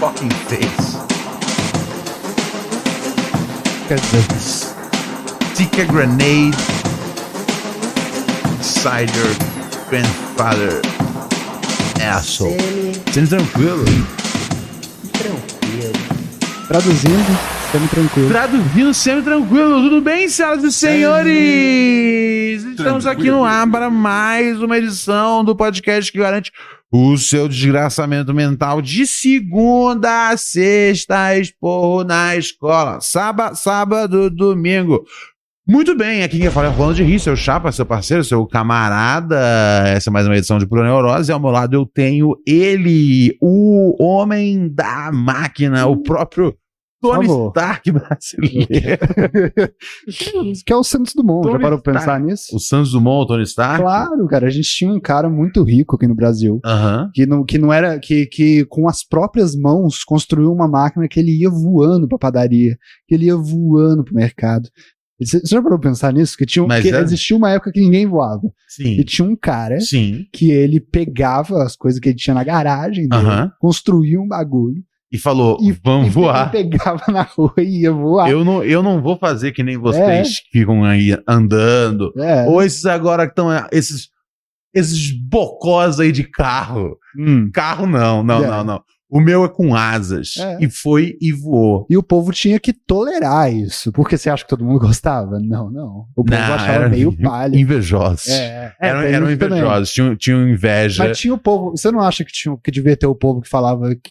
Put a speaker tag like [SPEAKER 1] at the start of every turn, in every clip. [SPEAKER 1] fucking face. Look at this. Stick a grenade inside your grandfather asshole. Sendo tranquilo.
[SPEAKER 2] Tranquilo. Traduzindo, sendo tranquilo.
[SPEAKER 3] Traduzindo, sendo tranquilo. Tudo bem, senhoras e senhores? Estamos aqui no ar para mais uma edição do podcast que garante o seu desgraçamento mental de segunda a sexta, esporro na escola. Sábado, sábado, domingo. Muito bem, aqui quem fala é o Ronald Rio, seu chapa, seu parceiro, seu camarada. Essa é mais uma edição de Pura Neurose. Ao meu lado eu tenho ele, o homem da máquina, o próprio Tony
[SPEAKER 2] favor.
[SPEAKER 3] Stark brasileiro.
[SPEAKER 2] Que é o Santos Dumont,
[SPEAKER 3] Tony
[SPEAKER 2] já parou pra pensar
[SPEAKER 3] Stark.
[SPEAKER 2] nisso?
[SPEAKER 3] O Santos Dumont, o Tony Stark?
[SPEAKER 2] Claro, cara, a gente tinha um cara muito rico aqui no Brasil.
[SPEAKER 3] Aham.
[SPEAKER 2] Que não, que não era. Que, que com as próprias mãos construiu uma máquina que ele ia voando pra padaria, que ele ia voando pro mercado. E Você você já parou pra pensar nisso? Que, tinha, um-
[SPEAKER 3] Mas
[SPEAKER 2] que
[SPEAKER 3] é.
[SPEAKER 2] existia uma época que ninguém voava. E
[SPEAKER 3] Sim.
[SPEAKER 2] tinha um cara
[SPEAKER 3] Sim.
[SPEAKER 2] que ele pegava as coisas que ele tinha na garagem dele,
[SPEAKER 3] Aham.
[SPEAKER 2] construía um bagulho
[SPEAKER 3] E falou,
[SPEAKER 2] E-
[SPEAKER 3] vamos
[SPEAKER 2] e
[SPEAKER 3] voar.
[SPEAKER 2] pegava na rua e ia voar.
[SPEAKER 3] Eu não, eu não vou fazer que nem vocês que ficam aí andando.
[SPEAKER 2] É.
[SPEAKER 3] Ou esses agora que estão. Esses, esses bocós aí de carro.
[SPEAKER 2] Hum.
[SPEAKER 3] Carro não, não,
[SPEAKER 2] É.
[SPEAKER 3] não, não. O meu é com asas.
[SPEAKER 2] É.
[SPEAKER 3] E foi e voou.
[SPEAKER 2] E o povo tinha que tolerar isso. Porque você acha que todo mundo gostava? Não, não. O povo
[SPEAKER 3] Não,
[SPEAKER 2] achava
[SPEAKER 3] era-
[SPEAKER 2] meio palha.
[SPEAKER 3] Invejosos.
[SPEAKER 2] É,
[SPEAKER 3] eram
[SPEAKER 2] tem
[SPEAKER 3] eram
[SPEAKER 2] isso também.
[SPEAKER 3] invejosos, tinham, tinham inveja.
[SPEAKER 2] Mas tinha o povo. Você não acha que, tinha, que devia ter o povo que falava que,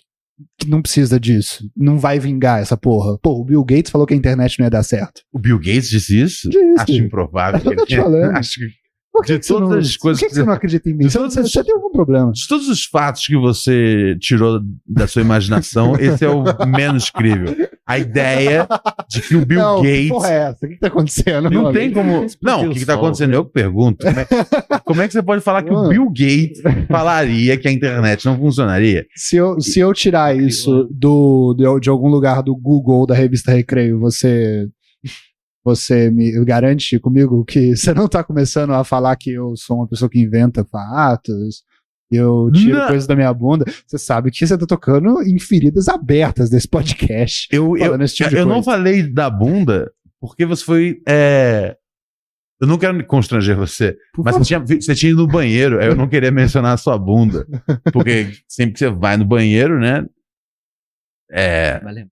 [SPEAKER 2] que não precisa disso? Não vai vingar essa porra. Pô, o Bill Gates falou que a internet não ia dar certo.
[SPEAKER 3] O Bill Gates disse isso?
[SPEAKER 2] Disse.
[SPEAKER 3] Acho improvável.
[SPEAKER 2] Eu tô te falando.
[SPEAKER 3] Acho que
[SPEAKER 2] Por que,
[SPEAKER 3] De
[SPEAKER 2] que você
[SPEAKER 3] todas
[SPEAKER 2] não,
[SPEAKER 3] as coisas
[SPEAKER 2] por que, que
[SPEAKER 3] que-
[SPEAKER 2] você não acredita em mim?
[SPEAKER 3] de
[SPEAKER 2] Você,
[SPEAKER 3] todas
[SPEAKER 2] você,
[SPEAKER 3] as-
[SPEAKER 2] você tem algum problema?
[SPEAKER 3] De todos os fatos que você tirou da sua imaginação, esse é o menos crível. A ideia de que o Bill
[SPEAKER 2] não, que
[SPEAKER 3] Gates.
[SPEAKER 2] porra é essa? O que, que tá acontecendo?
[SPEAKER 3] não
[SPEAKER 2] mano?
[SPEAKER 3] tem como. Não, o que, está
[SPEAKER 4] sol,
[SPEAKER 3] acontecendo? Eu que pergunto. Como é, como é que você pode falar que o
[SPEAKER 2] Mano.
[SPEAKER 3] Bill Gates falaria que a internet não funcionaria?
[SPEAKER 2] Se eu, se eu tirar
[SPEAKER 3] é.
[SPEAKER 2] isso do, do- de algum lugar do Google ou da revista Recreio, você. Você me garante comigo que você não tá começando a falar que eu sou uma pessoa que inventa fatos, que eu tiro
[SPEAKER 3] Não.
[SPEAKER 2] coisas da minha bunda. Você sabe que você tá tocando em feridas abertas desse podcast.
[SPEAKER 3] Eu, eu,
[SPEAKER 2] falando esse tipo de
[SPEAKER 3] eu
[SPEAKER 2] coisa.
[SPEAKER 3] não falei da bunda porque você foi. é, Eu não quero me constranger você,
[SPEAKER 2] Por
[SPEAKER 3] mas você
[SPEAKER 2] favor.
[SPEAKER 3] tinha, você tinha ido no banheiro, aí eu não queria mencionar a sua bunda. Porque sempre que você vai no banheiro, né? É.
[SPEAKER 4] Valeu.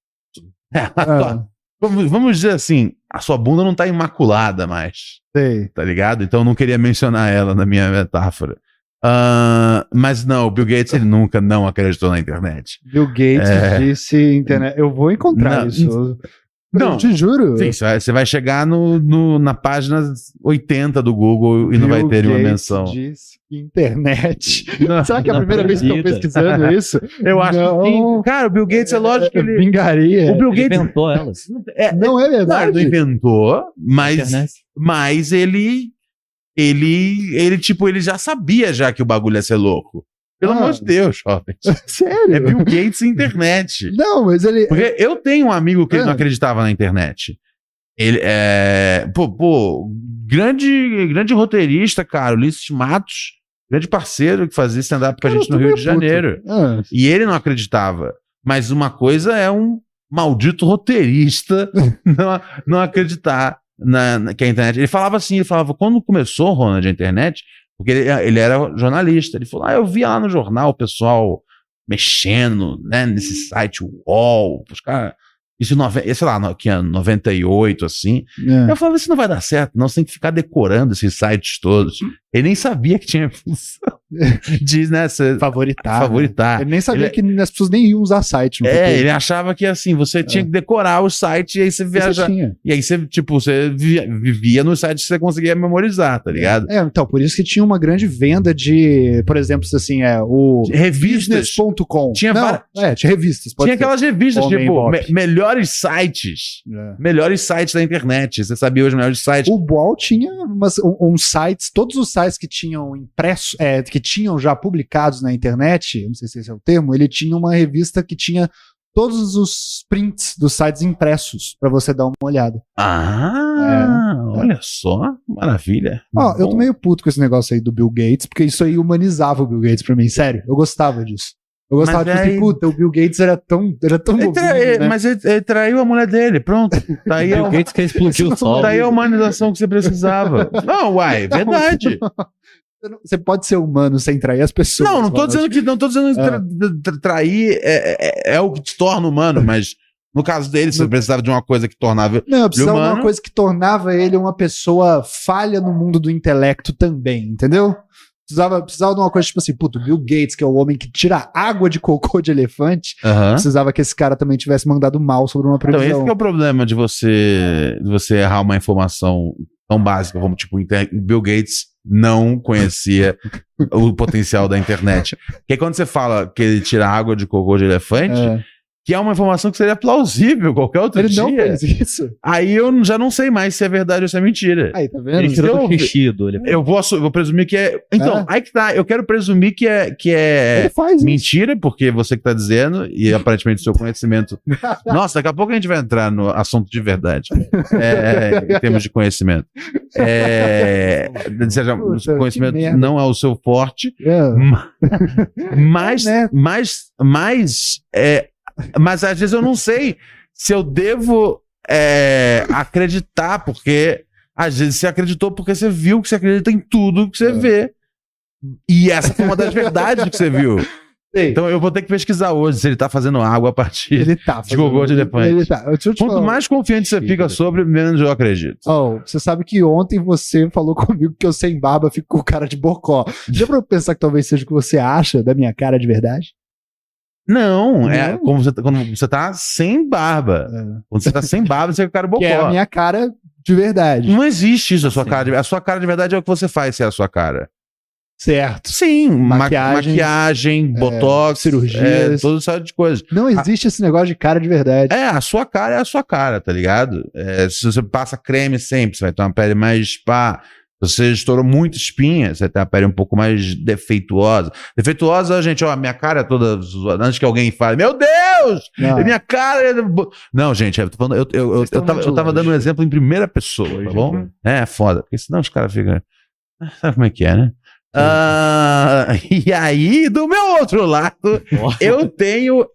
[SPEAKER 2] Ah,
[SPEAKER 3] Vamos, vamos dizer assim, a sua bunda não tá imaculada mais,
[SPEAKER 2] sei.
[SPEAKER 3] tá ligado? Então eu não queria mencionar ela na minha metáfora. Ah, mas não, o Bill Gates ele nunca não acreditou na internet.
[SPEAKER 2] Bill Gates
[SPEAKER 3] É.
[SPEAKER 2] disse internet. Eu vou encontrar
[SPEAKER 3] Não.
[SPEAKER 2] isso.
[SPEAKER 3] Não.
[SPEAKER 2] Eu te juro.
[SPEAKER 3] Sim, você vai- você vai chegar no, no- na página 80 do Google e não vai
[SPEAKER 2] Bill
[SPEAKER 3] ter uma
[SPEAKER 2] Gates
[SPEAKER 3] menção.
[SPEAKER 2] Disse que internet.
[SPEAKER 3] Não,
[SPEAKER 2] Será que é a
[SPEAKER 4] não
[SPEAKER 2] primeira vez que estão
[SPEAKER 4] acredito.
[SPEAKER 2] pesquisando isso?
[SPEAKER 3] eu acho
[SPEAKER 2] Não.
[SPEAKER 3] que sim. Cara, o Bill Gates é lógico que
[SPEAKER 2] É,
[SPEAKER 3] ele.
[SPEAKER 2] Vingaria.
[SPEAKER 3] O Bill
[SPEAKER 4] Ele
[SPEAKER 3] Gates
[SPEAKER 4] inventou elas.
[SPEAKER 3] é, não,
[SPEAKER 2] Não é
[SPEAKER 3] ele não
[SPEAKER 2] verdade.
[SPEAKER 3] inventou, mas,
[SPEAKER 4] Internet.
[SPEAKER 3] mas ele. Ele, ele, tipo, ele já sabia já que o bagulho ia ser louco. Pelo
[SPEAKER 2] Ah.
[SPEAKER 3] amor de Deus, jovem. É
[SPEAKER 2] Sério?
[SPEAKER 3] Bill Gates e internet.
[SPEAKER 2] Não, mas ele. é
[SPEAKER 3] Porque eu tenho um amigo que ele não
[SPEAKER 2] Ah.
[SPEAKER 3] acreditava na internet. Ele é. Pô, pô, grande, grande roteirista, cara, Ulisses Matos, grande parceiro que fazia stand-up com a
[SPEAKER 2] Cara,
[SPEAKER 3] gente no
[SPEAKER 2] tu
[SPEAKER 3] Rio
[SPEAKER 2] é
[SPEAKER 3] de
[SPEAKER 2] puto.
[SPEAKER 3] Janeiro.
[SPEAKER 2] Ah,
[SPEAKER 3] E ele não acreditava. Mas uma coisa é um maldito roteirista não, não acreditar na, na- que a internet. Ele falava assim, ele falava, quando começou, Ronald, a internet, porque ele, ele era jornalista. Ele falou, ah, eu via lá no jornal o pessoal mexendo, né, nesse site UOL, os caras. Isso, em noven- sei lá, no- que ano, 98, assim.
[SPEAKER 2] é.
[SPEAKER 3] Eu falava, isso não vai dar certo, não. Você tem que ficar decorando esses sites todos. Ele nem sabia que tinha função. Diz, né? você
[SPEAKER 2] Favoritar.
[SPEAKER 3] favoritar.
[SPEAKER 2] Ele nem sabia
[SPEAKER 3] Ele-
[SPEAKER 2] que as pessoas nem iam usar site no
[SPEAKER 3] É,
[SPEAKER 2] futuro.
[SPEAKER 3] ele achava que assim, você tinha que decorar o site e aí você
[SPEAKER 2] É. Isso
[SPEAKER 3] viaja.
[SPEAKER 2] tinha.
[SPEAKER 3] E aí você, tipo, você via- vivia no site que você conseguia memorizar, tá ligado?
[SPEAKER 2] É, então, por isso que tinha uma grande venda de, por exemplo, assim, é o
[SPEAKER 3] Revistas.
[SPEAKER 2] business.com.
[SPEAKER 3] Tinha
[SPEAKER 2] Não,
[SPEAKER 3] várias-
[SPEAKER 2] É, tinha revistas. Pode
[SPEAKER 3] Tinha
[SPEAKER 2] ser.
[SPEAKER 3] aquelas revistas,
[SPEAKER 2] Homem
[SPEAKER 3] tipo,
[SPEAKER 2] Bop.
[SPEAKER 3] me- melhores sites.
[SPEAKER 2] É.
[SPEAKER 3] Melhores sites da internet. Você sabia os melhores sites.
[SPEAKER 2] O Wall tinha umas, um- uns sites, todos os sites que tinham impresso, é, que tinham já publicados na internet, não sei se esse é o termo, ele tinha uma revista que tinha todos os prints dos sites impressos pra você dar uma olhada.
[SPEAKER 3] Ah, olha só. Maravilha.
[SPEAKER 2] é. Ó, eu
[SPEAKER 3] Bom.
[SPEAKER 2] tô meio puto com esse negócio aí do Bill Gates, porque isso aí humanizava o Bill Gates pra mim, sério. Eu gostava disso. Eu gostava
[SPEAKER 3] Mas é
[SPEAKER 2] de
[SPEAKER 3] aí-
[SPEAKER 2] assim, puta, o Bill Gates era tão, era tão
[SPEAKER 3] Ele
[SPEAKER 2] bobinho,
[SPEAKER 3] tra- ele-
[SPEAKER 2] né?
[SPEAKER 3] Mas ele, ele traiu a mulher dele, pronto. Daí
[SPEAKER 4] Bill
[SPEAKER 3] a,
[SPEAKER 4] Gates quer explodir o sol.
[SPEAKER 3] é um- daí é a humanização que você precisava. Não, uai, é verdade.
[SPEAKER 2] Você não- Você pode ser humano sem trair as pessoas.
[SPEAKER 3] Não, não tô
[SPEAKER 2] Ronald.
[SPEAKER 3] dizendo que não tô dizendo que tra- tra- trair é, é- é o que te torna humano, mas no caso dele, você precisava de uma coisa que tornava.
[SPEAKER 2] Não, eu precisava de
[SPEAKER 3] humano.
[SPEAKER 2] uma coisa que tornava ele uma pessoa falha no mundo do intelecto também, entendeu? Precisava, precisava de uma coisa tipo assim, puto, Bill Gates, que é o homem que tira água de cocô de elefante, precisava que esse cara também tivesse mandado mal sobre uma
[SPEAKER 3] Então,
[SPEAKER 2] previsão.
[SPEAKER 3] esse que é o problema de você, de você errar uma informação tão básica como, tipo, inter- Bill Gates não conhecia o potencial da internet. Porque quando você fala que ele tira água de cocô de elefante,
[SPEAKER 2] É.
[SPEAKER 3] que é uma informação que seria plausível qualquer outro
[SPEAKER 2] Ele
[SPEAKER 3] dia,
[SPEAKER 2] não fez isso.
[SPEAKER 3] aí eu já não sei mais se é verdade ou se é mentira.
[SPEAKER 2] Aí, tá vendo?
[SPEAKER 4] Ele tirou do
[SPEAKER 3] Eu-
[SPEAKER 4] xixi do elefante.
[SPEAKER 3] Eu vou, assu- eu vou presumir que é. Então,
[SPEAKER 2] É.
[SPEAKER 3] aí que tá. Eu quero presumir que é, que
[SPEAKER 2] Ele
[SPEAKER 3] é
[SPEAKER 2] faz isso.
[SPEAKER 3] mentira, porque você que tá dizendo, e aparentemente o seu conhecimento. Nossa, daqui a pouco a gente vai entrar no assunto de verdade. É, em termos de conhecimento. É, ou seja, o
[SPEAKER 2] Puta, que
[SPEAKER 3] conhecimento
[SPEAKER 2] merda.
[SPEAKER 3] não é o seu forte,
[SPEAKER 2] É.
[SPEAKER 3] mas.
[SPEAKER 2] É, né?
[SPEAKER 3] Mas. Mas. É, mas às vezes eu não sei se eu devo é, acreditar, porque. Às vezes você acreditou porque você viu que você acredita em tudo que você
[SPEAKER 2] É.
[SPEAKER 3] vê. E essa foi uma das verdades que você viu.
[SPEAKER 2] Sei.
[SPEAKER 3] Então eu vou ter que pesquisar hoje se ele tá fazendo água a partir.
[SPEAKER 2] ele tá.
[SPEAKER 3] de cocô de elefante.
[SPEAKER 2] Ele tá. Deixa eu te
[SPEAKER 3] Quanto
[SPEAKER 2] falar.
[SPEAKER 3] mais confiante você fica sobre, menos eu acredito.
[SPEAKER 2] Oh, você sabe que ontem você falou comigo que eu sem barba fico com cara de bocó. Já pra eu pensar que talvez seja o que você acha da minha cara de verdade?
[SPEAKER 3] Não, é
[SPEAKER 2] Não.
[SPEAKER 3] como você, tá- quando você tá sem barba. Quando você tá sem barba, você é o cara bocó.
[SPEAKER 2] Que é a minha cara de verdade. Assim.
[SPEAKER 3] Não existe isso, a sua
[SPEAKER 4] Sim.
[SPEAKER 3] cara. de- A sua cara de verdade é o que você faz se é a sua cara.
[SPEAKER 2] Certo.
[SPEAKER 3] Sim, maquiagem,
[SPEAKER 2] Maquiagem,
[SPEAKER 3] maquiagem botox,
[SPEAKER 2] É, cirurgias.
[SPEAKER 3] é, todo tipo de coisa.
[SPEAKER 2] Não existe esse negócio de cara de verdade.
[SPEAKER 3] É, a sua cara é a sua cara, tá ligado? É, se você passa creme sempre, você vai ter uma pele mais pá. Se você estourou muito espinha, você tem uma pele um pouco mais defeituosa. Defeituosa, gente, ó, minha cara é toda zoada. Antes que alguém fale, meu Deus,
[SPEAKER 2] Não.
[SPEAKER 4] Ah.
[SPEAKER 3] minha cara é... bo-" Não, gente, eu, tô falando, eu, eu, eu,
[SPEAKER 2] Vocês
[SPEAKER 3] eu
[SPEAKER 2] estão
[SPEAKER 3] tava,
[SPEAKER 2] muito
[SPEAKER 3] eu tava
[SPEAKER 2] longe.
[SPEAKER 3] dando um exemplo em primeira pessoa, tá
[SPEAKER 4] Hoje,
[SPEAKER 3] bom?
[SPEAKER 4] né?
[SPEAKER 3] É, foda. Porque senão os caras ficam. Ah, Sabe como é que é, né? Ah, e aí, do meu outro lado, eu tenho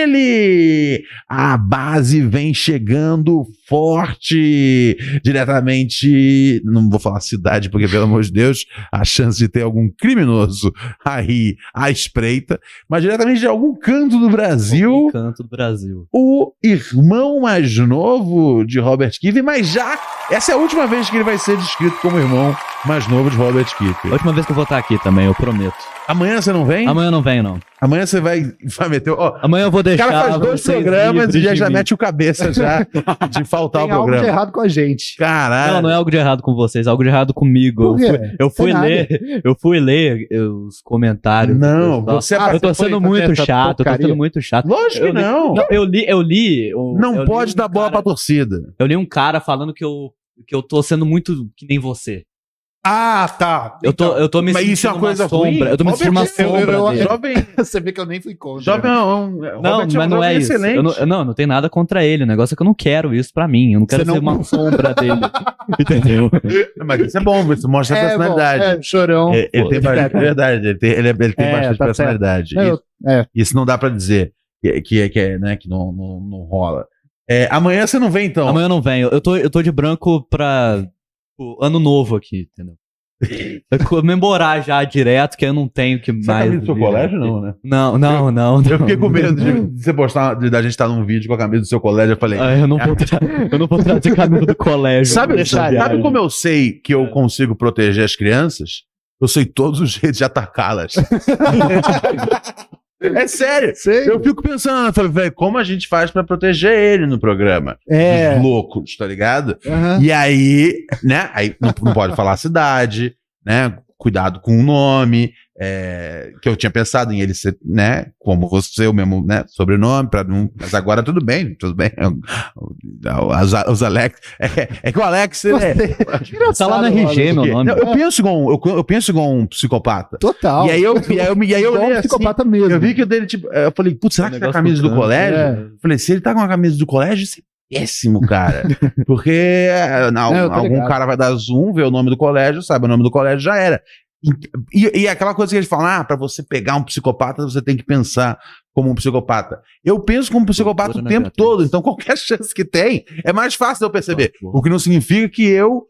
[SPEAKER 3] ele! A base vem chegando forte, diretamente. Não vou falar cidade, porque, pelo amor de Deus, a chance de ter algum criminoso aí à espreita, mas diretamente de algum canto do Brasil
[SPEAKER 4] O canto do Brasil.
[SPEAKER 3] o irmão mais novo de Robert Kiefer, mas já essa é a última vez que ele vai ser descrito como irmão mais novo de Robert
[SPEAKER 4] A
[SPEAKER 3] Kiefer.
[SPEAKER 4] última vez que eu vou estar aqui também, eu prometo.
[SPEAKER 3] Amanhã você não vem?
[SPEAKER 4] Amanhã eu não venho, não.
[SPEAKER 3] Amanhã você vai, vai meter. Ó,
[SPEAKER 4] Amanhã eu vou
[SPEAKER 3] o
[SPEAKER 4] deixar.
[SPEAKER 3] cara faz dois
[SPEAKER 4] vocês
[SPEAKER 3] programas e
[SPEAKER 4] livres
[SPEAKER 3] já,
[SPEAKER 4] de
[SPEAKER 3] já
[SPEAKER 4] mim.
[SPEAKER 3] mete o cabeça já de faltar
[SPEAKER 2] Tem
[SPEAKER 3] o
[SPEAKER 2] algo de
[SPEAKER 3] programa.
[SPEAKER 2] errado com a gente.
[SPEAKER 3] Caralho.
[SPEAKER 4] Não, não é algo de errado com vocês, é algo de errado comigo.
[SPEAKER 2] Por quê?
[SPEAKER 4] Eu fui
[SPEAKER 2] Tem nada.
[SPEAKER 4] ler, eu fui ler eh, os comentários.
[SPEAKER 3] Não,
[SPEAKER 4] do pessoal.
[SPEAKER 3] você é
[SPEAKER 4] eu tô
[SPEAKER 3] participou
[SPEAKER 4] sendo
[SPEAKER 3] dessa-
[SPEAKER 4] muito
[SPEAKER 2] dessa
[SPEAKER 4] chato, eu tô
[SPEAKER 2] porcaria.
[SPEAKER 4] sendo muito chato.
[SPEAKER 3] Lógico que
[SPEAKER 4] Eu li-
[SPEAKER 3] não.
[SPEAKER 4] Não, eu li, eu li. eu-
[SPEAKER 3] Não
[SPEAKER 4] eu li
[SPEAKER 3] pode
[SPEAKER 4] um
[SPEAKER 3] dar bola
[SPEAKER 4] cara-
[SPEAKER 3] pra torcida.
[SPEAKER 4] Eu li um cara falando que eu, que eu tô sendo muito que nem você.
[SPEAKER 2] Ah, tá.
[SPEAKER 4] Eu tô, eu tô me
[SPEAKER 3] Mas
[SPEAKER 4] sentindo
[SPEAKER 3] isso é uma coisa
[SPEAKER 4] sombra.
[SPEAKER 3] ruim.
[SPEAKER 4] Eu tô me
[SPEAKER 3] Robert
[SPEAKER 4] sentindo uma
[SPEAKER 3] Kiefer,
[SPEAKER 4] sombra.
[SPEAKER 2] eu-
[SPEAKER 4] dele.
[SPEAKER 3] Jovem,
[SPEAKER 2] Você vê que eu nem fui contra.
[SPEAKER 3] jovem é um.
[SPEAKER 4] Não,
[SPEAKER 3] Robert
[SPEAKER 4] mas
[SPEAKER 3] um
[SPEAKER 4] não é
[SPEAKER 3] jovem
[SPEAKER 4] isso. Eu não, não, não tem nada contra ele. O negócio é que eu não quero isso pra mim. Eu não quero
[SPEAKER 2] Você não-
[SPEAKER 4] ser uma sombra dele. Entendeu?
[SPEAKER 3] Mas isso é bom, isso mostra a
[SPEAKER 2] É,
[SPEAKER 3] personalidade.
[SPEAKER 2] bom, é, chorão.
[SPEAKER 3] É, ele
[SPEAKER 4] Pô,
[SPEAKER 3] tem bastante,
[SPEAKER 2] é.
[SPEAKER 3] verdade, ele tem, ele, é- ele tem
[SPEAKER 2] É,
[SPEAKER 3] bastante
[SPEAKER 2] tá
[SPEAKER 3] personalidade.
[SPEAKER 2] Não, eu- é.
[SPEAKER 3] Isso- Isso não dá pra dizer que, que, que, é, né, que não, não, não rola. É, amanhã você não vem, então.
[SPEAKER 4] Amanhã eu não venho. Eu tô, eu tô de branco pra tipo, ano novo aqui, entendeu? Eu comemorar já direto, que eu não tenho que
[SPEAKER 3] você tá
[SPEAKER 4] mais.
[SPEAKER 3] vindo do seu
[SPEAKER 4] vir
[SPEAKER 3] colégio,
[SPEAKER 4] aqui.
[SPEAKER 3] não, né?
[SPEAKER 4] Não, não, não.
[SPEAKER 3] Eu fiquei com
[SPEAKER 4] não.
[SPEAKER 3] medo de, de você postar, de, da gente estar num vídeo com a camisa do seu colégio. Eu falei.
[SPEAKER 4] Ah, é, eu, não vou tra- eu não vou trazer camisa do colégio.
[SPEAKER 3] sabe,
[SPEAKER 4] nessa
[SPEAKER 3] sabe
[SPEAKER 4] viagem.
[SPEAKER 3] como é eu sei que
[SPEAKER 4] É.
[SPEAKER 3] eu consigo proteger as crianças? Eu sei todos os jeitos de atacá-las. é sério.
[SPEAKER 2] Sei.
[SPEAKER 3] Eu fico pensando, eu falei, velho, como a gente faz pra proteger ele no programa?
[SPEAKER 2] É.
[SPEAKER 3] Os loucos, tá ligado?
[SPEAKER 2] aham.
[SPEAKER 3] E aí, né? Aí não, não pode falar a cidade, né? Cuidado com o nome, é, que eu tinha pensado em ele ser, né? Como você, o mesmo, né? Sobrenome, para não. Mas agora tudo bem, tudo bem. Os, os Alex. É, é que o Alex. ele é-
[SPEAKER 4] Tá lá no RG, meu
[SPEAKER 3] porque-
[SPEAKER 4] nome.
[SPEAKER 3] Não, eu, penso igual, um- eu, eu penso igual um psicopata.
[SPEAKER 2] Total.
[SPEAKER 3] E aí eu, e aí eu, e aí eu,
[SPEAKER 2] Igual
[SPEAKER 3] olhei
[SPEAKER 2] um
[SPEAKER 3] assim,
[SPEAKER 2] psicopata mesmo.
[SPEAKER 3] eu vi que o dele, tipo. Eu falei, putz, será que tá a
[SPEAKER 4] Negócio
[SPEAKER 3] camisa do
[SPEAKER 4] canto,
[SPEAKER 3] colégio?
[SPEAKER 2] um é.
[SPEAKER 3] Eu Falei, se ele tá com a camisa do colégio, isso é péssimo, cara. Porque é, na-
[SPEAKER 2] Não, eu tô
[SPEAKER 3] algum
[SPEAKER 2] ligado.
[SPEAKER 3] cara vai dar zoom, vê o nome do colégio, sabe o nome do colégio, já era. E, e aquela coisa que eles falam, ah, pra você pegar um psicopata, você tem que pensar como um psicopata. Eu penso como um psicopata o
[SPEAKER 4] Doutora
[SPEAKER 3] tempo
[SPEAKER 4] Ana Beatriz.
[SPEAKER 3] todo, então qualquer chance que tem, é mais fácil de eu perceber.
[SPEAKER 4] Doutora.
[SPEAKER 3] O que não significa que eu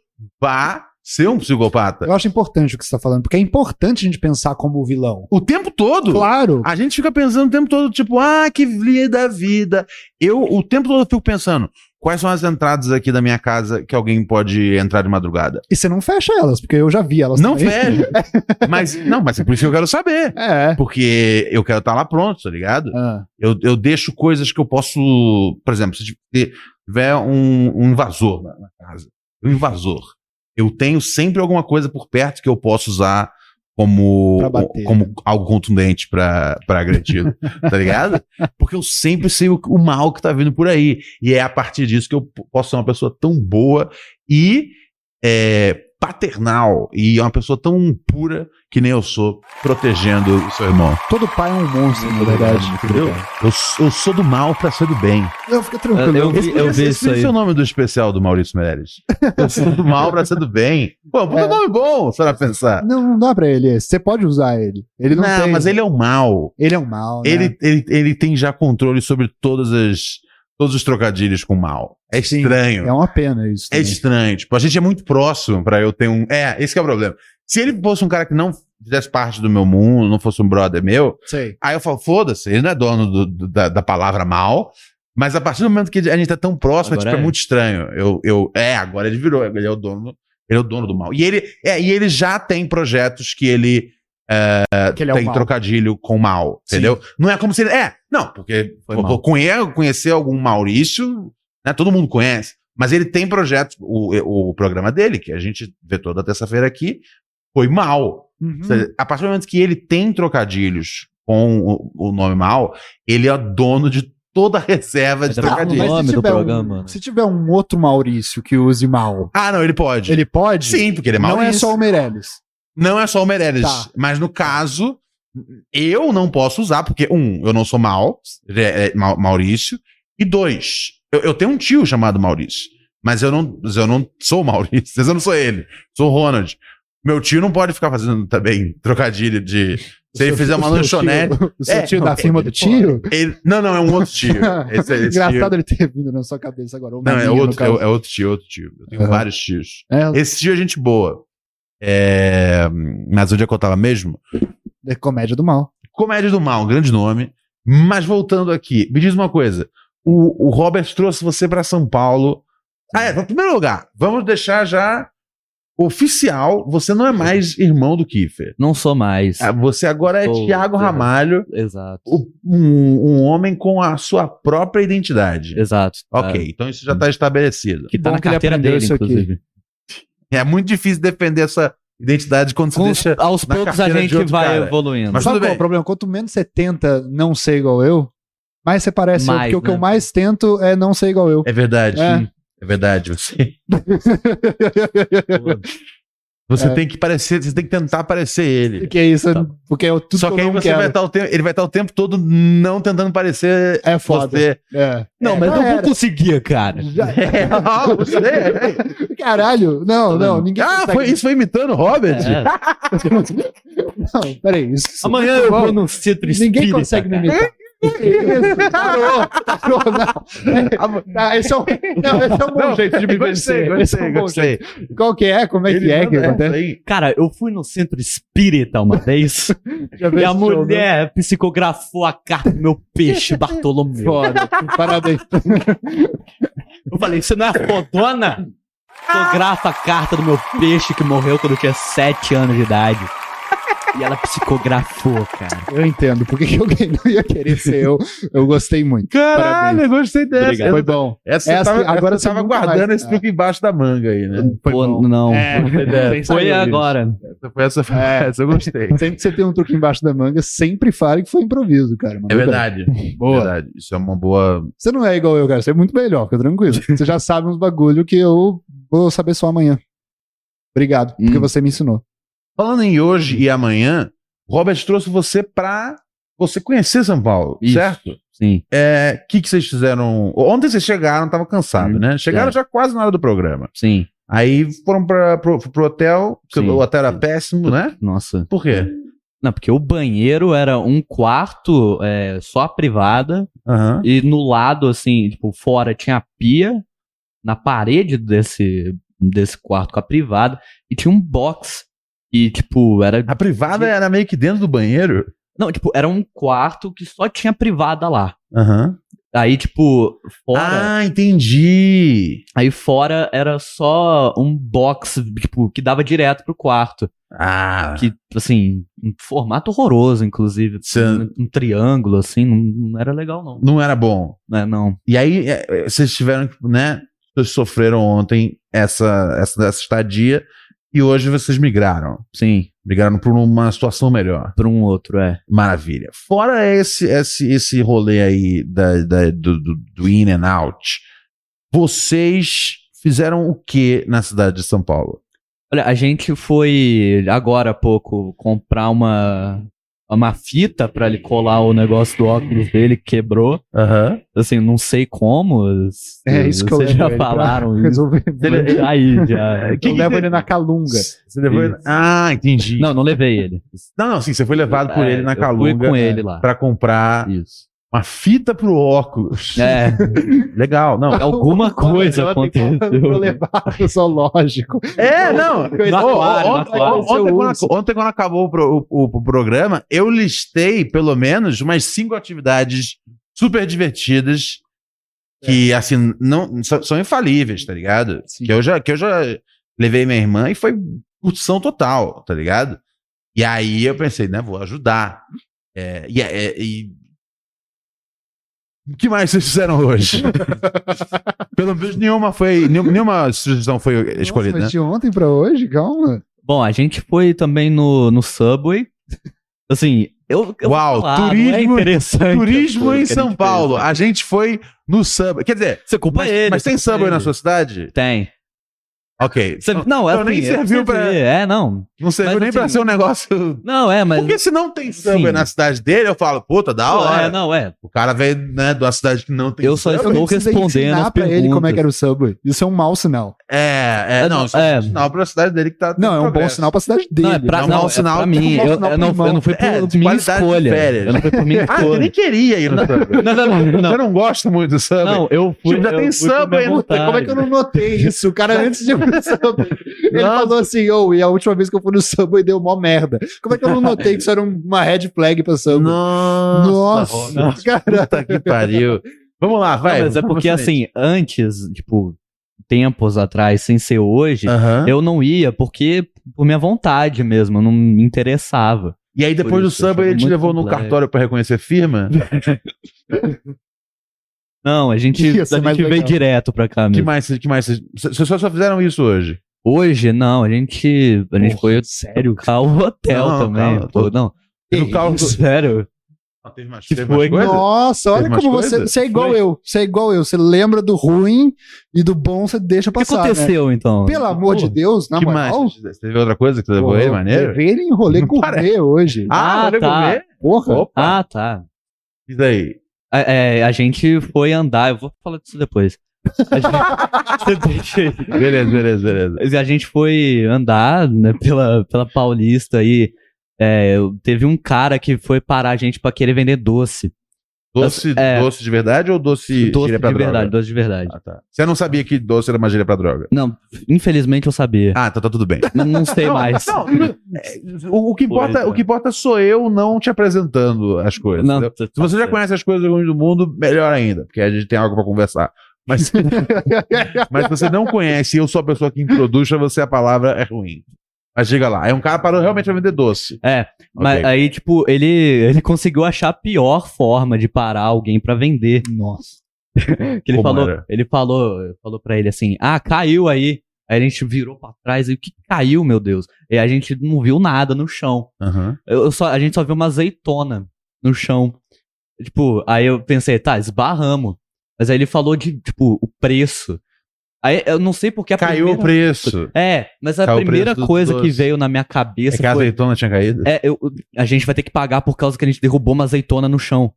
[SPEAKER 3] vá ser um psicopata.
[SPEAKER 2] Eu acho importante o que você tá falando, porque é importante a gente pensar como o vilão.
[SPEAKER 3] O tempo todo.
[SPEAKER 2] Claro.
[SPEAKER 3] A gente fica pensando o tempo todo, tipo, ah, que vida da vida. Eu, o tempo todo, eu fico pensando, quais são as entradas aqui da minha casa que alguém pode entrar de madrugada?
[SPEAKER 2] E você não fecha elas, porque eu já vi elas
[SPEAKER 3] não
[SPEAKER 2] também.
[SPEAKER 3] vejo. mas, não, mas é por isso que eu quero saber.
[SPEAKER 2] É.
[SPEAKER 3] Porque eu quero estar lá pronto, tá ligado?
[SPEAKER 2] Ah,
[SPEAKER 3] Eu, eu deixo coisas que eu posso. Por exemplo, se tiver um, um invasor na, na casa, um invasor, eu tenho sempre alguma coisa por perto que eu posso usar como,
[SPEAKER 2] Pra bater, né?
[SPEAKER 3] como algo contundente pra pra agredido, tá ligado? Porque eu sempre sei o, o mal que tá vindo por aí. E é a partir disso que eu p- posso ser uma pessoa tão boa e é, paternal, e uma pessoa tão pura que nem eu sou, protegendo o seu irmão.
[SPEAKER 2] todo pai é um monstro, na verdade.
[SPEAKER 3] Entendeu? Eu, s- eu sou do mal pra ser do bem.
[SPEAKER 2] Não, fica tranquilo.
[SPEAKER 4] Eu- eu- vi-
[SPEAKER 3] podia ser-
[SPEAKER 4] vi
[SPEAKER 3] esse
[SPEAKER 4] isso aí.
[SPEAKER 3] é o nome do especial do Maurício Meirelles. Eu sou do mal pra ser do bem. Pô, puta
[SPEAKER 2] É.
[SPEAKER 3] nome bom, será pensar.
[SPEAKER 2] Não, não dá pra ele esse. Você pode usar ele. Ele não,
[SPEAKER 3] Não,
[SPEAKER 2] tem. um-
[SPEAKER 3] mas ele é o mal.
[SPEAKER 2] Ele é um mal, né?
[SPEAKER 3] Ele, ele, ele tem já controle sobre todas as, todos os trocadilhos com mal. É
[SPEAKER 2] Sim.
[SPEAKER 3] estranho.
[SPEAKER 2] É uma pena isso.
[SPEAKER 3] É
[SPEAKER 2] também.
[SPEAKER 3] estranho. Tipo, a gente é muito próximo pra eu ter um. É, esse que é o problema. Se ele fosse um cara que não fizesse parte do meu mundo, não fosse um brother meu,
[SPEAKER 2] Sei.
[SPEAKER 3] Aí eu falo, foda-se, ele não é dono do- do- da, da palavra mal. Mas a partir do momento que a gente tá tão próximo, é,
[SPEAKER 4] Agora
[SPEAKER 3] tipo, é.
[SPEAKER 4] é.
[SPEAKER 3] muito estranho. Eu, eu, é, agora ele virou, ele é o dono, ele é o dono do mal. E ele, é, e ele já tem projetos que ele
[SPEAKER 2] Que ele é um
[SPEAKER 3] tem
[SPEAKER 2] mal.
[SPEAKER 3] trocadilho com mal,
[SPEAKER 2] Sim.
[SPEAKER 3] entendeu? Não é como se ele. É, não, porque
[SPEAKER 4] Foi
[SPEAKER 3] eu
[SPEAKER 4] mal.
[SPEAKER 3] vou conhe- conhecer algum Maurício, né? Todo mundo conhece. Mas ele tem projetos, o, o programa dele, que a gente vê toda terça-feira aqui, foi mal.
[SPEAKER 2] Uhum.
[SPEAKER 3] Ou seja, A partir do momento que ele tem trocadilhos com o, o nome mal, ele é dono de toda a reserva de
[SPEAKER 4] Ainda mais
[SPEAKER 2] Ah, Mas
[SPEAKER 4] o
[SPEAKER 3] trocadilhos.
[SPEAKER 4] nome
[SPEAKER 2] se
[SPEAKER 4] do
[SPEAKER 2] tiver
[SPEAKER 4] programa,
[SPEAKER 2] Um,
[SPEAKER 4] né?
[SPEAKER 2] se tiver um outro Maurício que use mal,
[SPEAKER 3] Ah, não, ele pode.
[SPEAKER 2] ele pode?
[SPEAKER 3] Sim, porque ele é mal.
[SPEAKER 2] Não é só o Meirelles.
[SPEAKER 3] não é só o Meirelles.
[SPEAKER 2] Tá.
[SPEAKER 3] Mas no caso, eu não posso usar, porque, um, eu não sou mal, é, é, Ma- Maurício. E dois, eu, eu tenho um tio chamado Maurício. Mas eu não, mas eu não sou o Maurício, mas eu não sou ele. Sou o Ronald. Meu tio não pode ficar fazendo também trocadilho de. Se ele fizer uma
[SPEAKER 2] O seu
[SPEAKER 3] lanchonete.
[SPEAKER 2] tio- O seu
[SPEAKER 3] É,
[SPEAKER 2] tio
[SPEAKER 3] não,
[SPEAKER 2] da
[SPEAKER 3] pode,
[SPEAKER 2] firma
[SPEAKER 3] ele
[SPEAKER 2] do tiro?
[SPEAKER 3] Ele- não, não, é um outro tio. Esse, esse
[SPEAKER 2] Engraçado ele ter vindo na sua cabeça agora. ou
[SPEAKER 3] tio.
[SPEAKER 2] na
[SPEAKER 3] Não, é
[SPEAKER 2] minha, no
[SPEAKER 3] outro,
[SPEAKER 2] caso.
[SPEAKER 3] é, é outro tio, outro tio. Eu tenho
[SPEAKER 2] Aham.
[SPEAKER 3] vários tios.
[SPEAKER 2] É,
[SPEAKER 3] Esse tio é gente boa. É, mas onde é que eu tava mesmo?
[SPEAKER 2] é comédia do mal.
[SPEAKER 3] Comédia do Mal, um grande nome. Mas voltando aqui, me diz uma coisa. O, o Robert trouxe você pra São Paulo. Ah, é, em primeiro lugar, vamos deixar já oficial, você não é
[SPEAKER 2] Uhum.
[SPEAKER 3] mais irmão do Kiefer.
[SPEAKER 4] Não sou mais.
[SPEAKER 3] Ah, Você agora é
[SPEAKER 4] Sou-
[SPEAKER 3] Tiago Ramalho,
[SPEAKER 4] Exato.
[SPEAKER 3] o- um, um homem com a sua própria identidade.
[SPEAKER 4] Exato. Tá-
[SPEAKER 3] Ok, então isso já está estabelecido.
[SPEAKER 4] Que tá
[SPEAKER 2] bom
[SPEAKER 4] na
[SPEAKER 2] que ele
[SPEAKER 4] carteira
[SPEAKER 2] aprendeu
[SPEAKER 4] dele,
[SPEAKER 2] isso aqui.
[SPEAKER 4] inclusive.
[SPEAKER 3] É muito difícil defender essa identidade quando você
[SPEAKER 4] Com-
[SPEAKER 3] deixa.
[SPEAKER 4] aos
[SPEAKER 3] na
[SPEAKER 4] poucos a
[SPEAKER 3] carteira de
[SPEAKER 4] gente
[SPEAKER 3] outro
[SPEAKER 4] vai
[SPEAKER 3] cara.
[SPEAKER 4] evoluindo.
[SPEAKER 3] Mas
[SPEAKER 2] Sabe
[SPEAKER 3] tudo
[SPEAKER 2] qual é
[SPEAKER 3] bem.
[SPEAKER 2] o problema? Quanto menos você tenta não ser igual eu, mais você parece eu,
[SPEAKER 4] Mais,
[SPEAKER 2] porque o que
[SPEAKER 4] né?
[SPEAKER 2] eu mais tento é não ser igual eu.
[SPEAKER 3] É verdade.
[SPEAKER 2] É.
[SPEAKER 3] É verdade. Você, você
[SPEAKER 2] É.
[SPEAKER 3] tem que parecer, você tem que tentar parecer ele.
[SPEAKER 2] Porque isso, é
[SPEAKER 4] Tá.
[SPEAKER 2] porque eu, tudo
[SPEAKER 3] Então. Só que aí
[SPEAKER 2] eu não
[SPEAKER 3] você
[SPEAKER 2] quero.
[SPEAKER 3] vai estar o tempo, ele vai estar o tempo todo não tentando parecer
[SPEAKER 2] É foda.
[SPEAKER 3] você.
[SPEAKER 2] É.
[SPEAKER 4] Não,
[SPEAKER 2] É,
[SPEAKER 4] mas
[SPEAKER 2] já
[SPEAKER 4] não vou
[SPEAKER 2] era.
[SPEAKER 4] conseguir, cara.
[SPEAKER 2] Já-
[SPEAKER 3] É, ó, você é.
[SPEAKER 2] Caralho, não, não, ninguém.
[SPEAKER 3] Ah,
[SPEAKER 2] consegue-
[SPEAKER 3] foi, isso foi imitando o Robert?
[SPEAKER 4] É.
[SPEAKER 2] Não, peraí, isso.
[SPEAKER 4] Amanhã eu
[SPEAKER 2] Bom,
[SPEAKER 4] vou num centro
[SPEAKER 2] Ninguém
[SPEAKER 4] espírita,
[SPEAKER 2] consegue me
[SPEAKER 4] cara.
[SPEAKER 2] imitar. Que Isso, parou, parou, não. Ah, esse é um, não, esse é um bom
[SPEAKER 3] Não,
[SPEAKER 2] jeito de me vencer. Esse é um bom
[SPEAKER 3] gostei.
[SPEAKER 2] jeito. Qual que é? Como é que
[SPEAKER 3] Ele
[SPEAKER 2] é? Que
[SPEAKER 3] manda
[SPEAKER 2] acontece?
[SPEAKER 3] essa aí.
[SPEAKER 4] Cara, eu fui no centro espírita uma vez
[SPEAKER 2] Já vi
[SPEAKER 4] e a
[SPEAKER 2] esse né? jogo.
[SPEAKER 4] mulher psicografou a carta do meu peixe, Bartolomeu.
[SPEAKER 2] Foda. Parabéns.
[SPEAKER 4] Eu falei, você não é fodona? Psicografa a carta do meu peixe que morreu quando eu tinha 7 anos de idade. E ela psicografou, cara.
[SPEAKER 2] Eu entendo. Por que que alguém não ia querer ser eu? Eu gostei muito.
[SPEAKER 3] Caralho, eu gostei dessa.
[SPEAKER 4] Obrigado.
[SPEAKER 2] Foi bom.
[SPEAKER 3] Essa,
[SPEAKER 2] Essa-
[SPEAKER 3] tava,
[SPEAKER 2] agora
[SPEAKER 3] agora você
[SPEAKER 2] você
[SPEAKER 3] tava
[SPEAKER 2] nunca
[SPEAKER 3] guardando
[SPEAKER 2] mais-
[SPEAKER 3] esse truque embaixo da manga aí, né?
[SPEAKER 2] Foi
[SPEAKER 4] Pô,
[SPEAKER 2] bom.
[SPEAKER 4] não.
[SPEAKER 2] É,
[SPEAKER 4] Foi
[SPEAKER 2] nisso.
[SPEAKER 4] agora.
[SPEAKER 3] Essa foi essa, foi
[SPEAKER 2] É.
[SPEAKER 3] essa eu gostei.
[SPEAKER 2] Sempre que você tem um truque embaixo da manga, sempre fale que foi improviso, cara. Mas
[SPEAKER 3] É
[SPEAKER 2] tudo bem.
[SPEAKER 3] verdade.
[SPEAKER 2] Boa.
[SPEAKER 3] Verdade. Isso é uma boa.
[SPEAKER 2] Você não é igual eu, cara. Você é muito melhor, fica tranquilo. Você já sabe uns bagulho que eu vou saber só amanhã. Obrigado, porque
[SPEAKER 4] Hum.
[SPEAKER 2] você me ensinou.
[SPEAKER 3] Falando em hoje e amanhã, Robert trouxe você pra você conhecer São Paulo,
[SPEAKER 4] Isso.
[SPEAKER 3] certo? O
[SPEAKER 4] Sim.
[SPEAKER 3] é, que, que vocês fizeram? Ontem vocês chegaram, tava cansado,
[SPEAKER 4] Hum,
[SPEAKER 3] né? Chegaram já quase na hora do programa.
[SPEAKER 4] Sim.
[SPEAKER 3] Aí foram pra, pro, pro hotel, que
[SPEAKER 4] Sim.
[SPEAKER 3] o hotel era péssimo, né?
[SPEAKER 4] Nossa.
[SPEAKER 3] Por quê?
[SPEAKER 4] Não, porque o banheiro era um quarto é, só a privada.
[SPEAKER 3] Aham.
[SPEAKER 4] E no lado, assim, tipo, fora tinha a pia. Na parede desse, desse quarto com a privada. E tinha um box. E, tipo, era.
[SPEAKER 3] A privada era meio que dentro do banheiro.
[SPEAKER 4] Não, tipo, era um quarto que só tinha privada lá.
[SPEAKER 3] Aham.
[SPEAKER 4] Aí, tipo, fora.
[SPEAKER 3] Ah, entendi.
[SPEAKER 4] Aí fora era só um box, tipo, que dava direto pro quarto.
[SPEAKER 3] Ah,
[SPEAKER 4] Que, assim, um formato horroroso, inclusive.
[SPEAKER 3] Cê-
[SPEAKER 4] Um, um triângulo, assim, não, não era legal, não.
[SPEAKER 3] não era bom.
[SPEAKER 4] Não é, não.
[SPEAKER 3] E aí, é, é, vocês tiveram, que, né? Vocês sofreram ontem essa, essa, essa estadia e hoje vocês migraram.
[SPEAKER 4] Sim,
[SPEAKER 3] Migraram para uma situação melhor.
[SPEAKER 4] pra um outro, é.
[SPEAKER 3] Maravilha. Fora esse esse, esse rolê aí da, da- do, do, do in and out, vocês fizeram o que na cidade de São Paulo?
[SPEAKER 4] Olha, a gente foi agora há pouco comprar uma, uma fita pra ele colar o negócio do óculos dele que quebrou.
[SPEAKER 3] Aham.
[SPEAKER 4] Assim, não sei como.
[SPEAKER 2] É isso que eu
[SPEAKER 4] Vocês
[SPEAKER 2] lembro.
[SPEAKER 4] já falaram isso.
[SPEAKER 2] Resolver.
[SPEAKER 4] Aí, já.
[SPEAKER 2] Eu levo ele na calunga.
[SPEAKER 3] Você levou ele- Ah, entendi. Não,
[SPEAKER 4] Não, não levei ele.
[SPEAKER 3] não, sim, você foi levado por
[SPEAKER 4] É,
[SPEAKER 3] ele na
[SPEAKER 4] eu fui
[SPEAKER 3] Calunga né?
[SPEAKER 4] com ele lá.
[SPEAKER 3] para comprar
[SPEAKER 4] Isso.
[SPEAKER 3] uma fita pro óculos.
[SPEAKER 4] É,
[SPEAKER 3] Legal, não.
[SPEAKER 4] alguma coisa
[SPEAKER 3] um
[SPEAKER 2] Eu
[SPEAKER 4] aconteceu.
[SPEAKER 2] levar no zoológico.
[SPEAKER 3] É, não.
[SPEAKER 4] No
[SPEAKER 3] Ô,
[SPEAKER 4] aquário, no
[SPEAKER 3] ontem,
[SPEAKER 4] aquário.
[SPEAKER 3] ontem quando, ontem, quando acabou o, pro- o- o programa, eu listei pelo menos umas cinco atividades super divertidas que, assim, não, são, são infalíveis, tá ligado? Que eu, já, que eu já levei minha irmã e foi curtição total, tá ligado? E aí eu pensei, né, vou ajudar. É, e, é, e- O que mais vocês fizeram hoje? Pelo menos nenhuma foi. nenhum- Nenhuma sugestão foi escolhida,
[SPEAKER 2] Nossa,
[SPEAKER 3] né?
[SPEAKER 2] mas de ontem pra hoje, calma.
[SPEAKER 4] Bom, a gente foi também no, no Subway. Assim, eu. eu vou
[SPEAKER 3] Uau,
[SPEAKER 4] não é
[SPEAKER 3] turismo-
[SPEAKER 4] interessante
[SPEAKER 3] Turismo
[SPEAKER 4] as coisas
[SPEAKER 3] em
[SPEAKER 4] que a
[SPEAKER 3] São
[SPEAKER 4] gente
[SPEAKER 3] Paulo.
[SPEAKER 4] fez, né?
[SPEAKER 3] A gente foi no Subway. Quer dizer,
[SPEAKER 4] Você culpa
[SPEAKER 3] mas,
[SPEAKER 4] ele.
[SPEAKER 3] mas
[SPEAKER 4] você
[SPEAKER 3] tem
[SPEAKER 4] culpa
[SPEAKER 3] Subway
[SPEAKER 4] ele.
[SPEAKER 3] na sua cidade?
[SPEAKER 4] Tem.
[SPEAKER 3] Ok.
[SPEAKER 4] Você-
[SPEAKER 3] Então,
[SPEAKER 4] não, é
[SPEAKER 3] então nem
[SPEAKER 4] assim, é
[SPEAKER 3] serviu
[SPEAKER 4] você
[SPEAKER 3] pra-
[SPEAKER 4] vê, É, não.
[SPEAKER 3] não serviu
[SPEAKER 4] mas
[SPEAKER 3] nem pra
[SPEAKER 4] assim-
[SPEAKER 3] ser um negócio.
[SPEAKER 4] Não, é, mas.
[SPEAKER 3] Porque se não tem Subway
[SPEAKER 4] Sim.
[SPEAKER 3] na cidade dele, eu falo, puta, da
[SPEAKER 4] Pô,
[SPEAKER 3] hora.
[SPEAKER 4] é, não, é.
[SPEAKER 3] O cara veio, né, de uma cidade que não tem
[SPEAKER 4] Eu só
[SPEAKER 3] Subway.
[SPEAKER 4] estou
[SPEAKER 2] precisei
[SPEAKER 4] respondendo as
[SPEAKER 2] ensinar pra ele como é
[SPEAKER 4] perguntas.
[SPEAKER 2] que era o Subway. Isso é um mau sinal.
[SPEAKER 3] É, é,
[SPEAKER 4] É,
[SPEAKER 3] não,
[SPEAKER 4] não,
[SPEAKER 3] isso é um
[SPEAKER 4] é.
[SPEAKER 3] sinal pra cidade dele que tá.
[SPEAKER 2] Não, é um bom
[SPEAKER 3] progresso.
[SPEAKER 2] sinal pra cidade dele.
[SPEAKER 4] não, é pra,
[SPEAKER 3] não,
[SPEAKER 4] não,
[SPEAKER 3] mau
[SPEAKER 4] é
[SPEAKER 3] sinal-
[SPEAKER 4] pra mim.
[SPEAKER 2] é um mau
[SPEAKER 4] Eu,
[SPEAKER 2] sinal
[SPEAKER 4] eu não,
[SPEAKER 2] pro irmão.
[SPEAKER 4] eu não fui por
[SPEAKER 3] É, de
[SPEAKER 4] minha
[SPEAKER 3] qualidade de
[SPEAKER 4] escolha.
[SPEAKER 3] férias.
[SPEAKER 4] Eu não fui por minha
[SPEAKER 3] Ah, você nem
[SPEAKER 4] escolha.
[SPEAKER 3] queria ir no Subway.
[SPEAKER 4] Não, não, não, não.
[SPEAKER 3] Você não gosta muito do Subway?
[SPEAKER 4] Não, eu fui.
[SPEAKER 3] Tipo, já
[SPEAKER 4] eu
[SPEAKER 3] tem
[SPEAKER 4] fui por
[SPEAKER 3] Subway,
[SPEAKER 4] minha
[SPEAKER 3] né?
[SPEAKER 4] vontade.
[SPEAKER 2] Como é que eu não notei isso? O cara antes de ir pro Subway. Ele
[SPEAKER 3] Nossa.
[SPEAKER 2] falou assim, ô, e a última vez que eu fui no Subway deu mó merda. Como é que eu não notei que isso era uma red flag pra Subway?
[SPEAKER 3] Nossa,
[SPEAKER 2] Nossa,
[SPEAKER 4] nossa.
[SPEAKER 2] cara.
[SPEAKER 3] puta que pariu. Vamos lá, vai.
[SPEAKER 4] Não, mas é porque,
[SPEAKER 3] Vamos
[SPEAKER 4] assim, antes, tipo, tempos atrás, sem ser hoje,
[SPEAKER 3] Aham.
[SPEAKER 4] eu não ia porque, por minha vontade mesmo, eu não me interessava.
[SPEAKER 3] E aí depois
[SPEAKER 4] Por
[SPEAKER 3] do
[SPEAKER 4] isso, eu
[SPEAKER 3] Subway
[SPEAKER 4] acho
[SPEAKER 3] ele te
[SPEAKER 4] muito
[SPEAKER 3] levou no
[SPEAKER 4] complexo.
[SPEAKER 3] cartório pra reconhecer firma?
[SPEAKER 4] Não, a gente,
[SPEAKER 2] Ia
[SPEAKER 4] a
[SPEAKER 2] ser mais
[SPEAKER 4] gente veio
[SPEAKER 2] legal.
[SPEAKER 4] direto pra cá
[SPEAKER 3] que
[SPEAKER 4] mesmo.
[SPEAKER 3] mais? Que mais? vocês- Vocês só, só fizeram isso hoje?
[SPEAKER 4] Hoje, não, a gente, a gente foi sério, o hotel
[SPEAKER 3] Não,
[SPEAKER 4] também,
[SPEAKER 3] calma,
[SPEAKER 4] pô,
[SPEAKER 3] tô-
[SPEAKER 4] não.
[SPEAKER 3] tô
[SPEAKER 4] Que
[SPEAKER 3] calmo.
[SPEAKER 4] isso, sério.
[SPEAKER 3] Ah, Teve mais,
[SPEAKER 4] Que
[SPEAKER 3] teve
[SPEAKER 4] foi?
[SPEAKER 3] mais coisa?
[SPEAKER 2] Nossa, olha
[SPEAKER 3] Teve mais
[SPEAKER 2] como
[SPEAKER 3] coisa?
[SPEAKER 2] você. Você é igual
[SPEAKER 4] Foi?
[SPEAKER 2] eu. Você é igual eu. Você lembra do ruim e do bom você deixa
[SPEAKER 4] O que
[SPEAKER 2] passar. né?
[SPEAKER 4] aconteceu, então?
[SPEAKER 2] Pelo amor de
[SPEAKER 4] Pô,
[SPEAKER 2] Deus, na
[SPEAKER 3] que
[SPEAKER 2] moral.
[SPEAKER 3] mais? Você Teve outra coisa que você levou aí, maneiro?
[SPEAKER 2] Levei ele em rolê
[SPEAKER 3] Não
[SPEAKER 2] gourmet hoje.
[SPEAKER 4] Ah,
[SPEAKER 3] olha
[SPEAKER 4] tá.
[SPEAKER 3] como é.
[SPEAKER 2] Porra.
[SPEAKER 3] Opa,
[SPEAKER 4] Ah, tá.
[SPEAKER 3] isso aí.
[SPEAKER 4] A, é, a gente foi andar, eu vou falar disso depois. A gente, Você deixa aí.
[SPEAKER 3] Beleza, beleza, beleza.
[SPEAKER 4] A gente foi andar né, pela, pela Paulista e é, teve um cara que foi parar a gente pra querer vender doce.
[SPEAKER 3] Doce,
[SPEAKER 4] É.
[SPEAKER 3] doce de verdade ou doce,
[SPEAKER 4] doce de
[SPEAKER 3] gíria pra
[SPEAKER 4] verdade,
[SPEAKER 3] droga?
[SPEAKER 4] doce de verdade.
[SPEAKER 3] Ah, tá. Você não sabia que doce era uma gíria pra droga?
[SPEAKER 4] Não, infelizmente eu sabia.
[SPEAKER 3] Ah, então tá tudo bem.
[SPEAKER 4] Não, não sei mais.
[SPEAKER 3] Não, é, o, o que importa,
[SPEAKER 4] Pois é.
[SPEAKER 3] o que importa sou eu não te apresentando as coisas.
[SPEAKER 4] Não,
[SPEAKER 3] entendeu?
[SPEAKER 4] tá-
[SPEAKER 3] Se você já
[SPEAKER 4] tá-
[SPEAKER 3] conhece as coisas ruins do mundo, melhor ainda, porque a gente tem algo pra conversar. Mas, mas se você não conhece e eu sou a pessoa que introduz pra você a palavra é ruim. Mas diga lá, é um cara que parou realmente pra vender doce.
[SPEAKER 4] É, mas
[SPEAKER 3] Ok.
[SPEAKER 4] aí, tipo, ele, ele conseguiu achar a pior forma de parar alguém pra vender.
[SPEAKER 2] Nossa.
[SPEAKER 4] Que ele
[SPEAKER 3] Como
[SPEAKER 4] falou,
[SPEAKER 3] era?
[SPEAKER 4] ele falou, falou para ele assim: "Ah, caiu aí". Aí a gente virou pra trás e o que caiu, meu Deus? E a gente não viu nada no chão.
[SPEAKER 3] Aham.
[SPEAKER 4] Eu eu só, a gente só viu uma azeitona no chão. Tipo, aí eu pensei, tá, esbarramos. Mas aí ele falou de, tipo, o preço. Aí eu não sei porque a
[SPEAKER 3] É Caiu o
[SPEAKER 4] primeira...
[SPEAKER 3] preço.
[SPEAKER 4] É, mas a
[SPEAKER 3] Caiu o
[SPEAKER 4] primeira
[SPEAKER 3] preço do
[SPEAKER 4] coisa que
[SPEAKER 3] doce.
[SPEAKER 4] veio na minha
[SPEAKER 3] É
[SPEAKER 4] cabeça
[SPEAKER 3] que a
[SPEAKER 4] foi...
[SPEAKER 3] azeitona tinha caído?
[SPEAKER 4] É, eu, a gente vai ter que pagar por causa que a gente derrubou uma azeitona no chão.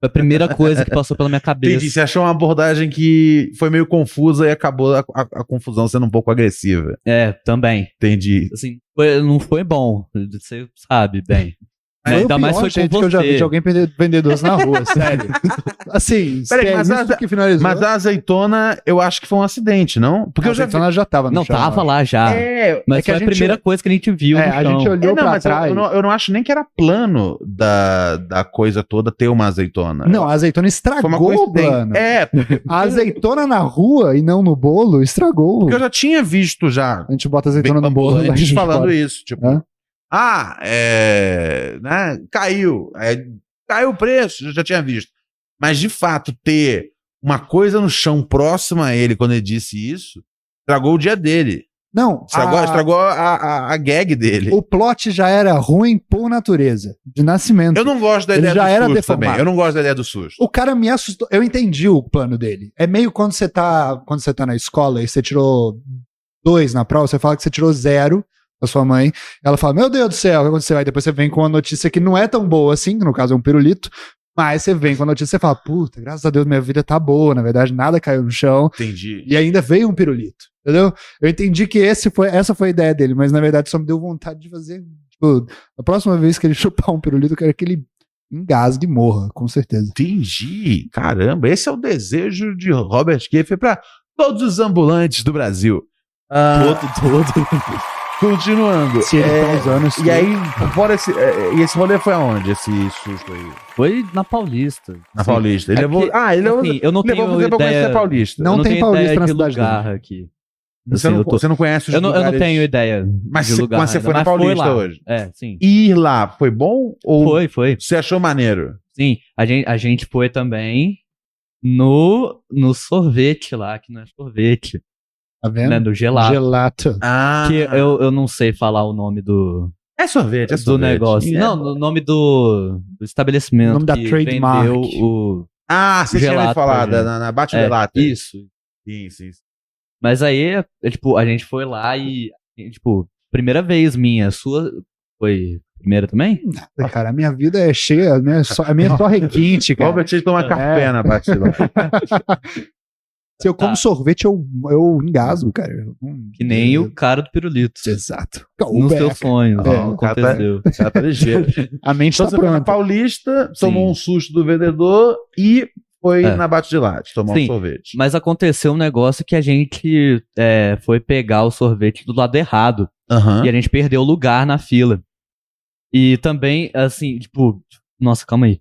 [SPEAKER 4] Foi a primeira coisa que passou pela minha cabeça.
[SPEAKER 3] Entendi, você achou uma abordagem que foi meio confusa e acabou a, a- a confusão sendo um pouco agressiva.
[SPEAKER 4] É, também.
[SPEAKER 3] Entendi.
[SPEAKER 4] Assim, foi- não foi bom. Você sabe bem.
[SPEAKER 2] Foi
[SPEAKER 4] Ainda
[SPEAKER 2] o
[SPEAKER 4] mais
[SPEAKER 2] pior
[SPEAKER 4] foi com
[SPEAKER 2] jeito que eu já vi
[SPEAKER 4] você.
[SPEAKER 2] de alguém vender, vender doce na rua, sério. Assim,
[SPEAKER 3] Peraí,
[SPEAKER 2] se é
[SPEAKER 3] mas
[SPEAKER 2] isso
[SPEAKER 3] a-
[SPEAKER 2] que finalizou.
[SPEAKER 4] é.
[SPEAKER 3] Mas a azeitona, eu acho que foi um acidente, não? Porque eu já vi.
[SPEAKER 2] Então ela já tava no
[SPEAKER 4] Não,
[SPEAKER 2] chão,
[SPEAKER 4] tava
[SPEAKER 2] né?
[SPEAKER 4] lá já.
[SPEAKER 3] É,
[SPEAKER 4] mas
[SPEAKER 2] é que
[SPEAKER 4] foi
[SPEAKER 2] a
[SPEAKER 4] a,
[SPEAKER 2] gente-
[SPEAKER 4] primeira coisa que a gente viu.
[SPEAKER 2] É,
[SPEAKER 4] no
[SPEAKER 2] a
[SPEAKER 4] chão.
[SPEAKER 2] gente olhou
[SPEAKER 3] É, não,
[SPEAKER 2] pra
[SPEAKER 3] mas eu,
[SPEAKER 2] trás.
[SPEAKER 3] eu não, eu não acho nem que era plano da, da coisa toda ter uma azeitona.
[SPEAKER 2] Não, a azeitona
[SPEAKER 3] foi uma
[SPEAKER 2] estragou o plano.
[SPEAKER 3] coincidência. É,
[SPEAKER 2] A azeitona na rua e não no bolo estragou.
[SPEAKER 3] porque eu já tinha visto já
[SPEAKER 2] A gente bota azeitona no bolo. lá e a
[SPEAKER 3] ambulantes
[SPEAKER 2] gente
[SPEAKER 3] falando
[SPEAKER 2] bota.
[SPEAKER 3] isso, tipo,
[SPEAKER 2] Hã?
[SPEAKER 3] ah, é, né, caiu, é, caiu o preço, eu já tinha visto. Mas de fato ter uma coisa no chão próxima a ele quando ele disse isso, estragou o dia dele.
[SPEAKER 2] Não,
[SPEAKER 3] Estragou,
[SPEAKER 2] a-
[SPEAKER 3] estragou a, a, a gag dele.
[SPEAKER 2] Ah. o plot já era ruim por natureza, de nascimento.
[SPEAKER 3] Eu não gosto da
[SPEAKER 2] Ele
[SPEAKER 3] ideia
[SPEAKER 2] já
[SPEAKER 3] do
[SPEAKER 2] era
[SPEAKER 3] susto
[SPEAKER 2] deformado.
[SPEAKER 3] também. Eu não gosto da ideia do susto.
[SPEAKER 2] O cara me assustou. Eu entendi o plano dele. É meio quando você tá, quando você tá na escola e você tirou dois na prova, você fala que você tirou zero da sua mãe. Ela fala, meu Deus do céu, o que aconteceu? Aí depois você vem com uma notícia que não é tão boa assim, que no caso é um pirulito. Mas você vem com a notícia e fala, puta, graças a Deus minha vida tá boa. Na verdade, nada caiu no chão.
[SPEAKER 3] Entendi.
[SPEAKER 2] E ainda veio um pirulito, entendeu? Eu entendi que esse foi, essa foi a ideia dele, mas na verdade só me deu vontade de fazer. Tipo, a próxima vez que ele chupar um pirulito, eu quero que ele engasgue e morra, com certeza.
[SPEAKER 3] Entendi. Caramba, esse é o desejo de Robert Kiefer para todos os ambulantes do Brasil. Ah,
[SPEAKER 4] Todo, todo.
[SPEAKER 3] continuando.
[SPEAKER 2] Se ele
[SPEAKER 3] É,
[SPEAKER 2] tá usando isso.
[SPEAKER 3] E aí, fora esse. é, E esse rolê foi aonde, esse susto aí?
[SPEAKER 4] Foi na Paulista.
[SPEAKER 3] Na Paulista. Ele
[SPEAKER 4] É
[SPEAKER 3] levou.
[SPEAKER 4] porque,
[SPEAKER 3] Ah, ele levou.
[SPEAKER 4] Assim, eu não
[SPEAKER 3] levou
[SPEAKER 4] tenho
[SPEAKER 3] você pra
[SPEAKER 4] ideia...
[SPEAKER 3] conhecer Paulista.
[SPEAKER 2] Não
[SPEAKER 4] eu
[SPEAKER 2] tem
[SPEAKER 4] tenho
[SPEAKER 2] Paulista
[SPEAKER 4] ideia
[SPEAKER 2] na
[SPEAKER 4] de
[SPEAKER 2] cidade
[SPEAKER 4] lugar aqui.
[SPEAKER 3] você,
[SPEAKER 4] assim,
[SPEAKER 3] não,
[SPEAKER 4] eu tô-
[SPEAKER 3] você não conhece os
[SPEAKER 4] Eu não, eu não
[SPEAKER 3] lugares.
[SPEAKER 4] tenho ideia
[SPEAKER 3] Mas
[SPEAKER 4] de
[SPEAKER 3] você-
[SPEAKER 4] lugar.
[SPEAKER 3] mas você
[SPEAKER 4] ainda,
[SPEAKER 3] foi na
[SPEAKER 4] foi
[SPEAKER 3] Paulista
[SPEAKER 4] lá.
[SPEAKER 3] hoje?
[SPEAKER 4] É, sim.
[SPEAKER 3] Ir lá foi bom ou
[SPEAKER 4] Foi, foi.
[SPEAKER 3] você achou maneiro?
[SPEAKER 4] Sim, a gente, a gente foi também no, no sorvete lá, que não é sorvete,
[SPEAKER 2] tá vendo?
[SPEAKER 4] né? Do gelado.
[SPEAKER 2] Gelato.
[SPEAKER 3] É? Ah.
[SPEAKER 4] Que eu, eu não sei falar o nome do,
[SPEAKER 3] É sorvete, é
[SPEAKER 4] do
[SPEAKER 3] sorvete.
[SPEAKER 4] negócio.
[SPEAKER 3] É.
[SPEAKER 4] Não, o nome do, do estabelecimento.
[SPEAKER 2] O nome da
[SPEAKER 4] que
[SPEAKER 2] trademark.
[SPEAKER 4] vendeu o.
[SPEAKER 3] Ah, você tinha me
[SPEAKER 4] Gelato,
[SPEAKER 3] falado
[SPEAKER 4] né?
[SPEAKER 3] na, na Bate
[SPEAKER 4] É,
[SPEAKER 3] Gelato.
[SPEAKER 4] isso.
[SPEAKER 3] Sim, sim. sim.
[SPEAKER 4] Mas aí, é, tipo, a gente foi lá e, e, tipo, primeira vez minha, sua foi primeira também?
[SPEAKER 3] Hum,
[SPEAKER 2] Cara, a minha vida é cheia, né? Só- a minha é só requinte, cara.
[SPEAKER 3] Robert, ele toma
[SPEAKER 2] É.
[SPEAKER 3] café na Bate Gelato.
[SPEAKER 2] Se eu como
[SPEAKER 4] Tá.
[SPEAKER 2] sorvete, eu, eu engasgo, cara. Hum,
[SPEAKER 4] Que nem o cara do pirulito.
[SPEAKER 2] Exato.
[SPEAKER 4] Nos teus sonhos,
[SPEAKER 2] É,
[SPEAKER 4] não
[SPEAKER 3] o cara tá-
[SPEAKER 4] aconteceu.
[SPEAKER 3] Já tá ligeiro.
[SPEAKER 2] A mente
[SPEAKER 3] Então
[SPEAKER 2] tá
[SPEAKER 3] você foi na
[SPEAKER 2] pronta.
[SPEAKER 3] Paulista,
[SPEAKER 4] Sim.
[SPEAKER 3] tomou um susto do vendedor e foi
[SPEAKER 4] É.
[SPEAKER 3] na Bate de Latte tomar um
[SPEAKER 4] Sim.
[SPEAKER 3] sorvete.
[SPEAKER 4] Mas aconteceu um negócio que a gente é, foi pegar o sorvete do lado errado.
[SPEAKER 3] Aham.
[SPEAKER 4] E a gente perdeu o lugar na fila. E também, assim, tipo. Nossa, calma aí.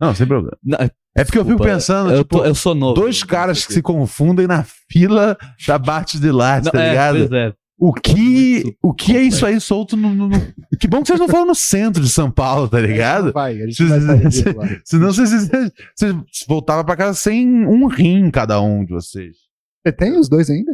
[SPEAKER 3] Não, sem problema.
[SPEAKER 4] Não,
[SPEAKER 3] É porque eu fico
[SPEAKER 4] Desculpa,
[SPEAKER 3] pensando,
[SPEAKER 4] Eu,
[SPEAKER 3] tipo,
[SPEAKER 4] tô- eu sou novo.
[SPEAKER 3] dois
[SPEAKER 4] Não
[SPEAKER 3] caras
[SPEAKER 4] sei
[SPEAKER 3] que se confundem na fila da Bate de Latte,
[SPEAKER 4] Não,
[SPEAKER 3] tá
[SPEAKER 4] é,
[SPEAKER 3] ligado?
[SPEAKER 4] pois é.
[SPEAKER 3] O que,
[SPEAKER 4] Muito
[SPEAKER 3] o que é isso aí solto no, no- no- Que bom que vocês não foram no centro de São Paulo, tá ligado?
[SPEAKER 2] Vai, a gente vai sair disso lá.
[SPEAKER 3] Senão vocês, vocês, vocês voltavam pra casa sem um rim cada um de vocês.
[SPEAKER 2] Você tem os dois ainda?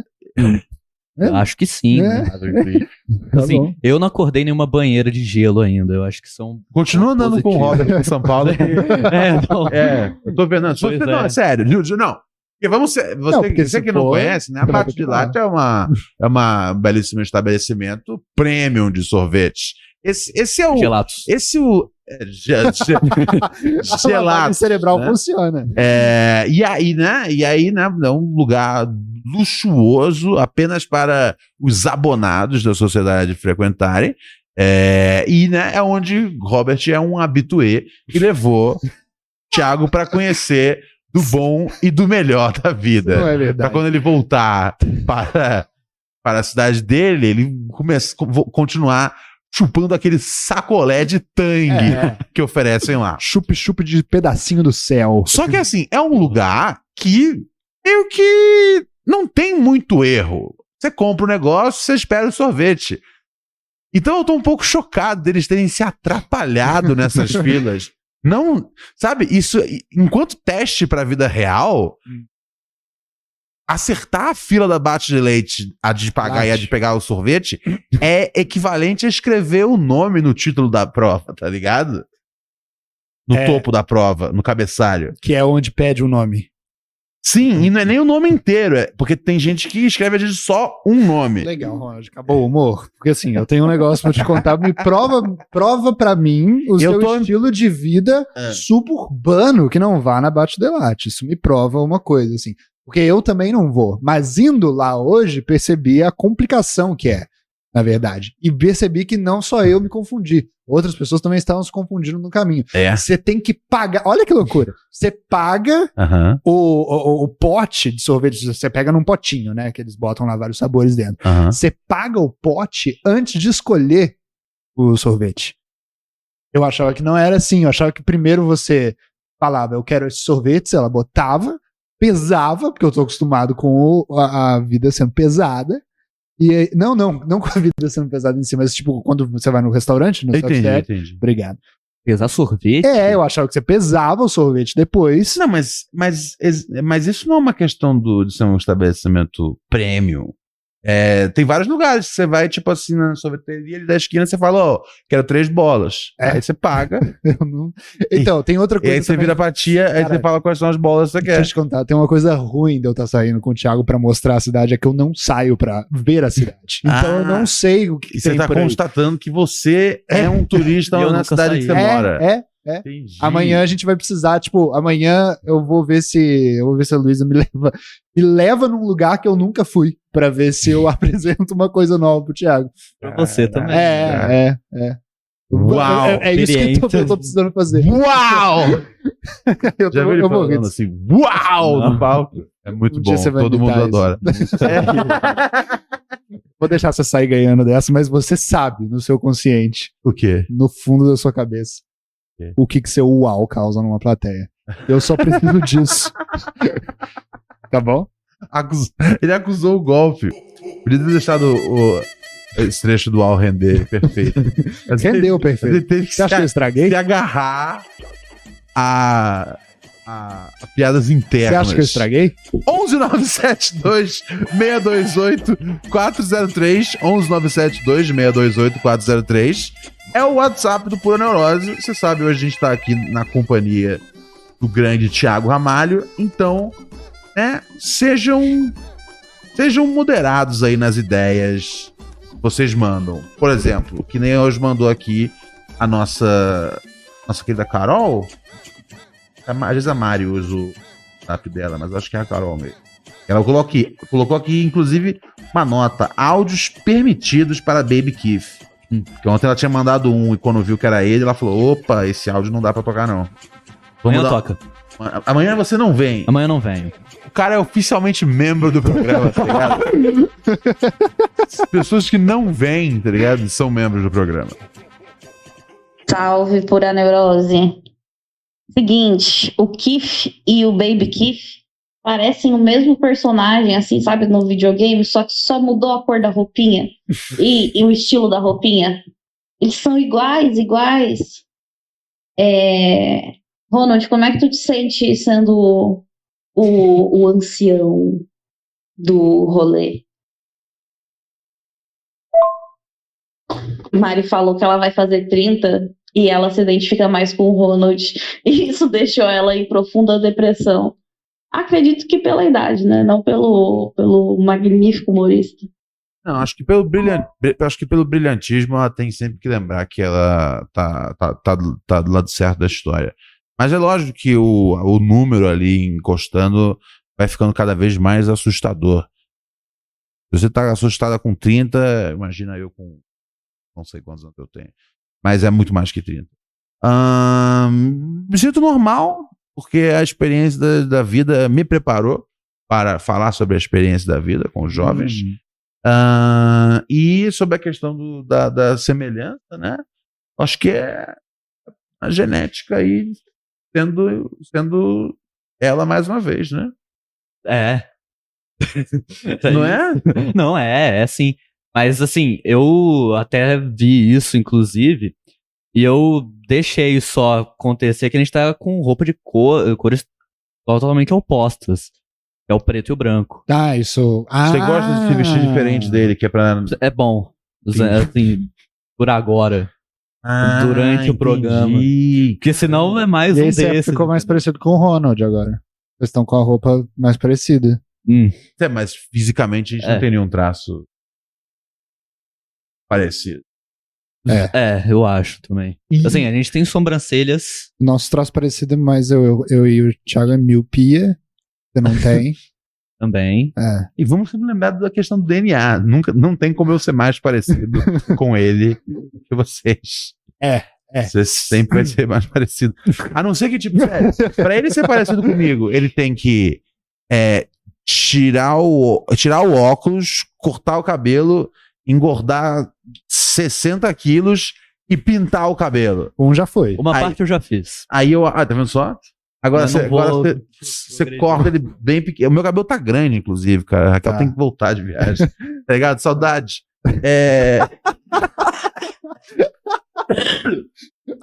[SPEAKER 2] É?
[SPEAKER 4] Acho que sim.
[SPEAKER 2] É.
[SPEAKER 4] né?
[SPEAKER 2] Tá
[SPEAKER 4] Assim,
[SPEAKER 2] bom.
[SPEAKER 4] eu não acordei nenhuma banheira de gelo ainda. Eu acho que são.
[SPEAKER 3] Continua andando com o
[SPEAKER 4] Positivo.
[SPEAKER 3] Robert em São Paulo. que-
[SPEAKER 4] É, não.
[SPEAKER 3] É, eu tô vendo. Se
[SPEAKER 4] Pois
[SPEAKER 3] você- não,
[SPEAKER 4] é.
[SPEAKER 3] é sério, Júlio, não. Porque vamos ser, você,
[SPEAKER 2] Não, porque
[SPEAKER 3] você
[SPEAKER 2] se
[SPEAKER 3] que não
[SPEAKER 2] for,
[SPEAKER 3] conhece, né? A
[SPEAKER 2] você vai
[SPEAKER 3] Bate
[SPEAKER 2] ter que
[SPEAKER 3] de Latte é uma, é uma belíssimo estabelecimento premium de sorvetes. Esse, esse é o.
[SPEAKER 4] Gelatos.
[SPEAKER 3] Esse o. é, ge- ge-
[SPEAKER 2] A lavagem
[SPEAKER 3] Gelato.
[SPEAKER 2] cerebral
[SPEAKER 3] né?
[SPEAKER 2] funciona.
[SPEAKER 3] É, e aí, né? E aí, né? É um lugar luxuoso apenas para os abonados da sociedade frequentarem. É, e né, é onde Robert é um habitué e levou Thiago para conhecer do bom e do melhor da
[SPEAKER 2] Não
[SPEAKER 3] vida.
[SPEAKER 2] é
[SPEAKER 3] Para
[SPEAKER 2] verdade.
[SPEAKER 3] quando ele voltar para, para a cidade dele, ele começa continuar chupando aquele sacolé de tangue
[SPEAKER 2] É,
[SPEAKER 3] que oferecem lá.
[SPEAKER 2] Chup-chup de pedacinho do céu.
[SPEAKER 3] Só que assim, é um lugar que meio que não tem muito erro. Você compra o negócio, você espera o sorvete. Então eu tô um pouco chocado deles terem se atrapalhado nessas filas. Não, sabe, isso e- enquanto teste pra vida real, acertar a fila da bate de leite, a de pagar e a de pegar o sorvete, é equivalente a escrever o nome no título da prova, tá ligado? No
[SPEAKER 2] É.
[SPEAKER 3] topo da prova, no cabeçalho.
[SPEAKER 2] Que é onde pede o nome.
[SPEAKER 3] Sim, e não é nem o nome inteiro, é porque tem gente que escreve às vezes só um nome.
[SPEAKER 2] Legal, Ronald.
[SPEAKER 3] É.
[SPEAKER 2] Acabou o humor. Porque assim, eu tenho um negócio pra te contar. Me prova, prova pra mim o
[SPEAKER 3] Eu
[SPEAKER 2] seu
[SPEAKER 3] tô-
[SPEAKER 2] estilo de vida
[SPEAKER 3] É.
[SPEAKER 2] suburbano que não vá na Bate Delate. Isso me prova uma coisa, assim. Porque eu também não vou. Mas indo lá hoje, percebi a complicação que é, na verdade. E percebi que não só eu me confundi. Outras pessoas também estavam se confundindo no caminho.
[SPEAKER 3] É.
[SPEAKER 2] Você tem que pagar. Olha que loucura. Você paga
[SPEAKER 3] Aham.
[SPEAKER 2] o, o, o pote de sorvete, você pega num potinho, né? Que eles botam lá vários sabores dentro.
[SPEAKER 3] Aham.
[SPEAKER 2] Você paga o pote antes de escolher o sorvete. Eu achava que não era assim. Eu achava que primeiro você falava, eu quero esse sorvete, ela botava, pesava, porque eu tô acostumado com o- a, a vida sendo pesada. E aí- não, não, não com a vida sendo pesada em si, mas tipo, quando você vai no restaurante, no
[SPEAKER 3] Entendi,
[SPEAKER 2] self-service,
[SPEAKER 3] entendi.
[SPEAKER 2] Obrigado.
[SPEAKER 4] Pesar sorvete?
[SPEAKER 2] É, eu achava que você pesava o sorvete depois.
[SPEAKER 3] Não, mas, mas, ex- mas isso não é uma questão do, de ser um estabelecimento premium. É, tem vários lugares que você vai, tipo assim, na sorveteria ele da esquina, você fala, ó, quero três bolas.
[SPEAKER 2] É.
[SPEAKER 3] Aí você paga,
[SPEAKER 2] Eu não- Então, tem outra
[SPEAKER 3] e
[SPEAKER 2] coisa.
[SPEAKER 3] aí você
[SPEAKER 2] também.
[SPEAKER 3] vira pra tia, aí você
[SPEAKER 2] Caralho.
[SPEAKER 3] fala quais são as bolas que você
[SPEAKER 2] Deixa eu
[SPEAKER 3] quer.
[SPEAKER 2] te contar, tem uma coisa ruim de eu estar saindo com o Thiago pra mostrar a cidade, é que eu não saio pra ver a cidade. Então
[SPEAKER 3] Ah.
[SPEAKER 2] eu não sei o que, que
[SPEAKER 3] E você
[SPEAKER 2] tem
[SPEAKER 3] tá
[SPEAKER 2] por aí.
[SPEAKER 3] constatando que você é, um turista
[SPEAKER 4] E eu
[SPEAKER 3] na
[SPEAKER 4] nunca
[SPEAKER 3] cidade
[SPEAKER 4] saí.
[SPEAKER 3] que você mora.
[SPEAKER 2] É, é.
[SPEAKER 3] Entendi.
[SPEAKER 2] Amanhã a gente vai precisar, tipo, amanhã eu vou ver se eu vou ver se a Luísa me leva, me leva num lugar que eu nunca fui pra ver se eu apresento uma coisa nova pro Thiago.
[SPEAKER 4] Pra você também.
[SPEAKER 2] É, é, é.
[SPEAKER 3] Uau,
[SPEAKER 2] é, é isso que eu tô,
[SPEAKER 4] experiência.
[SPEAKER 2] eu tô precisando fazer.
[SPEAKER 3] Uau!
[SPEAKER 2] Eu tô,
[SPEAKER 3] Já viu ele
[SPEAKER 2] eu vou rir
[SPEAKER 3] falando
[SPEAKER 2] disso.
[SPEAKER 3] assim, uau!
[SPEAKER 4] Não.
[SPEAKER 3] No palco. É muito
[SPEAKER 2] Um dia
[SPEAKER 3] bom,
[SPEAKER 2] você vai É.
[SPEAKER 3] todo mundo
[SPEAKER 2] imitar isso.
[SPEAKER 3] adora. assim?
[SPEAKER 2] Vou deixar você sair ganhando dessa, mas você sabe no seu consciente
[SPEAKER 3] O quê?
[SPEAKER 2] no fundo da sua cabeça
[SPEAKER 3] Ok.
[SPEAKER 2] o que, que seu uau causa numa plateia. Eu só preciso disso. tá bom?
[SPEAKER 3] Acus- Ele acusou o golpe. Podia ter deixado o... esse trecho do Al render perfeito. Mas ele-
[SPEAKER 2] Rendeu, perfeito.
[SPEAKER 3] Ele teve que
[SPEAKER 2] Você
[SPEAKER 3] se,
[SPEAKER 2] acha que eu estraguei?
[SPEAKER 3] se agarrar a, a- a piadas
[SPEAKER 2] Você
[SPEAKER 3] internas.
[SPEAKER 2] acha que eu estraguei?
[SPEAKER 3] 11972 628 403 11972 628 403 é o WhatsApp do Pura Neurose. Você sabe, hoje a gente tá aqui na companhia do grande Thiago Ramalho. Então, né, sejam sejam moderados aí nas ideias que vocês mandam. Por exemplo, que nem hoje mandou aqui a nossa nossa querida Carol. A Ma- Às vezes a Mari usa o WhatsApp dela, mas acho que é a Carol mesmo. Ela colocou aqui, colocou aqui, inclusive, uma nota: áudios permitidos para Baby Keith. Hum, Porque ontem ela tinha mandado um e quando viu que era ele, ela falou: opa, esse áudio não dá pra tocar, não.
[SPEAKER 4] Amanhã
[SPEAKER 3] Vamos dar-
[SPEAKER 4] toca.
[SPEAKER 3] Amanhã você não vem.
[SPEAKER 4] Amanhã eu não venho.
[SPEAKER 3] O cara é oficialmente membro do programa, tá ligado? As Pessoas que não vêm, tá ligado? São membros do programa.
[SPEAKER 5] Salve pura neurose. Seguinte, o Kif e o Baby Kif parecem o mesmo personagem, assim, sabe, no videogame, só que só mudou a cor da roupinha e, e o estilo da roupinha. Eles são iguais, iguais. É, Ronald, como é que tu te sente sendo o, o ancião do rolê? Mari falou que ela vai fazer 30 e ela se identifica mais com o Ronald. E isso deixou ela em profunda depressão. Acredito que pela idade, né? Não pelo, pelo magnífico humorista.
[SPEAKER 3] Não, acho que pelo, brilhan- bri- acho que pelo brilhantismo ela tem sempre que lembrar que ela tá, tá, tá, do- tá do lado certo da história. Mas é lógico que o, o número ali encostando vai ficando cada vez mais assustador. Se você tá assustada com 30, imagina eu com não sei quantos anos eu tenho. Mas é muito mais que 30. Ahn, me sinto normal, porque a experiência da, da vida me preparou para falar sobre a experiência da vida com os jovens.
[SPEAKER 4] Hum.
[SPEAKER 3] Ah, e sobre a questão do- da, da semelhança, né? Acho que é a genética aí sendo, sendo ela mais uma vez, né?
[SPEAKER 4] É.
[SPEAKER 3] Não é?
[SPEAKER 4] Não, é, é sim. Mas assim, eu até vi isso, inclusive, e eu deixei só acontecer que a gente tá com roupa de cor- cores totalmente opostas. É o preto e o branco.
[SPEAKER 2] Tá, isso.
[SPEAKER 3] Você
[SPEAKER 2] Ah.
[SPEAKER 3] gosta de se vestir diferente dele, que é pra.
[SPEAKER 4] É bom. Assim, por agora.
[SPEAKER 3] Ah,
[SPEAKER 4] Durante o programa. Porque senão é mais
[SPEAKER 2] Ah.
[SPEAKER 4] um
[SPEAKER 2] E aí você
[SPEAKER 4] desses.
[SPEAKER 2] ficou mais parecido com o Ronald agora. Eles estão com a roupa mais parecida.
[SPEAKER 4] Hum,
[SPEAKER 3] É, mas fisicamente a gente não
[SPEAKER 4] É.
[SPEAKER 3] tem nenhum traço parecido.
[SPEAKER 4] É, eu acho também. Assim, a gente tem sobrancelhas.
[SPEAKER 2] Nosso traço parecido, mas eu, eu, eu e o Thiago é miopia. Você não tem.
[SPEAKER 4] Também.
[SPEAKER 2] é.
[SPEAKER 3] E vamos sempre lembrar da questão do DNA. Nunca, não tem como eu ser mais parecido com ele que vocês.
[SPEAKER 2] É, é.
[SPEAKER 3] Você sempre vai ser mais parecido. A não ser que, tipo, sério, pra ele ser parecido comigo, ele tem que é, tirar, o, tirar o óculos, cortar o cabelo, engordar 60 quilos e pintar o cabelo.
[SPEAKER 2] Um já foi.
[SPEAKER 4] Uma
[SPEAKER 3] Aí.
[SPEAKER 4] parte eu já fiz.
[SPEAKER 3] Aí eu. Ah, tá vendo só? Agora
[SPEAKER 4] Mas não
[SPEAKER 3] você
[SPEAKER 4] vou-
[SPEAKER 3] agora você-
[SPEAKER 4] vou
[SPEAKER 3] você
[SPEAKER 4] acreditar.
[SPEAKER 3] corta ele bem pequeno. O meu cabelo tá grande, inclusive, cara. A Raquel
[SPEAKER 2] Tá.
[SPEAKER 3] tem que voltar de viagem. tá ligado? Saudade. É,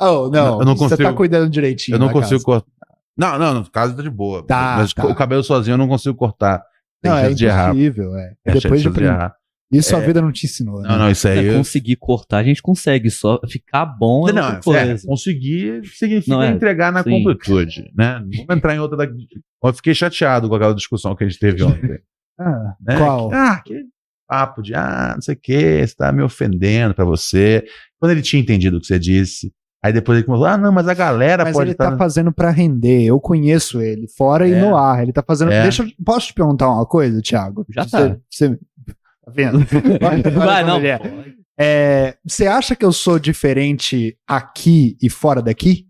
[SPEAKER 2] Oh, não.
[SPEAKER 3] Eu não
[SPEAKER 2] Você tá
[SPEAKER 3] consigo.
[SPEAKER 2] cuidando direitinho.
[SPEAKER 3] eu não
[SPEAKER 2] da
[SPEAKER 3] consigo
[SPEAKER 2] casa.
[SPEAKER 3] cortar. Não, não, no caso tá de boa.
[SPEAKER 2] Tá,
[SPEAKER 3] mas
[SPEAKER 2] tá.
[SPEAKER 3] o cabelo sozinho eu não consigo cortar. Tem
[SPEAKER 2] Não, é
[SPEAKER 3] chance de errar.
[SPEAKER 2] impossível, é.
[SPEAKER 3] Tem
[SPEAKER 2] Depois de
[SPEAKER 3] chance de
[SPEAKER 2] aprender.
[SPEAKER 3] errar.
[SPEAKER 2] Isso a
[SPEAKER 3] É.
[SPEAKER 2] vida não te ensinou. né?
[SPEAKER 3] Não, não, isso aí.
[SPEAKER 4] É,
[SPEAKER 3] eu-
[SPEAKER 4] conseguir cortar, a gente consegue. Só ficar bom é
[SPEAKER 3] Não,
[SPEAKER 4] outra
[SPEAKER 3] é,
[SPEAKER 4] coisa.
[SPEAKER 3] conseguir significa
[SPEAKER 4] Não é,
[SPEAKER 3] entregar na
[SPEAKER 4] sim.
[SPEAKER 3] completude, né? Não vamos entrar em outra da... Eu fiquei chateado com aquela discussão que a gente teve ontem.
[SPEAKER 2] Ah,
[SPEAKER 3] né?
[SPEAKER 2] Qual?
[SPEAKER 3] Ah, que papo de, ah, não sei o que, você tá me ofendendo pra você. Quando ele tinha entendido o que você disse, aí depois ele falou, ah, não, mas a galera
[SPEAKER 2] Mas
[SPEAKER 3] pode
[SPEAKER 2] ele tá,
[SPEAKER 3] estar... Tá...
[SPEAKER 2] fazendo pra render. Eu conheço ele, fora e
[SPEAKER 3] É.
[SPEAKER 2] no ar. Ele tá fazendo.
[SPEAKER 3] É.
[SPEAKER 2] Deixa, eu- posso te perguntar uma coisa, Thiago?
[SPEAKER 4] Já
[SPEAKER 2] Você-
[SPEAKER 4] tá.
[SPEAKER 2] Você, tá vendo? Olha- olha
[SPEAKER 4] Vai,
[SPEAKER 2] como
[SPEAKER 4] não.
[SPEAKER 2] ele é. É, você acha que eu sou diferente aqui e fora daqui?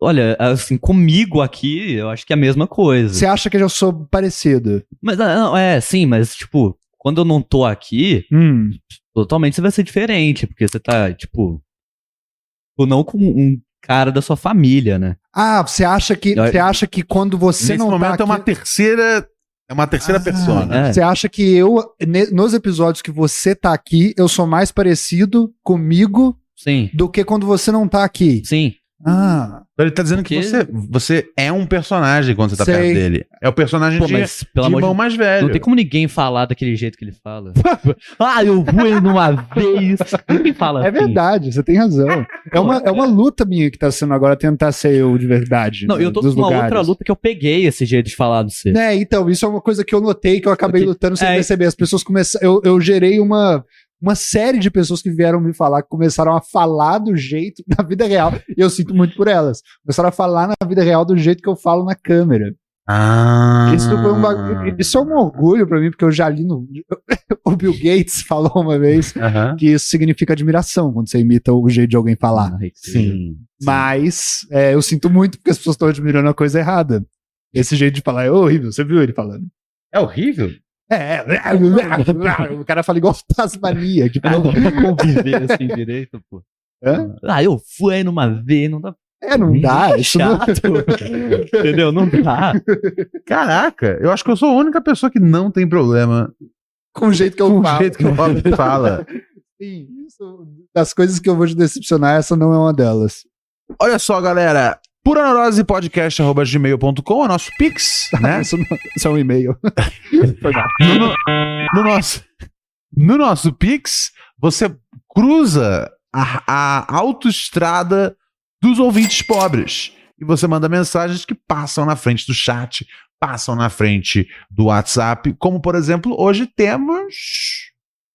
[SPEAKER 4] Olha, assim, comigo aqui, eu acho que é a mesma coisa.
[SPEAKER 2] Você acha que eu sou parecido?
[SPEAKER 4] Mas, ah, não, é, sim, mas, tipo, quando eu não tô aqui,
[SPEAKER 2] Hum.
[SPEAKER 4] totalmente você vai ser diferente, porque você tá, tipo, tipo, não com um cara da sua família, né?
[SPEAKER 2] Ah, você acha que
[SPEAKER 4] Eu-
[SPEAKER 2] você acha que quando você
[SPEAKER 3] Nesse
[SPEAKER 2] não
[SPEAKER 3] momento
[SPEAKER 2] tá aqui,
[SPEAKER 3] é uma terceira, é uma terceira
[SPEAKER 2] Ah,
[SPEAKER 3] persona.
[SPEAKER 4] É.
[SPEAKER 2] Você acha que eu ne- nos episódios que você tá aqui, eu sou mais parecido comigo
[SPEAKER 4] Sim,
[SPEAKER 2] do que quando você não tá aqui?
[SPEAKER 4] sim.
[SPEAKER 2] Ah,
[SPEAKER 3] Então ele tá dizendo que
[SPEAKER 4] Que-
[SPEAKER 3] você, você é um personagem quando você tá
[SPEAKER 2] Sei.
[SPEAKER 3] perto dele. É o personagem
[SPEAKER 4] Pô,
[SPEAKER 3] de,
[SPEAKER 4] mas,
[SPEAKER 3] de
[SPEAKER 4] pelo amor de
[SPEAKER 3] irmão mais velho.
[SPEAKER 4] Não tem como ninguém falar daquele jeito que ele fala. ah, eu fui numa vez. Ninguém fala
[SPEAKER 2] é
[SPEAKER 4] assim.
[SPEAKER 2] verdade, você tem razão. É uma, é uma luta minha que tá sendo agora tentar ser eu de verdade.
[SPEAKER 4] Não,
[SPEAKER 2] né,
[SPEAKER 4] eu tô com
[SPEAKER 2] dos
[SPEAKER 4] uma
[SPEAKER 2] lugares.
[SPEAKER 4] outra luta que eu peguei esse jeito de falar do você.
[SPEAKER 2] Né, então, isso é uma coisa que eu notei que eu acabei
[SPEAKER 4] Porque-
[SPEAKER 2] lutando sem
[SPEAKER 4] é.
[SPEAKER 2] perceber. As pessoas começaram. Eu, eu gerei uma, uma série de pessoas que vieram me falar, que começaram a falar do jeito na vida real. E eu sinto muito por elas. Começaram a falar na vida real do jeito que eu falo na câmera.
[SPEAKER 3] Ah.
[SPEAKER 2] Isso foi um
[SPEAKER 4] Ah.
[SPEAKER 2] bagulho. Isso é um orgulho pra mim, porque eu já li no. o Bill Gates falou uma vez
[SPEAKER 3] Aham.
[SPEAKER 2] que isso significa admiração quando você imita o jeito de alguém falar.
[SPEAKER 4] Ah,
[SPEAKER 3] Sim.
[SPEAKER 2] Mas é, eu sinto muito porque as pessoas estão admirando a coisa errada. Esse jeito de falar é horrível. Você viu ele falando?
[SPEAKER 3] É horrível.
[SPEAKER 2] É, é, o cara fala igual Tasmania. Tipo,
[SPEAKER 4] Não dá pra conviver assim direito, pô.
[SPEAKER 2] Hã?
[SPEAKER 4] Ah, eu fui numa vez, não dá.
[SPEAKER 2] é, não
[SPEAKER 3] Hum, tá
[SPEAKER 2] dá. Isso não...
[SPEAKER 4] chato. Entendeu? Não dá.
[SPEAKER 3] Caraca, eu acho que eu sou a única pessoa que não tem problema
[SPEAKER 2] Com o jeito que eu
[SPEAKER 3] com o
[SPEAKER 2] falo.
[SPEAKER 3] jeito que o Bob fala.
[SPEAKER 2] Sim, isso- das coisas que eu vou te decepcionar, essa não é uma delas.
[SPEAKER 3] Olha só, galera. Pura Neurose Podcast, arroba gmail.com, é nosso Pix, né?
[SPEAKER 2] Isso, não- isso é um e-mail.
[SPEAKER 3] No, no- no nosso, no nosso Pix, você cruza a, a autoestrada dos ouvintes pobres. E você manda mensagens que passam na frente do chat, passam na frente do WhatsApp, como por exemplo, hoje temos.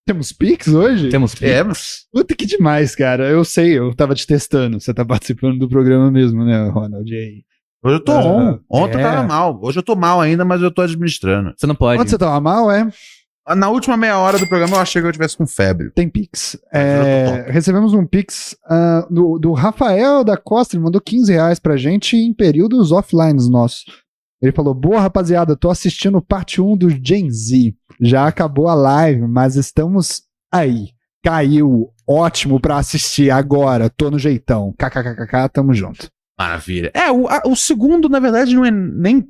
[SPEAKER 2] Temos Pix hoje?
[SPEAKER 3] um
[SPEAKER 4] Temos
[SPEAKER 3] Temos.
[SPEAKER 2] Puta que demais, cara. Eu sei, eu tava te testando. Você tá participando do programa mesmo, né, Ronald? E aí?
[SPEAKER 3] Hoje eu tô
[SPEAKER 2] Ah,
[SPEAKER 3] on. Ontem
[SPEAKER 2] é.
[SPEAKER 3] eu tava mal. Hoje eu tô mal ainda, mas eu tô administrando.
[SPEAKER 4] Você não pode.
[SPEAKER 2] Quando você tava mal, é?
[SPEAKER 3] Na última meia hora do programa eu achei que eu tivesse com febre.
[SPEAKER 2] Tem Pix.
[SPEAKER 3] eu tô
[SPEAKER 2] É, recebemos um Pix ah, do, do Rafael da Costa, ele mandou 15 reais pra gente em períodos offlines nossos. Ele falou: Boa rapaziada, tô assistindo parte 1 do Gen Z. Já acabou a live, mas estamos aí. Caiu. Ótimo pra assistir agora. Tô no jeitão. KKKKK, tamo junto.
[SPEAKER 3] Maravilha. É, o, a- o segundo, na verdade, não é nem.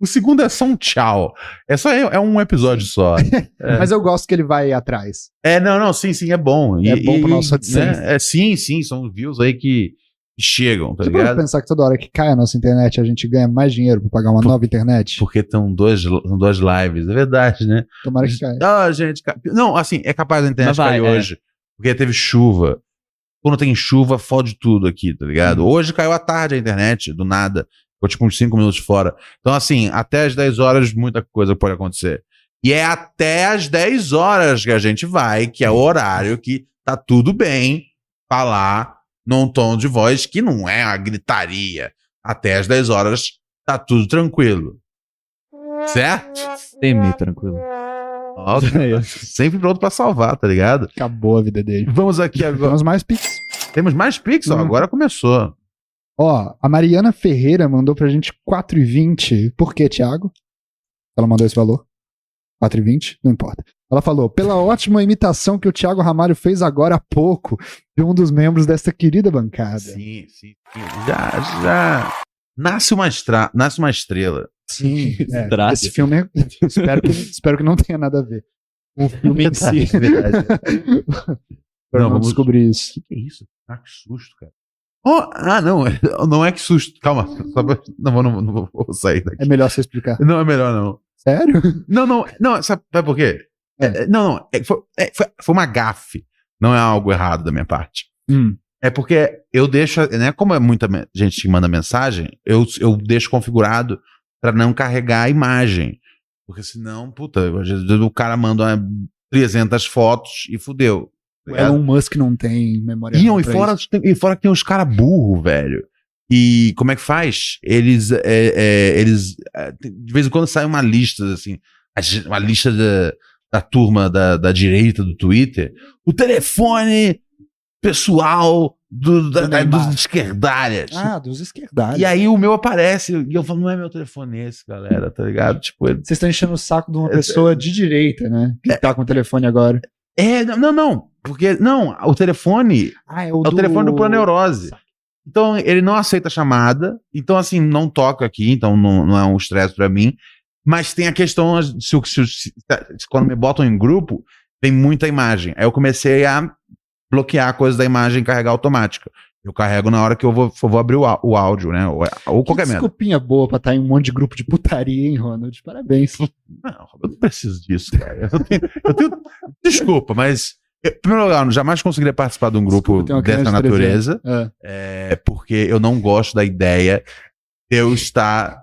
[SPEAKER 3] O segundo é só um tchau. É só é um episódio só. É.
[SPEAKER 2] Mas eu gosto que ele vai atrás.
[SPEAKER 3] É, não, não, sim, sim, é bom.
[SPEAKER 2] É bom pra nossa audiência.
[SPEAKER 3] né, É, sim, sim, são views aí que chegam, tá
[SPEAKER 2] Você pode
[SPEAKER 3] ligado?
[SPEAKER 2] pensar que toda hora que cai a nossa internet, a gente ganha mais dinheiro pra pagar uma nova internet?
[SPEAKER 3] Porque são duas, são duas lives, é verdade, né?
[SPEAKER 2] Tomara que caia.
[SPEAKER 3] Ah, gente. ca- Não, assim, é capaz da internet
[SPEAKER 4] Mas vai,
[SPEAKER 3] cair
[SPEAKER 4] é.
[SPEAKER 3] hoje. Porque teve chuva.
[SPEAKER 4] Uhum.
[SPEAKER 3] Quando tem chuva, fode tudo aqui, tá ligado? Hoje caiu à tarde a internet, do nada. Ficou tipo uns 5 minutos fora. Então, assim, até as 10 horas, muita coisa pode acontecer. E é até as 10 horas que a gente vai, que é o horário que tá tudo bem falar num tom de voz que não é a gritaria. Até as 10 horas tá tudo tranquilo. Certo?
[SPEAKER 4] Semi, tranquilo.
[SPEAKER 3] Ó,
[SPEAKER 2] né?
[SPEAKER 3] Sempre pronto pra salvar, tá ligado?
[SPEAKER 2] Acabou a vida dele.
[SPEAKER 3] Vamos aqui agora.
[SPEAKER 2] Temos mais pix.
[SPEAKER 3] Temos mais Pix, ó,
[SPEAKER 2] Hum.
[SPEAKER 3] agora começou.
[SPEAKER 2] Ó, a Mariana Ferreira mandou pra gente 4,20. Por que, Thiago? Ela mandou esse valor? 4,20? Não importa. Ela falou, pela ótima imitação que o Thiago Ramalho fez agora há pouco de um dos membros desta querida bancada.
[SPEAKER 3] Sim, sim, sim. Já, já. Nasce uma, estra... Nasce uma estrela.
[SPEAKER 2] Sim, é,
[SPEAKER 4] Traço.
[SPEAKER 2] esse filme, é- espero que, espero que não tenha nada a ver. O filme em si.
[SPEAKER 3] É Verdade.
[SPEAKER 2] Pra
[SPEAKER 3] Não,
[SPEAKER 2] não,
[SPEAKER 3] vamos-
[SPEAKER 2] descobrir isso.
[SPEAKER 3] que é isso? Ah, que susto, cara. Oh, ah, não, é- não é que susto. Calma, só pra- não, vou- não, vou- não vou- vou sair daqui.
[SPEAKER 2] É melhor você explicar.
[SPEAKER 3] Não é melhor, não.
[SPEAKER 2] Sério?
[SPEAKER 3] Não, não, não, sabe, sabe por quê?
[SPEAKER 2] É.
[SPEAKER 3] É, não, não, é, foi, é, foi, foi uma gafe. Não é algo errado da minha parte.
[SPEAKER 2] Hum.
[SPEAKER 3] É porque eu deixo, né, como é muita me- gente que manda mensagem, eu, eu deixo configurado pra não carregar a imagem. Porque senão, puta, às vezes o cara manda uma- 300 fotos e fudeu. tá
[SPEAKER 2] O Elon Musk não tem memória.
[SPEAKER 3] E, não, e,
[SPEAKER 2] pra
[SPEAKER 3] fora,
[SPEAKER 2] isso.
[SPEAKER 3] tem- e fora que tem uns caras burros, velho. E como é que faz? Eles. é, é, eles é, tem- de vez em quando sai uma lista, assim. a ge- Uma lista da, da turma da, da direita do Twitter. O telefone pessoal do, da-
[SPEAKER 2] Do
[SPEAKER 3] da-
[SPEAKER 2] Neymar.
[SPEAKER 3] dos esquerdalhas.
[SPEAKER 2] Ah, dos esquerdários.
[SPEAKER 3] e aí o meu aparece. E eu falo, não é meu telefone esse, galera, tá ligado? Tipo, ele-
[SPEAKER 2] Vocês estão enchendo o saco de uma
[SPEAKER 3] É,
[SPEAKER 2] pessoa de direita, né? Que tá com o telefone agora.
[SPEAKER 3] É, não, não, não. Porque, não, o telefone
[SPEAKER 2] Ah,
[SPEAKER 3] É o telefone do Planeurose. Então, ele não aceita chamada. Então, assim, não toca aqui. Então, não, não é um estresse pra mim. Mas tem a questão, se, o- se o- se- tá, se- quando me botam em grupo, tem muita imagem. Aí eu comecei a bloquear a coisa da imagem e carregar automática. Eu carrego na hora que eu vou, eu vou abrir o, á- o áudio, né? Ou, ou
[SPEAKER 2] Que
[SPEAKER 3] qualquer merda.
[SPEAKER 2] desculpinha boa pra estar em um monte de grupo de putaria, hein, Ronald? Parabéns.
[SPEAKER 3] Não, eu não preciso disso, cara. Eu tenho, eu tenho- desculpa, mas... Em primeiro lugar, eu jamais conseguiria participar de um grupo
[SPEAKER 2] Desculpa, tem uma
[SPEAKER 3] dessa
[SPEAKER 2] criança de treze
[SPEAKER 3] natureza.
[SPEAKER 2] Ah,
[SPEAKER 3] É porque eu não gosto da ideia de eu estar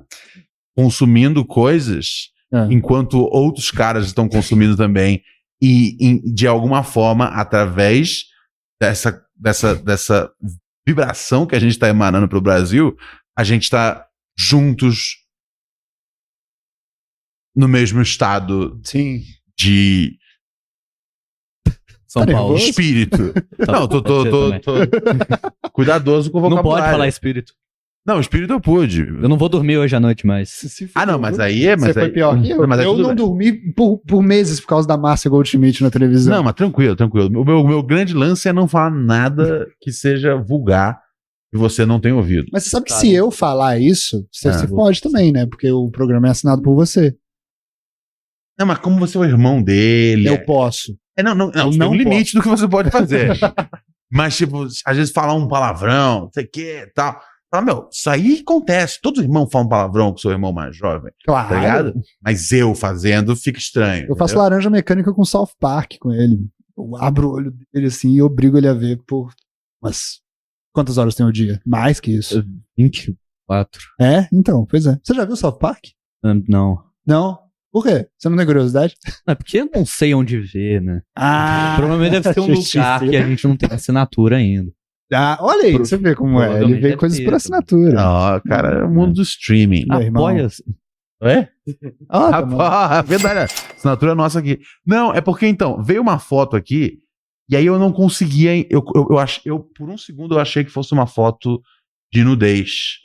[SPEAKER 3] consumindo coisas
[SPEAKER 2] Ah.
[SPEAKER 3] enquanto outros caras estão consumindo também. E, em- de alguma forma, através dessa, dessa, dessa vibração que a gente está emanando para o Brasil, a gente está juntos no mesmo estado
[SPEAKER 2] sim.
[SPEAKER 3] de
[SPEAKER 4] São
[SPEAKER 2] Tá
[SPEAKER 4] Paulo.
[SPEAKER 2] nervoso?
[SPEAKER 3] espírito.
[SPEAKER 4] Tá-
[SPEAKER 3] Não, tô, tô,
[SPEAKER 4] você
[SPEAKER 3] tô,
[SPEAKER 4] também.
[SPEAKER 3] tô cuidadoso com o
[SPEAKER 4] Não
[SPEAKER 3] vocabulário.
[SPEAKER 4] pode falar espírito.
[SPEAKER 3] Não, espírito eu pude.
[SPEAKER 4] Eu não vou dormir hoje à noite mais.
[SPEAKER 2] Se- se for-
[SPEAKER 3] Ah, não, mas aí é. Mas
[SPEAKER 2] Você
[SPEAKER 3] aí,
[SPEAKER 2] foi pior que eu.
[SPEAKER 3] Mas aí
[SPEAKER 2] eu
[SPEAKER 3] tudo
[SPEAKER 2] não
[SPEAKER 3] bem.
[SPEAKER 2] dormi por, por meses por causa da Márcia Goldschmidt na televisão.
[SPEAKER 3] Não, mas tranquilo, tranquilo. O meu, o meu grande lance é não falar nada que seja vulgar e você não tenha ouvido.
[SPEAKER 2] Mas você sabe que
[SPEAKER 4] Tá,
[SPEAKER 2] se
[SPEAKER 4] não.
[SPEAKER 2] eu falar isso, você
[SPEAKER 3] Ah,
[SPEAKER 2] se
[SPEAKER 3] vou-
[SPEAKER 2] pode também, né? Porque o programa é assinado por você.
[SPEAKER 3] Não, mas como você é o irmão dele.
[SPEAKER 2] Eu posso.
[SPEAKER 3] É, não, não, não,
[SPEAKER 2] eu
[SPEAKER 3] tem
[SPEAKER 2] não
[SPEAKER 3] um limite do que você pode fazer. mas, tipo, às vezes falar um palavrão, não sei o que tal. Fala, meu, isso aí acontece. Todo irmão fala um palavrão com seu irmão mais jovem,
[SPEAKER 2] Claro.
[SPEAKER 3] tá ligado? Mas eu fazendo fica estranho.
[SPEAKER 2] Eu faço
[SPEAKER 3] entendeu?
[SPEAKER 2] laranja mecânica com South Park com ele. Eu abro o olho dele assim e obrigo ele a ver por umas. Quantas horas tem o dia? Mais que isso.
[SPEAKER 4] 24.
[SPEAKER 2] É? Então, pois é. Você já viu South Park?
[SPEAKER 4] Ah, Não.
[SPEAKER 2] Não. Por quê? Você não tem curiosidade?
[SPEAKER 4] Não, É porque eu não sei onde ver, né?
[SPEAKER 2] Ah!
[SPEAKER 4] Provavelmente deve ser um lugar
[SPEAKER 2] justiça.
[SPEAKER 4] que a gente não tem assinatura ainda.
[SPEAKER 2] ah olha aí, você vê como é. Ele
[SPEAKER 4] Provavelmente
[SPEAKER 2] vê
[SPEAKER 4] deve
[SPEAKER 2] coisas
[SPEAKER 4] ter,
[SPEAKER 2] por
[SPEAKER 4] tá.
[SPEAKER 2] assinatura.
[SPEAKER 3] Ó, cara, é o mundo do streaming.
[SPEAKER 2] Meu irmão.
[SPEAKER 4] Apoia-se.
[SPEAKER 3] É?
[SPEAKER 2] Ah, tá bom.
[SPEAKER 3] Rapaz, é verdade. Assinatura nossa aqui. Não, é porque então, veio uma foto aqui, e aí eu não conseguia. Eu, eu, eu, ach- eu, por um segundo eu achei que fosse uma foto de nudez.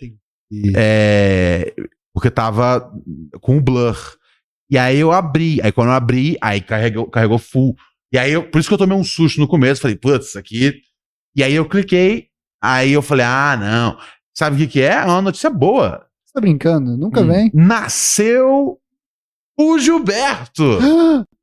[SPEAKER 3] É, porque tava com o blur. E aí eu abri. Aí quando eu abri, aí carregou, carregou full. E aí eu. Por isso que eu tomei um susto no começo. Falei, putz, isso aqui. E aí eu cliquei. Aí eu falei, ah, não. Sabe o que, que é? É uma notícia boa.
[SPEAKER 2] Você tá brincando? Nunca
[SPEAKER 4] Hum.
[SPEAKER 2] vem?
[SPEAKER 3] Nasceu o Gilberto.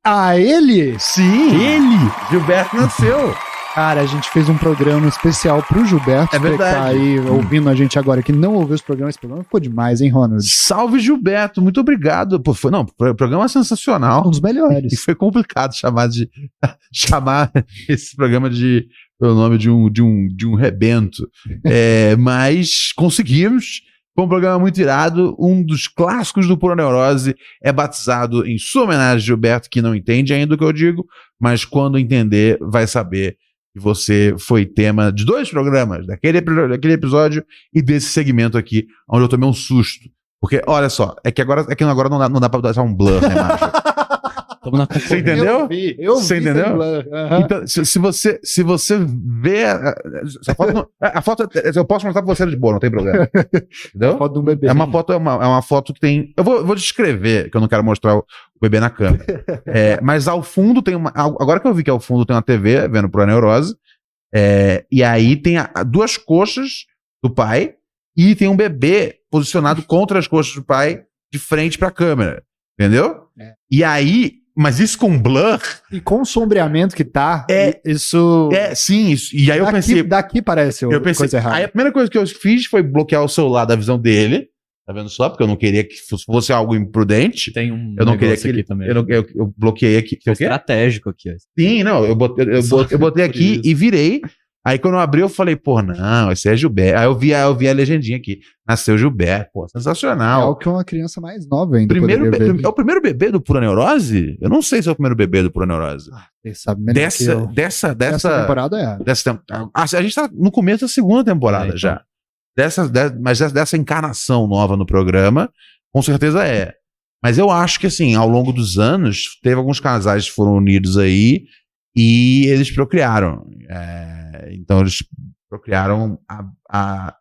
[SPEAKER 2] Ah, ele?
[SPEAKER 3] Sim. Ele. Gilberto nasceu.
[SPEAKER 2] Cara, a gente fez um programa especial pro Gilberto.
[SPEAKER 3] É
[SPEAKER 2] que Tá
[SPEAKER 3] verdade.
[SPEAKER 2] aí ouvindo a gente agora que não ouviu esse programa. Esse programa ficou demais, hein, Ronald?
[SPEAKER 3] Salve, Gilberto. Muito obrigado. Pô, foi, não, o programa é sensacional.
[SPEAKER 2] Um dos melhores.
[SPEAKER 3] E foi complicado chamar de chamar esse programa de pelo nome de um de um de um rebento, É, mas conseguimos Foi um programa muito irado, um dos clássicos do Pura Neurose é batizado em sua homenagem a Gilberto, que não entende ainda o que eu digo, mas quando entender, vai saber que você foi tema de dois programas, daquele, epi- daquele episódio e desse segmento aqui, onde eu tomei um susto. Porque, olha só, é que agora, é que agora não, dá, não dá pra dar um blur, né, macho?
[SPEAKER 4] Tamo na
[SPEAKER 3] Você entendeu?
[SPEAKER 2] Eu vi, eu
[SPEAKER 3] Você
[SPEAKER 2] vi
[SPEAKER 3] entendeu?
[SPEAKER 2] sem blur. Aham.
[SPEAKER 3] Então, se, se você, se você vê. A, a- essa foto não- a- a foto. Eu posso mostrar pra você de boa, não tem problema. Entendeu?
[SPEAKER 2] Foto de um bebê.
[SPEAKER 3] É uma foto, é uma, é uma foto que tem. Eu vou, vou descrever, que eu não quero mostrar o o bebê na câmera. É, mas ao fundo tem uma. ao- Agora que eu vi que ao fundo tem uma TV vendo pro neurose. é, e aí tem a- a- duas coxas do pai e tem um bebê posicionado contra as coxas do pai de frente pra câmera. Entendeu?
[SPEAKER 2] É.
[SPEAKER 3] E aí. Mas isso com blur?
[SPEAKER 2] E com o sombreamento que tá,
[SPEAKER 3] É.
[SPEAKER 2] isso.
[SPEAKER 3] É, sim. Isso. E aí eu
[SPEAKER 2] daqui,
[SPEAKER 3] pensei.
[SPEAKER 2] daqui parece
[SPEAKER 3] Eu pensei,
[SPEAKER 2] coisa errada.
[SPEAKER 3] Aí a primeira coisa que eu fiz foi bloquear o celular da visão dele. Tá vendo só? Porque eu não queria que fosse- fosse algo imprudente.
[SPEAKER 4] Tem um
[SPEAKER 3] Eu não queria
[SPEAKER 4] negócio
[SPEAKER 3] que
[SPEAKER 4] aqui
[SPEAKER 3] ele,
[SPEAKER 4] também.
[SPEAKER 3] eu, não- eu- eu bloqueei aqui.
[SPEAKER 4] Foi
[SPEAKER 3] O quê?
[SPEAKER 4] estratégico aqui. ó.
[SPEAKER 3] Sim, não. Eu botei, eu
[SPEAKER 4] Só
[SPEAKER 3] botei, eu botei
[SPEAKER 4] por
[SPEAKER 3] aqui
[SPEAKER 4] isso.
[SPEAKER 3] e virei. Aí quando eu abri, eu falei, pô, não, esse é Gilberto. Aí eu vi, aí eu vi a legendinha aqui. Nasceu Gilberto, pô,
[SPEAKER 2] É
[SPEAKER 3] sensacional.
[SPEAKER 2] algo que uma criança mais nova ainda.
[SPEAKER 3] Primeiro
[SPEAKER 2] poderia
[SPEAKER 3] be-
[SPEAKER 2] ver.
[SPEAKER 3] é o primeiro bebê do Pura Neurose? Eu não sei se é o primeiro bebê do Pura Neurose.
[SPEAKER 2] Ele sabe melhor que
[SPEAKER 3] Dessa,
[SPEAKER 2] eu.
[SPEAKER 3] dessa,
[SPEAKER 2] Essa
[SPEAKER 3] dessa,
[SPEAKER 2] temporada é.
[SPEAKER 3] dessa tem- ah, a gente tá no começo da segunda temporada
[SPEAKER 4] É, então.
[SPEAKER 3] já. Dessa, de- mas dessa, dessa encarnação nova no programa, com certeza é. Mas eu acho que, assim, ao longo dos anos, teve alguns casais que foram unidos aí e eles procriaram. É, então, eles procriaram a, a,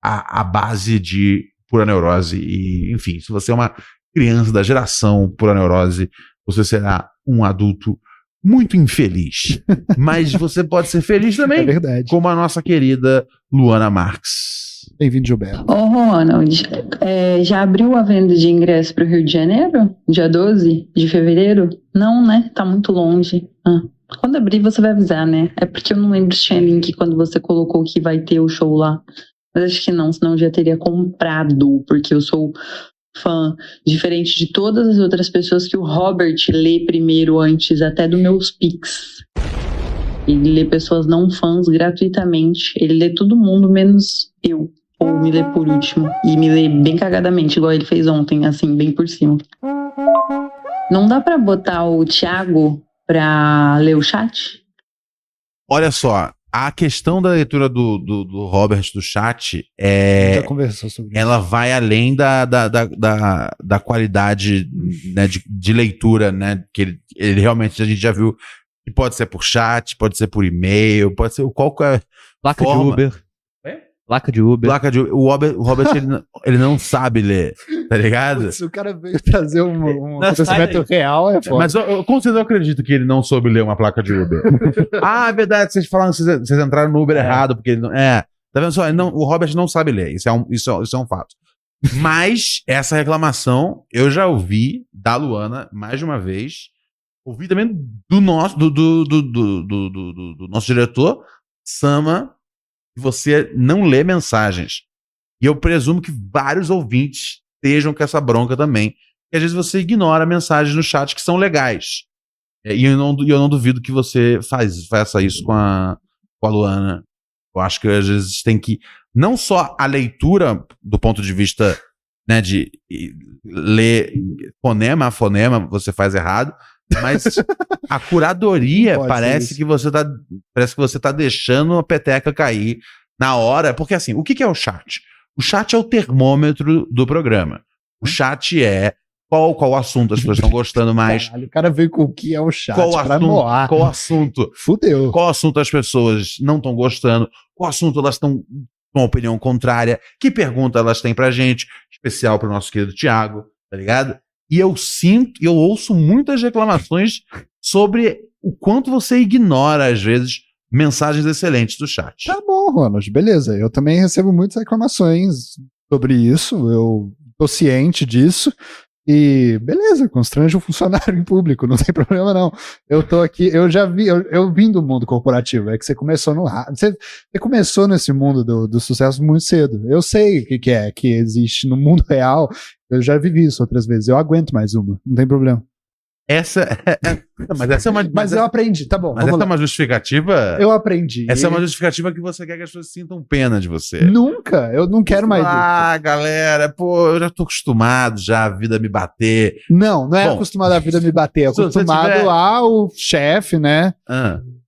[SPEAKER 3] a, a base de pura neurose. E, enfim, se você é uma criança da geração pura neurose, você será um adulto muito infeliz. Mas você pode ser feliz
[SPEAKER 2] É
[SPEAKER 3] também,
[SPEAKER 2] verdade.
[SPEAKER 3] como a nossa querida Luana Marx.
[SPEAKER 2] Bem-vindo, Gilberto.
[SPEAKER 6] Ô, Ronald, é, já abriu a venda de ingresso para o Rio de Janeiro? Dia 12 de fevereiro? Não, né? Tá muito longe. Ah, Quando abrir, você vai avisar, né? É porque eu não lembro se tinha link quando você colocou que vai ter o show lá. Mas acho que não, senão eu já teria comprado, porque eu sou fã, diferente de todas as outras pessoas que o Robert lê primeiro antes, até dos meus pics. Ele lê pessoas não fãs gratuitamente. Ele lê todo mundo, menos eu ou me lê por último e me lê bem cagadamente, igual ele fez ontem, assim, bem por cima. Não dá pra botar o Thiago pra ler o chat?
[SPEAKER 3] Olha só, a questão da leitura do, do, do Robert do chat
[SPEAKER 2] A gente
[SPEAKER 3] é.
[SPEAKER 2] já tá conversou sobre isso.
[SPEAKER 3] Ela vai além da, da, da, da, da qualidade né, de, de leitura, né? Que ele, ele realmente a gente já viu que pode ser por chat, pode ser por e-mail, pode ser qualquer
[SPEAKER 4] Placa
[SPEAKER 3] Forma.
[SPEAKER 4] de Uber. Placa de Uber.
[SPEAKER 3] placa de. O Robert, o Robert ele, não- ele não sabe ler, tá ligado?
[SPEAKER 2] Putz, o cara veio trazer um, um
[SPEAKER 4] Não,
[SPEAKER 2] acontecimento
[SPEAKER 4] sai
[SPEAKER 2] real, é foda.
[SPEAKER 3] Mas eu, eu, com certeza eu acredito que ele não soube ler uma placa de Uber. ah, é verdade, vocês falaram, vocês, vocês entraram no Uber errado, porque ele não. É. Tá vendo só? Ele não- o Robert não sabe ler, isso é um, isso é, isso é um fato. Mas essa reclamação eu já ouvi da Luana mais de uma vez. Ouvi também do nosso, do, do, do, do, do, do- do- do nosso diretor, Sama, que você não lê mensagens. E eu presumo que vários ouvintes estejam com essa bronca também que às vezes você ignora mensagens no chat que são legais. É, E eu não, e eu não duvido que você faz, faça isso com a, com a Luana. Eu acho que às vezes tem que. Não só a leitura do ponto de vista né, de e, ler fonema a fonema, você faz errado, mas a curadoria
[SPEAKER 2] Não pode ser
[SPEAKER 3] parece
[SPEAKER 2] isso.
[SPEAKER 3] que você tá. Parece que você tá deixando a peteca cair na hora. Porque assim, o que, que é o chat? O chat é o termômetro do programa. O
[SPEAKER 2] Hum?
[SPEAKER 3] chat é qual, qual assunto as pessoas estão gostando mais,
[SPEAKER 2] Caralho, o cara veio com o que é o chat
[SPEAKER 3] qual
[SPEAKER 2] pra
[SPEAKER 3] assunto,
[SPEAKER 2] moar.
[SPEAKER 3] qual assunto,
[SPEAKER 2] Fudeu.
[SPEAKER 3] qual assunto as pessoas não estão gostando, qual assunto elas estão com opinião contrária, que pergunta elas têm pra gente, especial pro nosso querido Tiago, tá ligado? E eu sinto, eu ouço muitas reclamações sobre o quanto você ignora, às vezes, mensagens excelentes do chat.
[SPEAKER 2] Tá bom, Ronald, beleza. Eu também recebo muitas reclamações sobre isso, eu tô ciente disso. E beleza, constrange o funcionário em público, não tem problema não. Eu tô aqui, eu já vi, eu, eu vim do mundo corporativo, é que você começou no rádio, você, você começou nesse mundo do, do sucesso muito cedo. Eu sei o que, que é que existe no mundo real, eu já vivi isso outras vezes, eu aguento mais uma, não tem problema.
[SPEAKER 3] Essa é. Mas essa é uma.
[SPEAKER 2] Mas eu aprendi, tá bom.
[SPEAKER 3] mas
[SPEAKER 2] vamos
[SPEAKER 3] essa é
[SPEAKER 2] lá.
[SPEAKER 3] uma justificativa.
[SPEAKER 2] Eu aprendi.
[SPEAKER 3] Essa é uma justificativa que você quer que as pessoas sintam pena de você.
[SPEAKER 2] Nunca, eu não quero mais.
[SPEAKER 3] Ah, galera, pô, eu já tô acostumado já a vida me bater.
[SPEAKER 2] Não, não é
[SPEAKER 3] Bom,
[SPEAKER 2] acostumado à vida me bater, é
[SPEAKER 3] se você
[SPEAKER 2] acostumado
[SPEAKER 3] tiver-
[SPEAKER 2] ao chefe, né?
[SPEAKER 3] Ah. Não,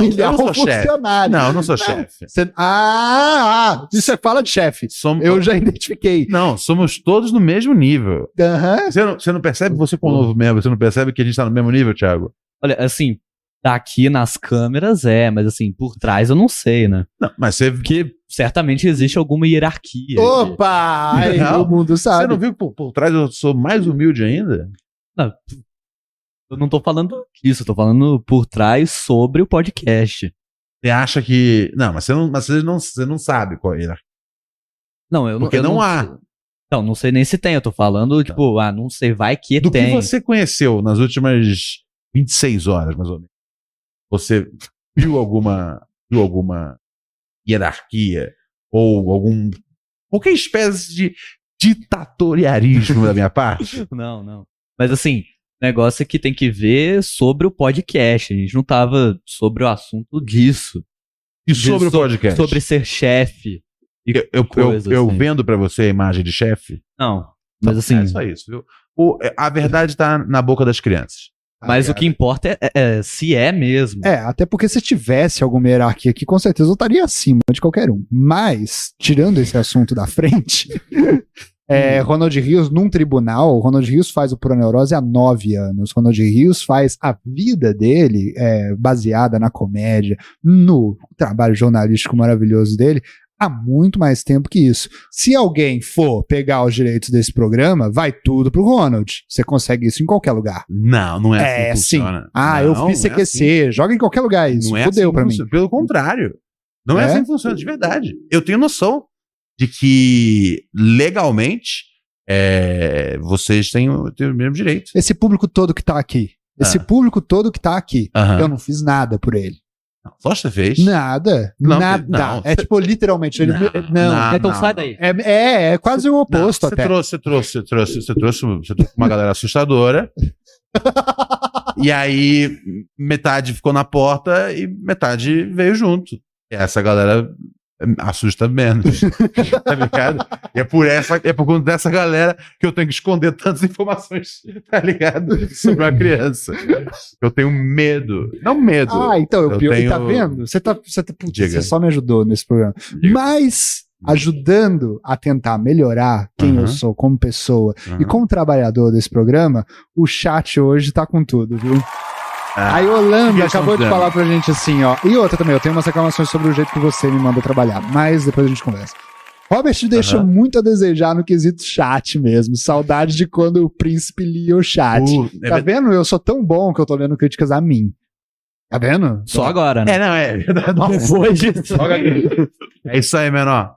[SPEAKER 2] Humilhar
[SPEAKER 3] eu não
[SPEAKER 2] o
[SPEAKER 3] sou chefe.
[SPEAKER 2] funcionário.
[SPEAKER 3] Não, eu não sou chefe.
[SPEAKER 2] Você- Ah, ah, isso é fala de chefe.
[SPEAKER 3] Somos,
[SPEAKER 2] Eu já identifiquei.
[SPEAKER 3] Não, somos todos no mesmo nível.
[SPEAKER 2] Aham.
[SPEAKER 3] Você não, você não percebe, você como novo membro, você não percebe que a gente tá no mesmo nível, Thiago?
[SPEAKER 4] Olha, assim, daqui nas câmeras é, mas assim, por trás eu não sei, né?
[SPEAKER 3] Não, mas você, você
[SPEAKER 4] Porque certamente existe alguma hierarquia.
[SPEAKER 2] Opa! Aí
[SPEAKER 3] Não,
[SPEAKER 2] o mundo sabe.
[SPEAKER 3] não viu que por, por trás eu sou mais humilde ainda?
[SPEAKER 4] Eu não tô falando disso, eu tô falando por trás sobre o podcast.
[SPEAKER 3] Você acha que. Não, mas você não, mas você não, você não sabe qual é. a hierarquia.
[SPEAKER 4] Não, eu
[SPEAKER 3] Porque
[SPEAKER 4] eu
[SPEAKER 3] não há. Tá.
[SPEAKER 4] Não, não sei nem se tem, eu tô falando, tipo, ah, não sei, vai que
[SPEAKER 3] Do
[SPEAKER 4] tem.
[SPEAKER 3] que você conheceu nas últimas 26 horas, mais ou menos? Você viu alguma. viu alguma hierarquia? Ou algum. qualquer espécie de ditatoriarismo da minha parte?
[SPEAKER 4] Não, não. Mas assim, negócio é que tem que ver sobre o podcast. A gente não tava sobre o assunto disso.
[SPEAKER 3] E sobre o
[SPEAKER 4] So-
[SPEAKER 3] podcast?
[SPEAKER 4] Sobre ser chefe. e
[SPEAKER 3] Eu, eu, eu,
[SPEAKER 4] coisa,
[SPEAKER 3] eu
[SPEAKER 4] assim.
[SPEAKER 3] vendo pra você a imagem de chefe.
[SPEAKER 4] Não. Mas assim,
[SPEAKER 3] É só isso, viu? O- a verdade tá na boca das crianças.
[SPEAKER 4] mas o que importa é, é- é se é mesmo.
[SPEAKER 2] Ah, É, até porque se tivesse alguma hierarquia aqui, com certeza eu estaria acima de qualquer um. Mas, tirando esse assunto da frente, é, Ronald Rios, num tribunal, Ronald Rios faz o Proneurose há nove anos. Ronald Rios faz a vida dele, é, baseada na comédia, no trabalho jornalístico maravilhoso dele, há muito mais tempo que isso. Se alguém for pegar os direitos desse programa, vai tudo pro Ronald. Você consegue isso em qualquer lugar.
[SPEAKER 3] Não, não é,
[SPEAKER 2] É,
[SPEAKER 3] assim
[SPEAKER 2] sim.
[SPEAKER 3] que funciona.
[SPEAKER 2] Ah,
[SPEAKER 3] Não,
[SPEAKER 2] eu fiz
[SPEAKER 3] não é
[SPEAKER 2] CQC.
[SPEAKER 3] assim.
[SPEAKER 2] Joga em qualquer lugar isso.
[SPEAKER 3] Não é
[SPEAKER 2] Fudeu
[SPEAKER 3] assim que
[SPEAKER 2] pra mim.
[SPEAKER 3] funciona. Pelo contrário. Não é?
[SPEAKER 2] É?
[SPEAKER 3] assim que funciona, de verdade. Eu tenho noção de que legalmente é, vocês têm, o- têm o mesmo direito.
[SPEAKER 2] Esse público todo que tá aqui. Esse
[SPEAKER 3] Ah.
[SPEAKER 2] público todo que tá aqui.
[SPEAKER 3] Aham.
[SPEAKER 2] Eu não fiz nada por ele.
[SPEAKER 3] Só você fez.
[SPEAKER 2] Nada.
[SPEAKER 3] Não,
[SPEAKER 2] nada.
[SPEAKER 3] não.
[SPEAKER 2] é tipo, literalmente. Ele, não.
[SPEAKER 3] não,
[SPEAKER 4] então
[SPEAKER 3] não,
[SPEAKER 4] sai
[SPEAKER 3] não.
[SPEAKER 4] daí.
[SPEAKER 2] É, é, é quase o
[SPEAKER 3] Não,
[SPEAKER 2] oposto
[SPEAKER 3] você
[SPEAKER 2] até.
[SPEAKER 3] Trouxe, você trouxe, você trouxe, você trouxe, um, você trouxe uma galera assustadora. e aí, metade ficou na porta e metade veio junto. E essa galera assusta menos. tá ligado? E é por essa, é por conta dessa galera que eu tenho que esconder tantas informações, tá ligado? Sobre uma criança. Eu tenho medo. Não medo.
[SPEAKER 2] Ah, então, eu,
[SPEAKER 3] Eu
[SPEAKER 2] pior-
[SPEAKER 3] tenho-
[SPEAKER 2] tá vendo? Você tá, você tá- putz,
[SPEAKER 3] Diga.
[SPEAKER 2] você só me ajudou nesse programa.
[SPEAKER 3] Diga. Hum.
[SPEAKER 2] Mas ajudando a tentar melhorar quem
[SPEAKER 3] Aham.
[SPEAKER 2] eu sou como pessoa
[SPEAKER 3] Aham.
[SPEAKER 2] e como trabalhador desse programa, o chat hoje tá com tudo, viu?
[SPEAKER 3] Ah,
[SPEAKER 2] A Yolanda
[SPEAKER 3] Fiquei
[SPEAKER 2] acabou de
[SPEAKER 3] sondando.
[SPEAKER 2] falar pra gente assim, ó. E outra também, eu tenho umas reclamações sobre o jeito que você me manda trabalhar, mas depois a gente conversa. Robert deixou
[SPEAKER 3] Aham.
[SPEAKER 2] muito a desejar no quesito chat mesmo. Saudade de quando o príncipe lia o chat.
[SPEAKER 3] o- é
[SPEAKER 2] tá
[SPEAKER 3] ver-
[SPEAKER 2] vendo? Eu sou tão bom que eu tô lendo críticas a mim. Tá vendo?
[SPEAKER 4] Só agora, né?
[SPEAKER 3] É, não, é verdade. Nossa.
[SPEAKER 4] Hoje.
[SPEAKER 3] Joga aqui. É isso aí, menor.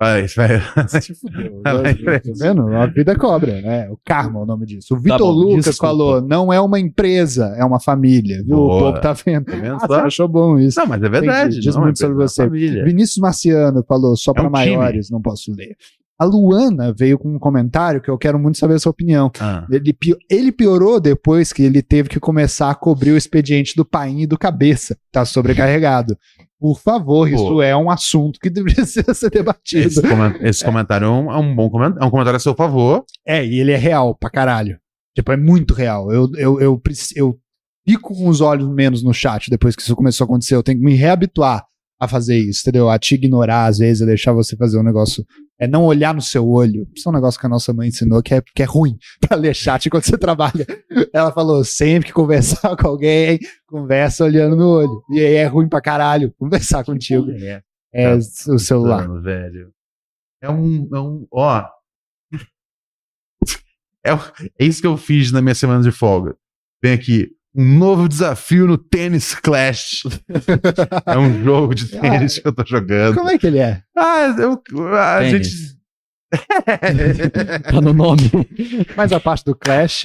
[SPEAKER 3] Vai, vai.
[SPEAKER 2] Tá vendo? A vida cobra, né? O karma é o nome
[SPEAKER 3] Tá
[SPEAKER 2] disso. O Vitor
[SPEAKER 4] bom,
[SPEAKER 2] Lucas
[SPEAKER 4] desculpa.
[SPEAKER 2] falou: não é uma empresa, é uma família. Viu?
[SPEAKER 3] Boa.
[SPEAKER 2] O povo tá vendo.
[SPEAKER 3] Tá vendo
[SPEAKER 2] Ah,
[SPEAKER 3] só?
[SPEAKER 2] você achou bom isso.
[SPEAKER 3] Não, mas é verdade.
[SPEAKER 2] Diz
[SPEAKER 3] não,
[SPEAKER 2] muito
[SPEAKER 3] é verdade,
[SPEAKER 2] sobre
[SPEAKER 3] é
[SPEAKER 2] você.
[SPEAKER 3] família.
[SPEAKER 2] Vinícius Marciano falou, só para
[SPEAKER 3] um time.
[SPEAKER 2] maiores, não posso ler. A Luana veio com um comentário que eu quero muito saber a sua opinião.
[SPEAKER 3] Ah,
[SPEAKER 2] Ele, pio- ele piorou depois que ele teve que começar a cobrir o expediente do painho e do cabeça. Tá sobrecarregado. Por favor,
[SPEAKER 3] Pô.
[SPEAKER 2] isso é um assunto que precisa ser debatido.
[SPEAKER 3] esse, comen- esse comentário é um, é um bom comentário. É um comentário a seu favor.
[SPEAKER 2] É, e ele é real pra caralho. Tipo, é muito real. Eu, eu, eu, preci- eu fico com os olhos menos no chat depois que isso começou a acontecer. Eu tenho que me reabituar a fazer isso, entendeu? A te ignorar, às vezes, a deixar você fazer um negócio. É não olhar no seu olho. Isso é um negócio que a nossa mãe ensinou que é, que é ruim pra ler chat enquanto você trabalha. Ela falou: sempre que conversar com alguém, conversa olhando no olho. E aí é ruim pra caralho conversar contigo.
[SPEAKER 3] É,
[SPEAKER 2] É o celular.
[SPEAKER 3] mano, velho. É um, é um. Ó. É, o- é isso que eu fiz na minha semana de folga. Vem aqui. Um novo desafio no Tênis Clash. é um jogo de tênis que eu tô jogando.
[SPEAKER 2] Ah, Como é que ele é?
[SPEAKER 3] Ah, eu, a
[SPEAKER 4] Tênis.
[SPEAKER 3] gente. É,
[SPEAKER 2] É.
[SPEAKER 4] Tá no nome.
[SPEAKER 2] Mas a parte do Clash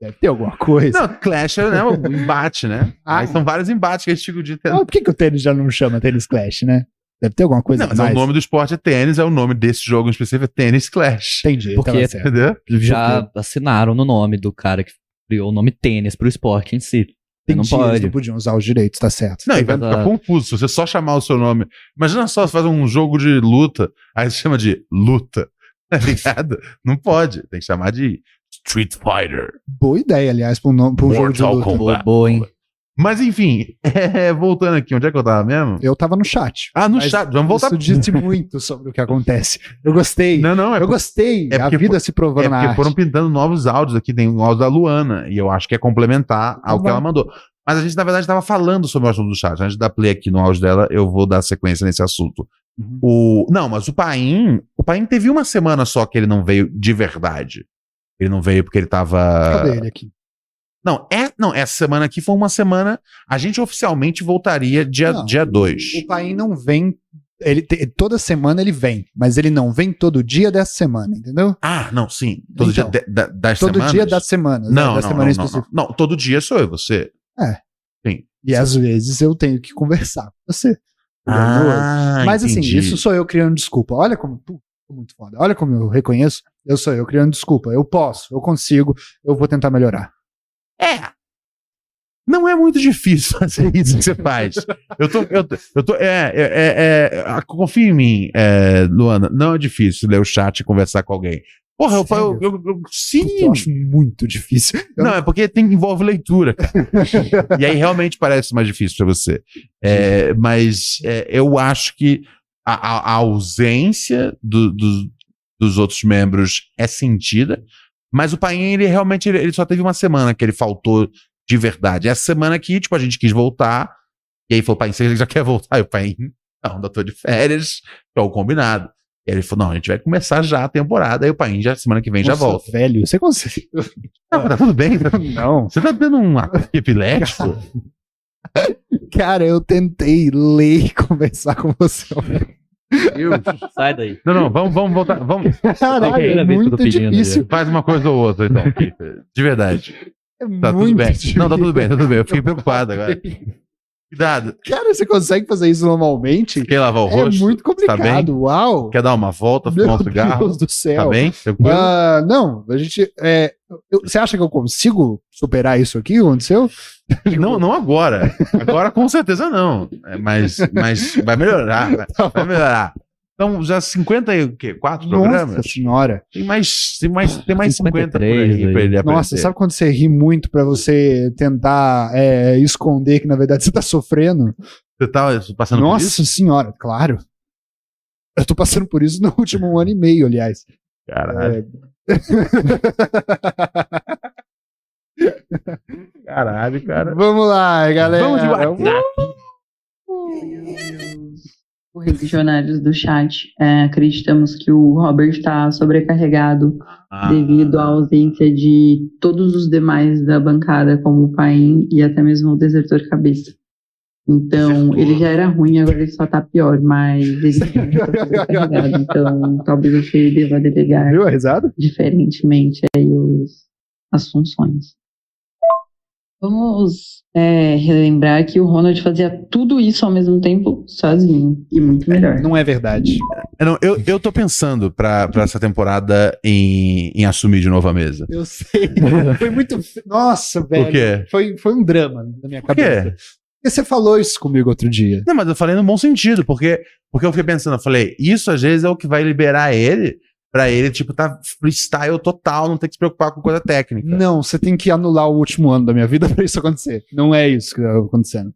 [SPEAKER 2] deve ter alguma coisa.
[SPEAKER 3] Não, Clash é né, um embate, né?
[SPEAKER 2] Ah.
[SPEAKER 3] Aí são vários embates que a gente fica o dia inteiro.
[SPEAKER 2] Ah, por que, que o tênis já não chama tênis clash, né? Deve ter alguma coisa
[SPEAKER 3] Não,
[SPEAKER 2] a
[SPEAKER 3] mas é
[SPEAKER 2] mais.
[SPEAKER 3] o nome do esporte é tênis, é o nome desse jogo em específico é Tênis Clash.
[SPEAKER 2] Entendi,
[SPEAKER 4] Porque-
[SPEAKER 2] tava certo.
[SPEAKER 3] Entendeu?
[SPEAKER 4] Já assinaram no nome do cara que criou o nome tênis pro esporte em si. Você não
[SPEAKER 2] Entendi, Eles
[SPEAKER 4] pode.
[SPEAKER 2] não podiam usar os direitos, tá certo.
[SPEAKER 3] Não, e vai ficar
[SPEAKER 4] Exato.
[SPEAKER 3] confuso se você só chamar o seu nome. Imagina só, você faz um jogo de luta, aí você chama de luta, tá ligado? Não pode, tem que chamar de Street Fighter.
[SPEAKER 2] Boa ideia, aliás, pra um, nome- pra um jogo de
[SPEAKER 3] Mortal
[SPEAKER 2] luta.
[SPEAKER 4] Boa, boa, hein?
[SPEAKER 3] Mas enfim, é, voltando aqui, onde é que eu tava mesmo?
[SPEAKER 2] Eu tava no chat.
[SPEAKER 3] Ah, no
[SPEAKER 2] Mas
[SPEAKER 3] chat, vamos voltar.
[SPEAKER 2] Isso diz muito sobre o que acontece. Eu gostei.
[SPEAKER 3] Não, não, é
[SPEAKER 2] eu gostei.
[SPEAKER 3] é
[SPEAKER 2] a
[SPEAKER 3] porque
[SPEAKER 2] vida
[SPEAKER 3] for-
[SPEAKER 2] se
[SPEAKER 3] É
[SPEAKER 2] provando na
[SPEAKER 3] porque
[SPEAKER 2] arte.
[SPEAKER 3] foram pintando novos áudios aqui, tem um áudio da Luana, e eu acho que é complementar ao
[SPEAKER 2] Uhum.
[SPEAKER 3] que ela mandou. Mas a gente, na verdade, estava falando sobre o assunto do chat. Antes de dar play aqui no áudio dela, eu vou dar sequência nesse assunto.
[SPEAKER 2] Uhum.
[SPEAKER 3] O... Não, mas o Paim, o Paim teve uma semana só que ele não veio de verdade. Ele não veio porque ele
[SPEAKER 2] Cadê
[SPEAKER 3] tava.
[SPEAKER 2] ele aqui?
[SPEAKER 3] Não, é... não, essa semana aqui foi uma semana. A gente oficialmente voltaria dia 2.
[SPEAKER 2] Não,
[SPEAKER 3] Dia dois.
[SPEAKER 2] O Paim não vem. Ele te- toda semana ele vem, mas ele não vem todo dia dessa semana, entendeu?
[SPEAKER 3] ah, não, sim. Todo
[SPEAKER 2] Então,
[SPEAKER 3] dia de- da- das
[SPEAKER 2] Todo
[SPEAKER 3] semanas.
[SPEAKER 2] dia da semana. né?
[SPEAKER 3] Não,
[SPEAKER 2] da
[SPEAKER 3] não,
[SPEAKER 2] semana
[SPEAKER 3] não, não,
[SPEAKER 2] específica.
[SPEAKER 3] não. Não, todo dia sou eu e você.
[SPEAKER 2] E às vezes eu tenho que conversar com você.
[SPEAKER 3] Ah,
[SPEAKER 2] Mas assim,
[SPEAKER 3] entendi.
[SPEAKER 2] isso sou eu criando desculpa. Olha como. Pô, muito foda. Olha como eu reconheço. Eu sou eu criando desculpa. Eu posso, eu consigo, eu vou tentar melhorar.
[SPEAKER 3] É. Não é muito difícil fazer isso que você faz. Eu tô. Eu, tô- eu tô é, é, é, é, a- confia em mim, é, Luana. Não é difícil ler o chat e conversar com alguém. Porra, eu, eu,
[SPEAKER 2] Sério?
[SPEAKER 3] eu, eu-
[SPEAKER 2] Puta, eu
[SPEAKER 3] Sim!
[SPEAKER 2] acho muito difícil. Eu
[SPEAKER 3] Não, é porque tem, envolve leitura, cara. e aí realmente parece mais difícil pra você. É, mas é, eu acho que a, a- a ausência do- do- dos outros membros é sentida, mas o Paim, ele realmente ele, ele só teve uma semana que ele faltou de verdade. Essa semana aqui, tipo, a gente quis voltar, e aí falou, Paim, você já quer voltar? E o Paim, não, ainda tô de férias, tô combinado. E aí ele falou, não, a gente vai começar já a temporada, aí o Paim, já semana que vem, já
[SPEAKER 2] Nossa,
[SPEAKER 3] volta.
[SPEAKER 2] Velho, você consegue.
[SPEAKER 3] Não, tá tudo bem, tá
[SPEAKER 2] Não.
[SPEAKER 3] você tá tendo um ataque epilético?
[SPEAKER 2] Cara, eu tentei ler e conversar com você.
[SPEAKER 4] Sai daí.
[SPEAKER 3] Não, não, vamos, vamos voltar. Vamos,
[SPEAKER 2] Caralho,
[SPEAKER 4] primeira
[SPEAKER 2] é
[SPEAKER 4] vez que eu
[SPEAKER 2] muito
[SPEAKER 4] tô
[SPEAKER 3] né?
[SPEAKER 4] pedindo,
[SPEAKER 2] difícil.
[SPEAKER 3] faz uma coisa ou outra, então. Kiefer. De verdade.
[SPEAKER 2] É
[SPEAKER 3] Tá
[SPEAKER 2] muito
[SPEAKER 3] tudo bem.
[SPEAKER 2] difícil.
[SPEAKER 3] Não, tá tudo bem, tá tudo bem. Eu fiquei preocupado agora. Cuidado.
[SPEAKER 2] Cara, você consegue fazer isso normalmente?
[SPEAKER 3] Quer lavar o
[SPEAKER 2] É
[SPEAKER 3] rosto?
[SPEAKER 2] muito
[SPEAKER 3] Tá
[SPEAKER 2] complicado.
[SPEAKER 3] bem?
[SPEAKER 2] Uau!
[SPEAKER 3] Quer dar uma volta,
[SPEAKER 2] Meu
[SPEAKER 3] fumar um cigarro?
[SPEAKER 2] Deus do
[SPEAKER 3] Tá
[SPEAKER 2] céu.
[SPEAKER 3] bem? Tranquilo?
[SPEAKER 2] Ah, não, a gente. é, eu- você acha que eu consigo superar isso aqui? que Aconteceu?
[SPEAKER 3] Não, não agora. Agora com certeza não. É, Mas, mas vai melhorar. né?
[SPEAKER 2] Tá
[SPEAKER 3] Vai melhorar. Então, já 50 e o quê? Quatro
[SPEAKER 2] Nossa
[SPEAKER 3] programas?
[SPEAKER 2] senhora.
[SPEAKER 3] Tem mais, tem mais, tem mais 50 por aí
[SPEAKER 4] 53
[SPEAKER 3] pra ele aprender.
[SPEAKER 2] Nossa, sabe quando você ri muito pra você tentar é, esconder que na verdade você tá sofrendo?
[SPEAKER 3] Você tá passando por isso?
[SPEAKER 2] Nossa senhora, claro. Eu tô passando por isso no último um ano e meio, aliás.
[SPEAKER 3] Caralho. Caralho, cara.
[SPEAKER 2] Vamos lá, galera.
[SPEAKER 3] Vamos de WhatsApp.
[SPEAKER 6] Correligionários do chat, é, acreditamos que o Robert está sobrecarregado Ah.
[SPEAKER 3] Ah.
[SPEAKER 6] devido à ausência de todos os demais da bancada, como o Paim e até mesmo o Desertor Cabeça. Então,
[SPEAKER 3] Desertor.
[SPEAKER 6] ele já era ruim, agora ele só tá pior, mas ele está sobrecarregado, então talvez você deva delegar
[SPEAKER 2] Viu a risada?
[SPEAKER 6] diferentemente aí os, as funções. Vamos é, relembrar que o Ronald fazia tudo isso ao mesmo tempo sozinho e muito melhor.
[SPEAKER 2] Não é verdade.
[SPEAKER 3] É, não, eu, eu tô pensando pra, pra essa temporada em, em assumir de novo a mesa.
[SPEAKER 2] Eu sei. Foi muito. fe- Nossa,
[SPEAKER 3] Por
[SPEAKER 2] velho.
[SPEAKER 3] quê?
[SPEAKER 2] Foi, foi um drama na minha
[SPEAKER 3] Por quê?
[SPEAKER 2] cabeça. Porque você falou isso comigo outro dia.
[SPEAKER 3] Não, mas eu falei no bom sentido, porque, porque eu fiquei pensando, eu falei, isso às vezes é o que vai liberar ele, pra ele, tipo, tá freestyle total, não ter que se preocupar com coisa técnica.
[SPEAKER 2] Não, você tem que anular o último ano da minha vida pra isso acontecer. Não é isso que tá acontecendo.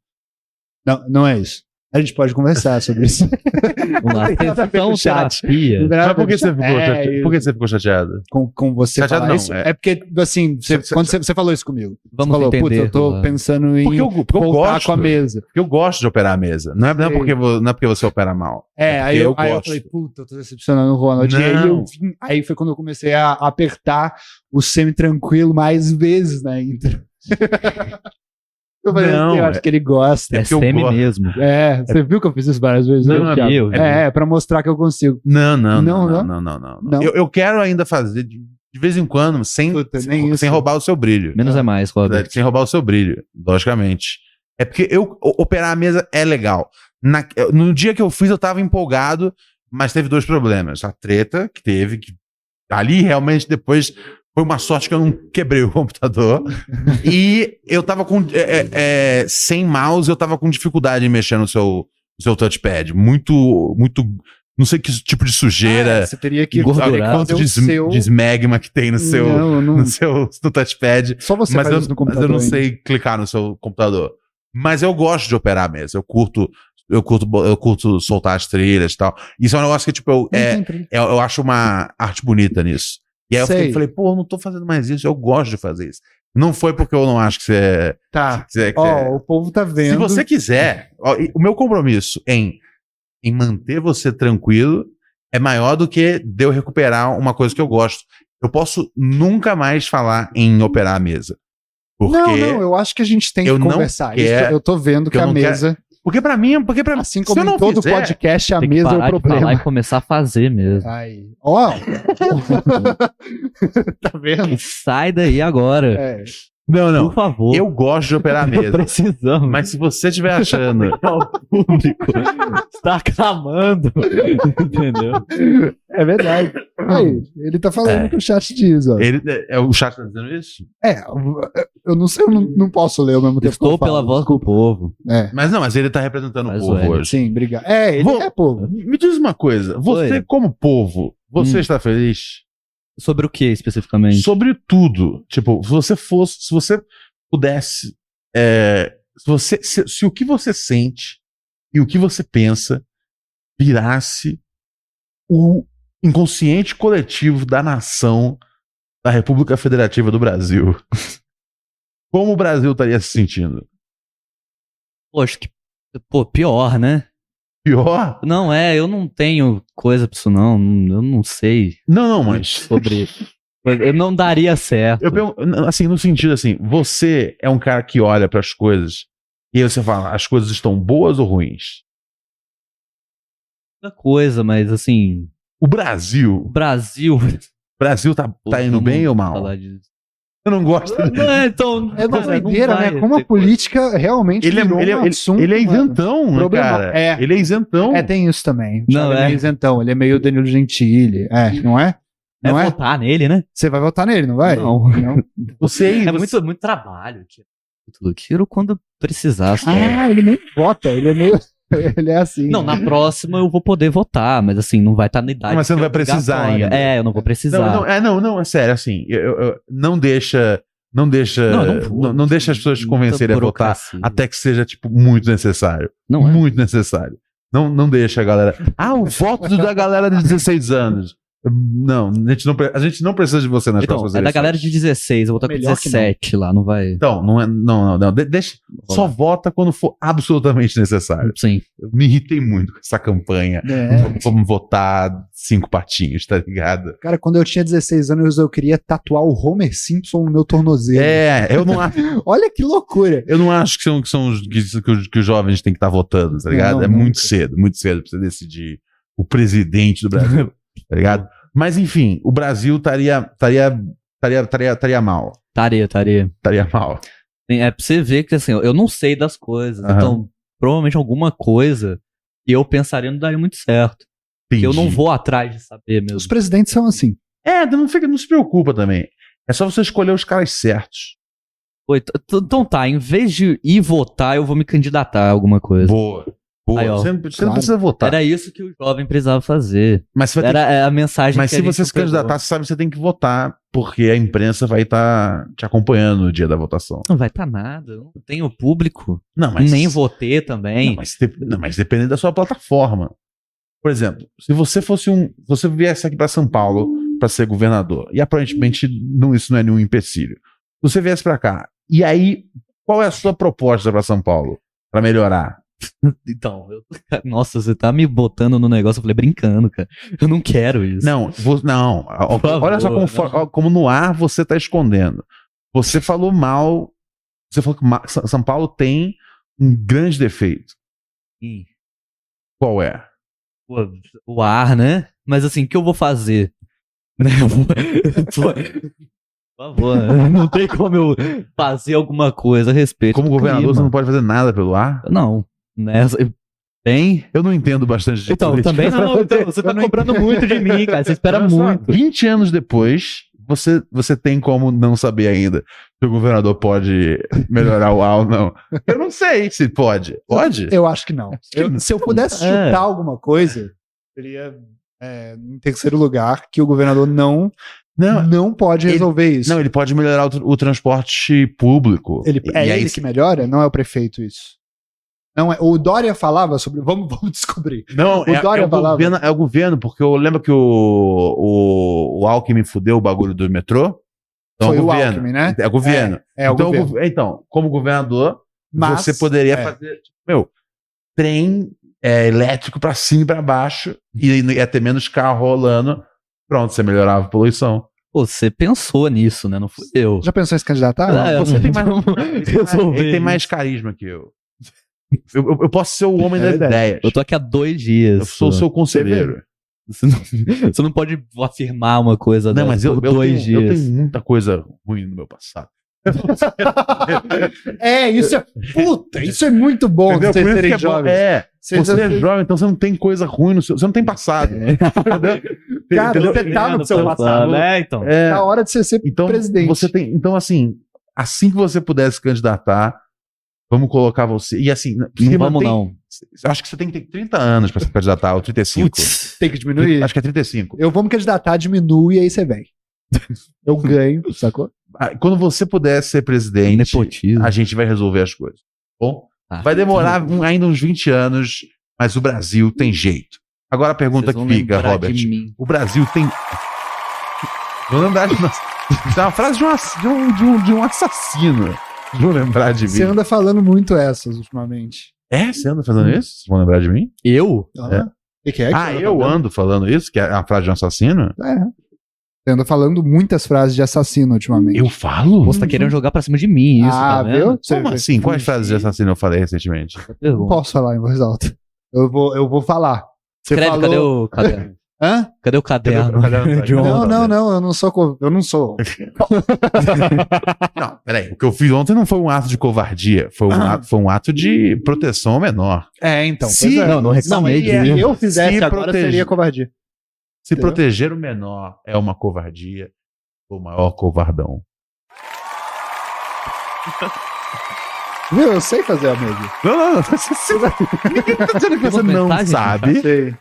[SPEAKER 2] Não, não é isso. A gente pode conversar sobre isso.
[SPEAKER 4] Vamos lá.
[SPEAKER 3] Então tá.
[SPEAKER 2] tem nada a ver com o
[SPEAKER 4] Sessão
[SPEAKER 2] chat.
[SPEAKER 4] terapia.
[SPEAKER 3] Mas por que você ficou,
[SPEAKER 2] É,
[SPEAKER 3] chate-
[SPEAKER 2] eu-
[SPEAKER 3] por que você ficou chateado?
[SPEAKER 2] com, com você
[SPEAKER 3] Chateado
[SPEAKER 2] falar
[SPEAKER 3] não,
[SPEAKER 2] isso?
[SPEAKER 3] é.
[SPEAKER 2] É, porque, assim, você,
[SPEAKER 3] Você-
[SPEAKER 2] quando você, você falou isso comigo.
[SPEAKER 4] Vamos
[SPEAKER 2] falou, putz,
[SPEAKER 4] entender.
[SPEAKER 2] eu tô
[SPEAKER 4] Luan.
[SPEAKER 2] pensando em
[SPEAKER 3] Porque eu, porque eu
[SPEAKER 2] voltar
[SPEAKER 3] gosto.
[SPEAKER 2] com a mesa.
[SPEAKER 3] Porque eu gosto de operar a mesa. Não é, não é
[SPEAKER 2] Sei.
[SPEAKER 3] porque, vo- não é porque você opera mal.
[SPEAKER 2] É, aí,
[SPEAKER 3] porque
[SPEAKER 2] eu,
[SPEAKER 3] eu
[SPEAKER 2] aí eu
[SPEAKER 3] gosto.
[SPEAKER 2] falei, puta, eu tô decepcionando o Ronald. E aí,
[SPEAKER 3] Não.
[SPEAKER 2] eu vim- aí foi quando eu comecei a apertar o semi-tranquilo mais vezes na intro. eu falei,
[SPEAKER 3] Não,
[SPEAKER 2] assim, eu acho que ele gosta.
[SPEAKER 3] é
[SPEAKER 4] É
[SPEAKER 3] porque eu
[SPEAKER 4] semi
[SPEAKER 3] gosto.
[SPEAKER 4] mesmo.
[SPEAKER 2] É, você viu que eu fiz isso várias vezes?
[SPEAKER 3] Não,
[SPEAKER 2] né?
[SPEAKER 3] não,
[SPEAKER 4] é meu.
[SPEAKER 2] é, é, pra mostrar que eu consigo.
[SPEAKER 3] Não, não, não, não,
[SPEAKER 2] Não, não?
[SPEAKER 3] não, não, não, não.
[SPEAKER 2] Não.
[SPEAKER 3] Eu, eu quero ainda fazer de, de vez em quando, sem,
[SPEAKER 2] Puta, nem
[SPEAKER 3] sem,
[SPEAKER 2] isso.
[SPEAKER 3] sem roubar o seu brilho.
[SPEAKER 4] Menos é mais, Robert.
[SPEAKER 3] Né? Sem roubar o seu brilho, logicamente. É porque eu o- operar a mesa é legal. Na- eu- no dia que eu fiz, eu tava empolgado, mas teve dois problemas. A treta que teve, que ali realmente depois Foi uma sorte que eu não quebrei o computador. e eu tava com. é, é, é, sem mouse, eu tava com dificuldade em mexer no seu, no seu touchpad. Muito. muito Não sei que tipo de sujeira.
[SPEAKER 2] Você teria Ah, é, que
[SPEAKER 4] Engordurar.
[SPEAKER 2] fazer
[SPEAKER 3] Quanto
[SPEAKER 2] o
[SPEAKER 3] de, sm-
[SPEAKER 2] seu-
[SPEAKER 3] de smegma que tem no seu,
[SPEAKER 2] Não, não-
[SPEAKER 3] no seu no touchpad.
[SPEAKER 2] Só você
[SPEAKER 3] mas,
[SPEAKER 2] faz
[SPEAKER 3] eu,
[SPEAKER 2] isso no
[SPEAKER 3] mas
[SPEAKER 2] computador.
[SPEAKER 3] eu não
[SPEAKER 2] ainda.
[SPEAKER 3] sei clicar no seu computador. Mas eu gosto de operar mesmo. Eu curto, eu curto, bo- eu curto soltar as trilhas e tal. Isso é um negócio que, tipo, eu,
[SPEAKER 2] Não
[SPEAKER 3] é,
[SPEAKER 2] tem pra-
[SPEAKER 3] eu, eu acho uma arte bonita nisso. E aí eu
[SPEAKER 2] Sei.
[SPEAKER 3] fiquei- falei, pô, eu não tô fazendo mais isso, eu gosto de fazer isso. Não foi porque eu não acho que você.
[SPEAKER 2] Tá.
[SPEAKER 3] que você- que
[SPEAKER 2] Ó, o povo tá
[SPEAKER 3] você- é. se
[SPEAKER 2] vendo.
[SPEAKER 3] você quiser, ó, e o meu compromisso em, em manter você tranquilo é maior do que de eu recuperar uma coisa que eu gosto. Eu posso nunca mais falar em operar a mesa. Porque,
[SPEAKER 2] Não, não, eu acho que a gente tem
[SPEAKER 3] eu
[SPEAKER 2] que
[SPEAKER 3] não
[SPEAKER 2] conversar.
[SPEAKER 3] quero-
[SPEAKER 2] Isso, eu tô vendo que
[SPEAKER 3] eu
[SPEAKER 2] a
[SPEAKER 3] não quero-
[SPEAKER 2] mesa,
[SPEAKER 3] porque pra mim, porque pra
[SPEAKER 2] assim
[SPEAKER 3] se
[SPEAKER 2] como
[SPEAKER 3] eu não
[SPEAKER 2] em todo
[SPEAKER 3] fizer,
[SPEAKER 2] podcast, a
[SPEAKER 4] Tem que
[SPEAKER 2] mesa é o
[SPEAKER 4] parar de falar
[SPEAKER 2] problema.
[SPEAKER 4] e começar a fazer mesmo.
[SPEAKER 2] Aí. Ó! tá vendo?
[SPEAKER 4] Sai daí agora.
[SPEAKER 2] É.
[SPEAKER 3] Não,
[SPEAKER 4] Por favor.
[SPEAKER 3] Eu gosto de operar a mesa.
[SPEAKER 4] Precisamos.
[SPEAKER 3] mas se você estiver achando
[SPEAKER 4] O público
[SPEAKER 3] né?
[SPEAKER 4] está clamando. Entendeu?
[SPEAKER 2] É verdade. Aí, ele tá falando
[SPEAKER 3] É.
[SPEAKER 2] que o chat diz, ó.
[SPEAKER 3] Ele, é, o chat tá dizendo isso?
[SPEAKER 2] É, eu não sei, eu não, não posso ler ao mesmo tempo. que eu
[SPEAKER 4] Estou
[SPEAKER 2] falo,
[SPEAKER 4] pela voz do
[SPEAKER 2] desculpa.
[SPEAKER 4] povo.
[SPEAKER 2] É.
[SPEAKER 3] Mas não, mas ele tá representando
[SPEAKER 4] Mas
[SPEAKER 3] o povo
[SPEAKER 4] o L.
[SPEAKER 3] hoje.
[SPEAKER 2] Sim, obrigado. É, ele
[SPEAKER 3] Vou-
[SPEAKER 2] é povo.
[SPEAKER 3] Me diz uma coisa. Você,
[SPEAKER 4] Oi.
[SPEAKER 3] como povo, você
[SPEAKER 4] Hum.
[SPEAKER 3] está feliz?
[SPEAKER 4] Sobre o que especificamente?
[SPEAKER 3] Sobre tudo. Tipo, se você fosse, se você pudesse, é, se, você, se, se o que você sente e o que você pensa virasse o inconsciente coletivo da nação da República Federativa do Brasil, como o Brasil estaria se sentindo?
[SPEAKER 4] Poxa, que. Pô, pior, né?
[SPEAKER 3] Pior?
[SPEAKER 4] Não, é, eu não tenho coisa pra isso, não. Eu não sei
[SPEAKER 3] Não, não, mas
[SPEAKER 4] sobre. Eu não daria certo.
[SPEAKER 3] Eu pergunto, n- assim, no sentido assim, você é um cara que olha para as coisas e aí você fala, as coisas estão boas ou ruins?
[SPEAKER 4] Muita coisa, mas assim.
[SPEAKER 3] O
[SPEAKER 4] O
[SPEAKER 3] Brasil,
[SPEAKER 4] Brasil.
[SPEAKER 3] o Brasil tá, tá indo
[SPEAKER 4] Vamos
[SPEAKER 3] bem ou mal?
[SPEAKER 4] falar disso.
[SPEAKER 3] Eu não gosto.
[SPEAKER 4] Não é, então.
[SPEAKER 2] É uma
[SPEAKER 4] cara, não
[SPEAKER 2] doideira,
[SPEAKER 4] vai
[SPEAKER 2] né? Como a
[SPEAKER 4] ter coisa.
[SPEAKER 2] política realmente
[SPEAKER 3] Ele é,
[SPEAKER 2] virou
[SPEAKER 3] ele,
[SPEAKER 2] um
[SPEAKER 3] é, ele,
[SPEAKER 2] assunto,
[SPEAKER 3] ele é
[SPEAKER 2] mano.
[SPEAKER 3] isentão, né,
[SPEAKER 2] Problema-
[SPEAKER 3] cara?
[SPEAKER 2] é.
[SPEAKER 3] Ele é isentão.
[SPEAKER 2] É, tem isso também.
[SPEAKER 4] Não,
[SPEAKER 2] Não, é.
[SPEAKER 4] é.
[SPEAKER 2] meio isentão, ele é meio Danilo Gentili. É, não é? Não
[SPEAKER 4] É
[SPEAKER 2] é?
[SPEAKER 4] votar nele, né?
[SPEAKER 2] Você vai votar nele, não vai?
[SPEAKER 4] Não.
[SPEAKER 3] Você,
[SPEAKER 4] É
[SPEAKER 3] você-
[SPEAKER 4] muito, muito trabalho. Tiro, Tudo. Tiro quando precisar. só.
[SPEAKER 2] Ah, ele nem vota, ele é meio. Ele é assim.
[SPEAKER 4] É. Não, na próxima eu vou poder votar, mas assim, não vai estar na idade.
[SPEAKER 3] Mas você não vai
[SPEAKER 4] que é
[SPEAKER 3] precisar
[SPEAKER 4] obrigatória.
[SPEAKER 3] ainda.
[SPEAKER 4] É, eu não vou precisar.
[SPEAKER 3] não, não, é, não, não, é sério, assim, eu- eu- eu- não deixa, não deixa,
[SPEAKER 4] Não,
[SPEAKER 3] não,
[SPEAKER 4] eu não vou.
[SPEAKER 3] É,
[SPEAKER 4] assim,
[SPEAKER 3] não deixa as pessoas te
[SPEAKER 4] Muita
[SPEAKER 3] convencerem a votar
[SPEAKER 4] burocracia.
[SPEAKER 3] até que seja, tipo, muito necessário.
[SPEAKER 4] Não é.
[SPEAKER 3] Muito necessário. Não, não deixa a galera. Ah, o voto do- da galera de 16 anos. Não, a gente não, pre- a gente não precisa de você nas
[SPEAKER 4] Então,
[SPEAKER 3] próximas
[SPEAKER 4] é da
[SPEAKER 3] eleições.
[SPEAKER 4] galera de 16, eu vou estar com
[SPEAKER 2] Melhor que não.
[SPEAKER 4] 17 lá, não vai.
[SPEAKER 3] Então, não é. Não, não, não. De- deixa, só vota quando for absolutamente necessário.
[SPEAKER 4] Sim.
[SPEAKER 3] Eu me irritei muito com essa campanha.
[SPEAKER 2] É.
[SPEAKER 3] Vamos votar cinco patinhos, tá ligado?
[SPEAKER 2] Cara, quando eu tinha 16 anos, eu queria tatuar o Homer Simpson no meu tornozelo.
[SPEAKER 3] É, eu não, a-
[SPEAKER 2] Olha que loucura.
[SPEAKER 3] eu não acho que são, que são os, que, que os, que os jovens têm que estar votando, tá ligado?
[SPEAKER 2] Não,
[SPEAKER 3] é
[SPEAKER 2] não.
[SPEAKER 3] muito cedo, muito cedo pra você decidir o presidente do Brasil, tá ligado? Mas enfim, o Brasil estaria estaria estaria estaria estaria mal.
[SPEAKER 4] Taria, taria.
[SPEAKER 3] estaria mal.
[SPEAKER 4] Tem- É pra você ver que assim, eu não sei das coisas.
[SPEAKER 3] Aham.
[SPEAKER 4] Então, provavelmente alguma coisa que eu pensaria não daria muito certo. Que eu não
[SPEAKER 3] Entendi.
[SPEAKER 4] vou atrás de saber
[SPEAKER 2] Os
[SPEAKER 4] mesmo.
[SPEAKER 2] presidentes são assim.
[SPEAKER 3] É, não, fica, não se preocupa também. É só você escolher os caras certos.
[SPEAKER 4] Oi, t- t- Então tá, em vez de ir votar, eu vou me candidatar a alguma coisa.
[SPEAKER 3] Boa. Boa.
[SPEAKER 4] Aí, ó.
[SPEAKER 3] você não, você
[SPEAKER 2] Claro.
[SPEAKER 3] não precisa votar.
[SPEAKER 4] Era isso que o jovem precisava fazer.
[SPEAKER 3] mas você vai ter
[SPEAKER 4] Era é, a
[SPEAKER 3] que-
[SPEAKER 4] mensagem
[SPEAKER 3] mas
[SPEAKER 4] que
[SPEAKER 3] se
[SPEAKER 4] a gente
[SPEAKER 3] você se
[SPEAKER 4] pegou.
[SPEAKER 3] candidatar, você sabe que você tem que votar, porque a imprensa vai estar te acompanhando no dia da votação.
[SPEAKER 4] Não vai estar nada, eu não tenho público.
[SPEAKER 3] Não, mas.
[SPEAKER 4] Nem votei também.
[SPEAKER 3] Não, mas, de- não, mas dependendo da sua plataforma. Por exemplo, se você fosse um. Você viesse aqui para São Paulo para ser governador, e aparentemente não, isso não é nenhum empecilho. Se você viesse para cá, e aí, qual é a sua proposta para São Paulo? Para melhorar?
[SPEAKER 4] Então, eu- nossa, você tá me botando no negócio. Eu falei, brincando, cara. Eu não quero isso.
[SPEAKER 3] Não, vo- não. Ó,
[SPEAKER 4] Por favor, né?
[SPEAKER 3] olha só como,
[SPEAKER 4] não.
[SPEAKER 3] fo- ó, como no ar você está escondendo. Você falou mal. Você falou que Ma- Sa- São Paulo tem um grande defeito.
[SPEAKER 4] Sim.
[SPEAKER 3] Qual é?
[SPEAKER 4] Pô, O ar, né? Mas assim, o que eu vou fazer? Né, eu vou- Pô, Por favor, né? não tem como eu fazer alguma coisa a respeito.
[SPEAKER 3] Como
[SPEAKER 4] do
[SPEAKER 3] governador, você
[SPEAKER 4] clima.
[SPEAKER 3] não pode fazer nada pelo ar?
[SPEAKER 4] Não, né? nessa. Tem.
[SPEAKER 3] Eu não entendo bastante de
[SPEAKER 4] Então,
[SPEAKER 3] política. tá
[SPEAKER 4] também. Não, não, então, você tá cobrando muito de mim, cara. Você espera
[SPEAKER 3] Olha só,
[SPEAKER 4] muito.
[SPEAKER 3] 20 anos depois, Você, você tem como não saber ainda se o governador pode melhorar o A ou não. Eu não sei se pode. Pode?
[SPEAKER 2] Eu acho que não.
[SPEAKER 3] que não.
[SPEAKER 2] Eu- se eu pudesse
[SPEAKER 4] É.
[SPEAKER 2] chutar alguma coisa, seria é, em terceiro lugar que o governador não, não,
[SPEAKER 3] Não,
[SPEAKER 2] pode
[SPEAKER 3] ele-
[SPEAKER 2] resolver isso.
[SPEAKER 3] não, ele pode melhorar o, tr- o transporte público.
[SPEAKER 2] Ele-
[SPEAKER 3] E-
[SPEAKER 2] é
[SPEAKER 3] e aí
[SPEAKER 2] ele
[SPEAKER 3] se-
[SPEAKER 2] que melhora? Não é o prefeito isso. Não é, o Dória falava sobre. Vamos, vamos descobrir.
[SPEAKER 3] Não,
[SPEAKER 2] O
[SPEAKER 3] é,
[SPEAKER 2] Dória
[SPEAKER 3] é o
[SPEAKER 2] falava.
[SPEAKER 3] governo, é o governo, porque eu lembro que o, o, o Alckmin fudeu o bagulho do metrô.
[SPEAKER 2] Foi
[SPEAKER 3] é
[SPEAKER 2] o
[SPEAKER 3] governo.
[SPEAKER 2] Alckmin, né?
[SPEAKER 3] É o governo.
[SPEAKER 2] É o
[SPEAKER 3] então, o
[SPEAKER 2] governo.
[SPEAKER 3] gov- então, como governador,
[SPEAKER 2] Mas
[SPEAKER 3] você poderia
[SPEAKER 2] é.
[SPEAKER 3] fazer, tipo, meu, trem é, elétrico pra cima e pra baixo, e n- ia ter menos carro rolando. Pronto, você melhorava a poluição.
[SPEAKER 4] Pô, você pensou nisso, né? Não fui eu.
[SPEAKER 2] Já pensou em se candidatar?
[SPEAKER 4] Ah,
[SPEAKER 3] você tem mais-
[SPEAKER 4] vamos resolver
[SPEAKER 3] Ele tem
[SPEAKER 4] isso.
[SPEAKER 3] mais carisma que eu. Eu, eu- eu posso ser o homem
[SPEAKER 2] É
[SPEAKER 3] das
[SPEAKER 2] verdade.
[SPEAKER 3] ideias.
[SPEAKER 4] Eu tô aqui há dois dias.
[SPEAKER 3] Eu sou o seu conselheiro.
[SPEAKER 4] Você não, você não pode afirmar uma coisa
[SPEAKER 3] Não,
[SPEAKER 4] dessa
[SPEAKER 3] mas eu,
[SPEAKER 4] por
[SPEAKER 3] eu
[SPEAKER 4] dois
[SPEAKER 3] tenho, eu
[SPEAKER 4] dias.
[SPEAKER 3] tenho um muita coisa ruim no meu passado.
[SPEAKER 2] É, isso é. Puta, isso é muito bom
[SPEAKER 3] Entendeu?
[SPEAKER 2] de vocês
[SPEAKER 3] Por isso que
[SPEAKER 2] serem
[SPEAKER 3] é, bom.
[SPEAKER 2] jovens.
[SPEAKER 3] é,
[SPEAKER 2] Vocês-
[SPEAKER 3] você é jovem, então você não tem coisa ruim no seu. Você não tem passado. Entendeu?
[SPEAKER 2] Cara,
[SPEAKER 3] Entendeu?
[SPEAKER 2] você tá no seu
[SPEAKER 4] Pensando,
[SPEAKER 2] passado.
[SPEAKER 4] né? Então,
[SPEAKER 3] É,
[SPEAKER 2] Tá hora de você ser
[SPEAKER 3] então,
[SPEAKER 2] presidente.
[SPEAKER 3] você tem. Então, assim, assim que você puder se candidatar, vamos colocar você. E assim,
[SPEAKER 4] não
[SPEAKER 3] se
[SPEAKER 4] vamos
[SPEAKER 3] mantém-
[SPEAKER 4] não.
[SPEAKER 3] Acho que você tem que ter 30 anos pra se candidatar, ou 35.
[SPEAKER 4] Putz,
[SPEAKER 2] Tem que diminuir.
[SPEAKER 3] Acho que é 35.
[SPEAKER 2] Eu vou me candidatar, diminui e aí você vem. Eu ganho, sacou?
[SPEAKER 3] Ah, Quando você puder ser presidente,
[SPEAKER 4] nepotismo.
[SPEAKER 3] a gente vai resolver as coisas. tá Bom,
[SPEAKER 4] Ah,
[SPEAKER 3] vai demorar um- ainda uns 20 anos, mas o Brasil tem jeito. Agora a pergunta
[SPEAKER 4] vocês
[SPEAKER 3] que
[SPEAKER 4] vão
[SPEAKER 3] fica,
[SPEAKER 4] lembrar
[SPEAKER 3] Robert.
[SPEAKER 4] de mim.
[SPEAKER 3] O Brasil tem. Vou lembrar de uma, de uma frase de, uma- de um, de um- de um assassino. Vão lembrar de mim.
[SPEAKER 2] Você anda falando muito essas ultimamente.
[SPEAKER 3] É? Você anda fazendo isso? Vocês vão lembrar de mim?
[SPEAKER 4] Eu?
[SPEAKER 2] Ah, O que, que é que
[SPEAKER 3] ah,
[SPEAKER 2] você anda
[SPEAKER 3] eu
[SPEAKER 2] falando?
[SPEAKER 3] ando falando isso? Que é uma frase de um assassino?
[SPEAKER 2] É. Você anda falando muitas frases de assassino ultimamente.
[SPEAKER 3] Eu falo?
[SPEAKER 4] Você tá querendo jogar pra cima de mim, isso,
[SPEAKER 2] ah,
[SPEAKER 4] tá vendo?
[SPEAKER 2] viu? Você-
[SPEAKER 3] Como assim? Quais frases de assassino eu falei recentemente?
[SPEAKER 4] Essa
[SPEAKER 2] Não
[SPEAKER 4] pergunta.
[SPEAKER 2] posso falar em voz alta. Eu vou, eu vou falar. Você
[SPEAKER 4] Credo, cadê
[SPEAKER 2] falou...
[SPEAKER 4] o caderno?
[SPEAKER 2] Hã?
[SPEAKER 4] Cadê o
[SPEAKER 3] Cadê o-
[SPEAKER 4] caderno?
[SPEAKER 3] cadê o-
[SPEAKER 4] de
[SPEAKER 3] cadê o-
[SPEAKER 4] ontem?
[SPEAKER 2] Não, não, não, eu não sou. co- Eu não sou.
[SPEAKER 3] Não, peraí. O que eu fiz ontem não foi um ato de covardia. Foi um, ato, foi um ato de proteção ao menor.
[SPEAKER 2] Ah. É, então.
[SPEAKER 4] Sim,
[SPEAKER 2] pois é.
[SPEAKER 4] não, não reclamei
[SPEAKER 2] Se
[SPEAKER 4] de mim.
[SPEAKER 2] eu fizesse
[SPEAKER 3] Se
[SPEAKER 2] agora,
[SPEAKER 3] protege.
[SPEAKER 2] seria covardia.
[SPEAKER 3] Se
[SPEAKER 2] Entendeu?
[SPEAKER 3] proteger o menor é uma covardia, o maior covardão.
[SPEAKER 2] Viu? Eu sei fazer amigo.
[SPEAKER 3] Não, não, tá não. Você, você, ninguém tá dizendo que você
[SPEAKER 4] Tem uma
[SPEAKER 3] não
[SPEAKER 4] vantagem?
[SPEAKER 3] sabe.
[SPEAKER 2] Sei.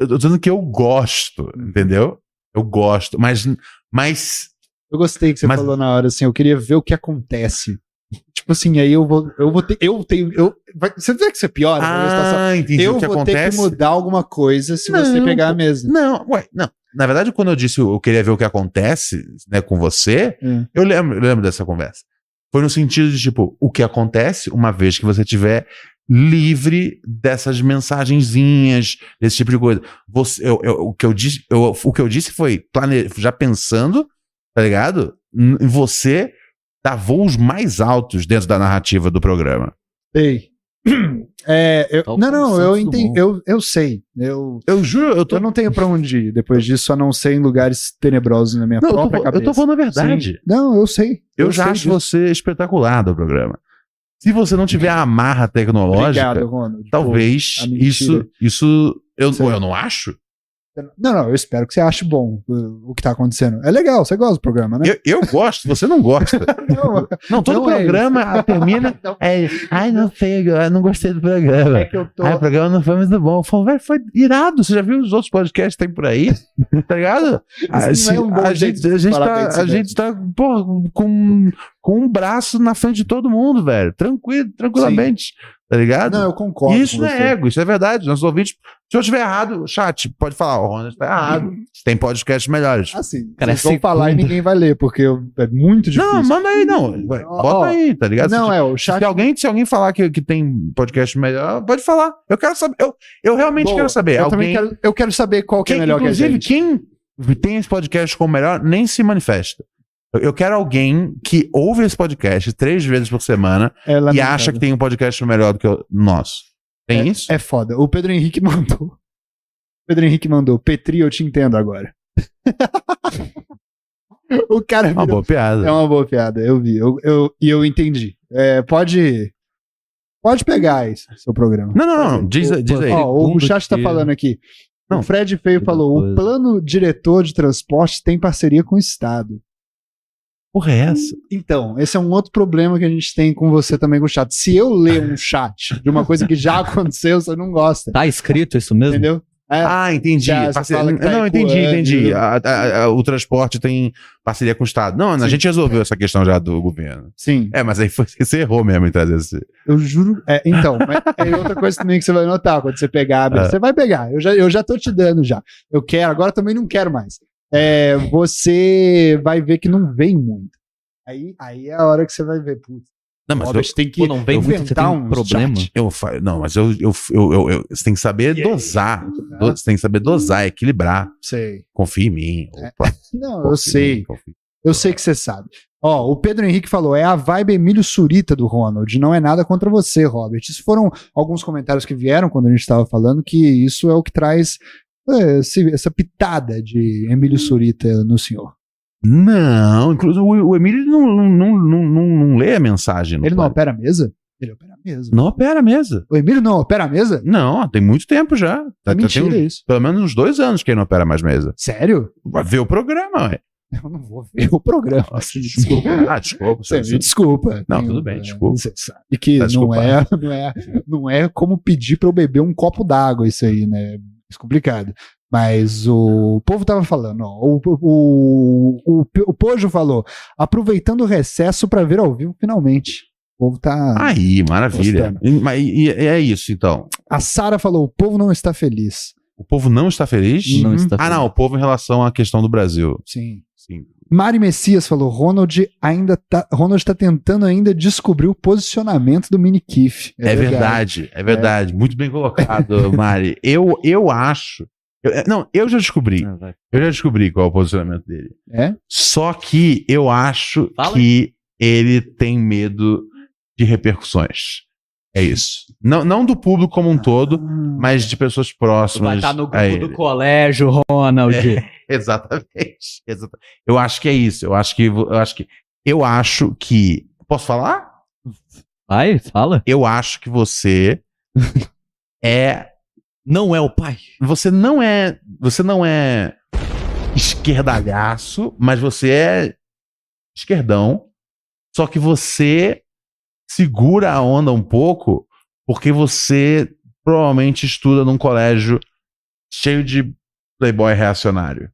[SPEAKER 3] Eu tô dizendo que eu gosto, entendeu? Eu gosto, mas. mas
[SPEAKER 2] Eu gostei que você
[SPEAKER 3] Mas-
[SPEAKER 2] falou na hora, assim, eu queria ver o que acontece. Tipo assim, aí eu vou. Eu vou ter. Eu tenho. Eu, vai- você vê que você piora? né, a situação?
[SPEAKER 3] ah, entendi
[SPEAKER 2] eu
[SPEAKER 3] o que
[SPEAKER 2] vou ter que
[SPEAKER 3] acontece.
[SPEAKER 2] mudar alguma coisa se
[SPEAKER 3] Não,
[SPEAKER 2] você pegar a mesa.
[SPEAKER 3] Não, ué, não. Na verdade, quando eu disse eu queria ver o que acontece né, com você,
[SPEAKER 2] Hum.
[SPEAKER 3] eu, lembro, eu lembro dessa conversa. Foi no sentido de, tipo, o que acontece uma vez que você estiver livre dessas mensagenzinhas, desse tipo de coisa. Você, eu- eu- o, que eu disse, eu- o que eu disse foi plane... já pensando, tá ligado? N- Em você dar voos mais altos dentro da narrativa do programa.
[SPEAKER 2] Sei. É, eu-
[SPEAKER 3] Tá
[SPEAKER 4] Tal
[SPEAKER 2] não,
[SPEAKER 4] como
[SPEAKER 2] não, eu
[SPEAKER 4] Santos
[SPEAKER 2] entendi.
[SPEAKER 4] Dumont.
[SPEAKER 2] Eu, eu sei. Eu,
[SPEAKER 3] Eu juro, eu tô.
[SPEAKER 2] eu não tenho pra onde ir depois disso, a não ser em lugares tenebrosos na minha
[SPEAKER 3] Não, eu tô
[SPEAKER 2] própria
[SPEAKER 3] fal- eu, tô,
[SPEAKER 2] cabeça.
[SPEAKER 3] falando a verdade.
[SPEAKER 2] Sim. Não, eu sei.
[SPEAKER 3] Eu já
[SPEAKER 2] sei
[SPEAKER 3] acho
[SPEAKER 2] disso.
[SPEAKER 3] você espetacular do programa. Se você não tiver a amarra tecnológica,
[SPEAKER 2] Obrigado, Ronald.
[SPEAKER 3] talvez
[SPEAKER 2] a mentira. é
[SPEAKER 3] isso. isso eu,
[SPEAKER 2] Sim.
[SPEAKER 3] eu não acho.
[SPEAKER 2] Pô, Não, não, eu espero que você ache bom uh, o que tá acontecendo. É legal, você gosta do programa, né?
[SPEAKER 3] Eu, eu gosto, você não gosta.
[SPEAKER 2] Não,
[SPEAKER 3] Não, todo
[SPEAKER 2] Não é Então-
[SPEAKER 3] programa termina. é, Ai, não sei, eu não gostei do programa.
[SPEAKER 2] é que eu tô.
[SPEAKER 3] Ai, o programa não foi muito bom. Eu falo, "Velho, foi irado. Você já viu os outros podcasts que tem por aí? Tá ligado?
[SPEAKER 2] não
[SPEAKER 3] Ah, se-
[SPEAKER 2] é um bom
[SPEAKER 3] a,
[SPEAKER 2] jeito
[SPEAKER 3] gente,
[SPEAKER 2] de
[SPEAKER 3] a, gente
[SPEAKER 2] falar
[SPEAKER 3] tá,
[SPEAKER 2] bem
[SPEAKER 3] a gente tá pô, com, com um braço na frente de todo mundo, velho. Tranquilo, tranquilamente. Tá ligado?
[SPEAKER 2] Não, eu concordo.
[SPEAKER 3] isso
[SPEAKER 2] com
[SPEAKER 3] não
[SPEAKER 2] você.
[SPEAKER 3] é ego, isso é verdade. Nossos ouvintes, se eu estiver errado, chat, pode falar, o Ronald tá errado.
[SPEAKER 2] Uhum.
[SPEAKER 3] Tem podcasts melhores.
[SPEAKER 2] Assim,
[SPEAKER 4] Cara,
[SPEAKER 2] vocês vão
[SPEAKER 4] é
[SPEAKER 2] falar e
[SPEAKER 4] segunda.
[SPEAKER 2] ninguém vai ler, porque eu- é muito difícil.
[SPEAKER 3] Não, manda aí, não. Ué,
[SPEAKER 2] Ó,
[SPEAKER 3] Bota
[SPEAKER 2] ó,
[SPEAKER 3] aí, tá ligado?
[SPEAKER 2] Não,
[SPEAKER 3] se,
[SPEAKER 2] é o
[SPEAKER 3] se,
[SPEAKER 2] chat.
[SPEAKER 3] alguém, se alguém falar que, que tem podcast melhor, pode falar. Eu quero saber. Eu, eu realmente
[SPEAKER 2] Boa.
[SPEAKER 3] quero saber.
[SPEAKER 2] Eu também
[SPEAKER 3] alguém,
[SPEAKER 2] quero, eu quero saber qual que é
[SPEAKER 3] quem-
[SPEAKER 2] melhor que a
[SPEAKER 3] inclusive,
[SPEAKER 2] gente.
[SPEAKER 3] quem tem esse podcast como melhor nem se manifesta. Eu- Eu quero alguém que ouve esse podcast três vezes por semana
[SPEAKER 2] É
[SPEAKER 3] e
[SPEAKER 2] lamentável.
[SPEAKER 3] acha que tem um podcast melhor do que o nosso. Tem isso?
[SPEAKER 2] É foda. O Pedro Henrique mandou. O Pedro Henrique mandou. Petri, eu te entendo agora. o cara
[SPEAKER 3] É uma
[SPEAKER 2] virou-
[SPEAKER 3] boa piada.
[SPEAKER 2] É uma boa piada. Eu vi. Eu, eu- e eu entendi. É, pode. Pode pegar isso, seu programa.
[SPEAKER 3] Não, não, não. Diz, diz aí.
[SPEAKER 2] um Ó, o
[SPEAKER 4] Segundo
[SPEAKER 2] chat tá
[SPEAKER 4] que-
[SPEAKER 2] falando aqui. o Fred Feio
[SPEAKER 4] Outra
[SPEAKER 2] falou:
[SPEAKER 4] coisa.
[SPEAKER 2] o plano diretor de transporte tem parceria com o Estado.
[SPEAKER 3] Porra, é essa?
[SPEAKER 2] Então, esse é um outro problema que a gente tem com você também com o chat. Se eu ler um chat de uma coisa que já aconteceu, você não gosta.
[SPEAKER 4] Tá escrito isso mesmo?
[SPEAKER 2] Entendeu? É,
[SPEAKER 3] Ah, entendi.
[SPEAKER 2] Já, você
[SPEAKER 3] Parceria-
[SPEAKER 2] fala que tá
[SPEAKER 3] não,
[SPEAKER 2] aí
[SPEAKER 3] entendi,
[SPEAKER 2] coando.
[SPEAKER 3] entendi. A- a- a- o transporte tem parceria com o Estado. Não, a
[SPEAKER 2] Sim.
[SPEAKER 3] gente resolveu essa questão já do governo.
[SPEAKER 2] sim.
[SPEAKER 3] É, mas aí foi, você errou mesmo em trazer esse.
[SPEAKER 2] Eu juro. É, então, mas tem outra coisa também que você vai notar quando você pegar a Bíblia.
[SPEAKER 3] É.
[SPEAKER 2] Você vai pegar. Eu já, eu já tô te dando já. Eu quero, agora também não quero mais. É, você vai ver que não vem muito. Aí, aí é a hora que você vai ver, putz,
[SPEAKER 3] Não, mas eu,
[SPEAKER 2] Robert tem que
[SPEAKER 4] Pô, não vem muito, você tem
[SPEAKER 2] inventar
[SPEAKER 4] um
[SPEAKER 2] uns
[SPEAKER 4] problema.
[SPEAKER 2] chat.
[SPEAKER 3] eu fa- não, mas eu, eu, eu, eu- eu- você tem que saber
[SPEAKER 2] E aí? Tá.
[SPEAKER 3] dosar. Do- você tem que saber dosar, equilibrar.
[SPEAKER 2] Sei.
[SPEAKER 3] Confia em mim. Opa,
[SPEAKER 2] É, Não,
[SPEAKER 3] confia
[SPEAKER 2] eu
[SPEAKER 3] em
[SPEAKER 2] sei.
[SPEAKER 3] mim, confia.
[SPEAKER 2] Eu sei que você sabe. Ó, o Pedro Henrique falou: é a vibe Emílio Surita do Ronald. Não é nada contra você, Robert. Isso foram alguns comentários que vieram quando a gente estava falando que isso é o que traz é, esse- essa pitada de Emílio Surita no senhor.
[SPEAKER 3] Não, inclusive o, o Emílio não, não, não, não, não, não lê a mensagem.
[SPEAKER 2] Ele não
[SPEAKER 3] pode.
[SPEAKER 2] opera a mesa? Ele opera a mesa.
[SPEAKER 3] Não opera mesmo.
[SPEAKER 2] O Emílio não opera a mesa?
[SPEAKER 3] Não, tem muito tempo já.
[SPEAKER 2] É
[SPEAKER 3] Tá- tá-
[SPEAKER 2] mentira
[SPEAKER 3] tem um-
[SPEAKER 2] isso.
[SPEAKER 3] pelo menos uns dois anos que ele não opera mais mesa.
[SPEAKER 2] Sério?
[SPEAKER 3] Vai ver o programa, ué.
[SPEAKER 2] Eu não vou ver o programa.
[SPEAKER 3] desculpa. Ah, desculpa.
[SPEAKER 2] Você
[SPEAKER 3] senhor.
[SPEAKER 2] me desculpa.
[SPEAKER 3] Não,
[SPEAKER 2] Tem
[SPEAKER 3] tudo
[SPEAKER 2] um-
[SPEAKER 3] bem, desculpa.
[SPEAKER 2] Você sabe que
[SPEAKER 3] Tá
[SPEAKER 2] não, é, não, é, não é como pedir pra eu beber um copo d'água, isso aí, né? É complicado. Mas o povo tava falando, ó, o, o, o, o Pojo falou, aproveitando o recesso pra ver ao vivo finalmente. O povo tá.
[SPEAKER 3] Aí, maravilha. E, mas e- e é isso, então.
[SPEAKER 2] A Sara falou, o povo não está feliz.
[SPEAKER 3] O povo não está feliz?
[SPEAKER 4] Não
[SPEAKER 2] Uhum.
[SPEAKER 4] está
[SPEAKER 3] Ah, não, o povo em relação à questão do Brasil.
[SPEAKER 2] Sim.
[SPEAKER 3] Sim.
[SPEAKER 2] Mari Messias falou, Ronald ainda tá, Ronald tá tentando ainda descobrir o posicionamento do mini Kiff.
[SPEAKER 3] É, verdade, é verdade. Muito bem colocado, Mari. Eu, eu acho. eu- é, não, eu já descobri.
[SPEAKER 4] Ah, vai.
[SPEAKER 3] Eu já descobri qual é o posicionamento dele.
[SPEAKER 2] É?
[SPEAKER 3] Só que eu acho
[SPEAKER 4] Fala.
[SPEAKER 3] que ele tem medo de repercussões. É isso. Não, não do público como um todo, mas de pessoas
[SPEAKER 4] Tu vai
[SPEAKER 3] próximas.
[SPEAKER 4] estar no
[SPEAKER 3] a
[SPEAKER 4] grupo
[SPEAKER 3] ele.
[SPEAKER 4] do colégio, Ronald.
[SPEAKER 3] Exatamente. Exata- Eu acho que é isso. Eu acho que eu acho que eu acho que posso falar?
[SPEAKER 4] Vai, fala.
[SPEAKER 3] Eu acho que você é
[SPEAKER 4] Não é o pai.
[SPEAKER 3] você não é você não é esquerdalhaço, mas você é esquerdão. Só que você segura a onda um pouco porque você provavelmente estuda num colégio cheio de playboy reacionário.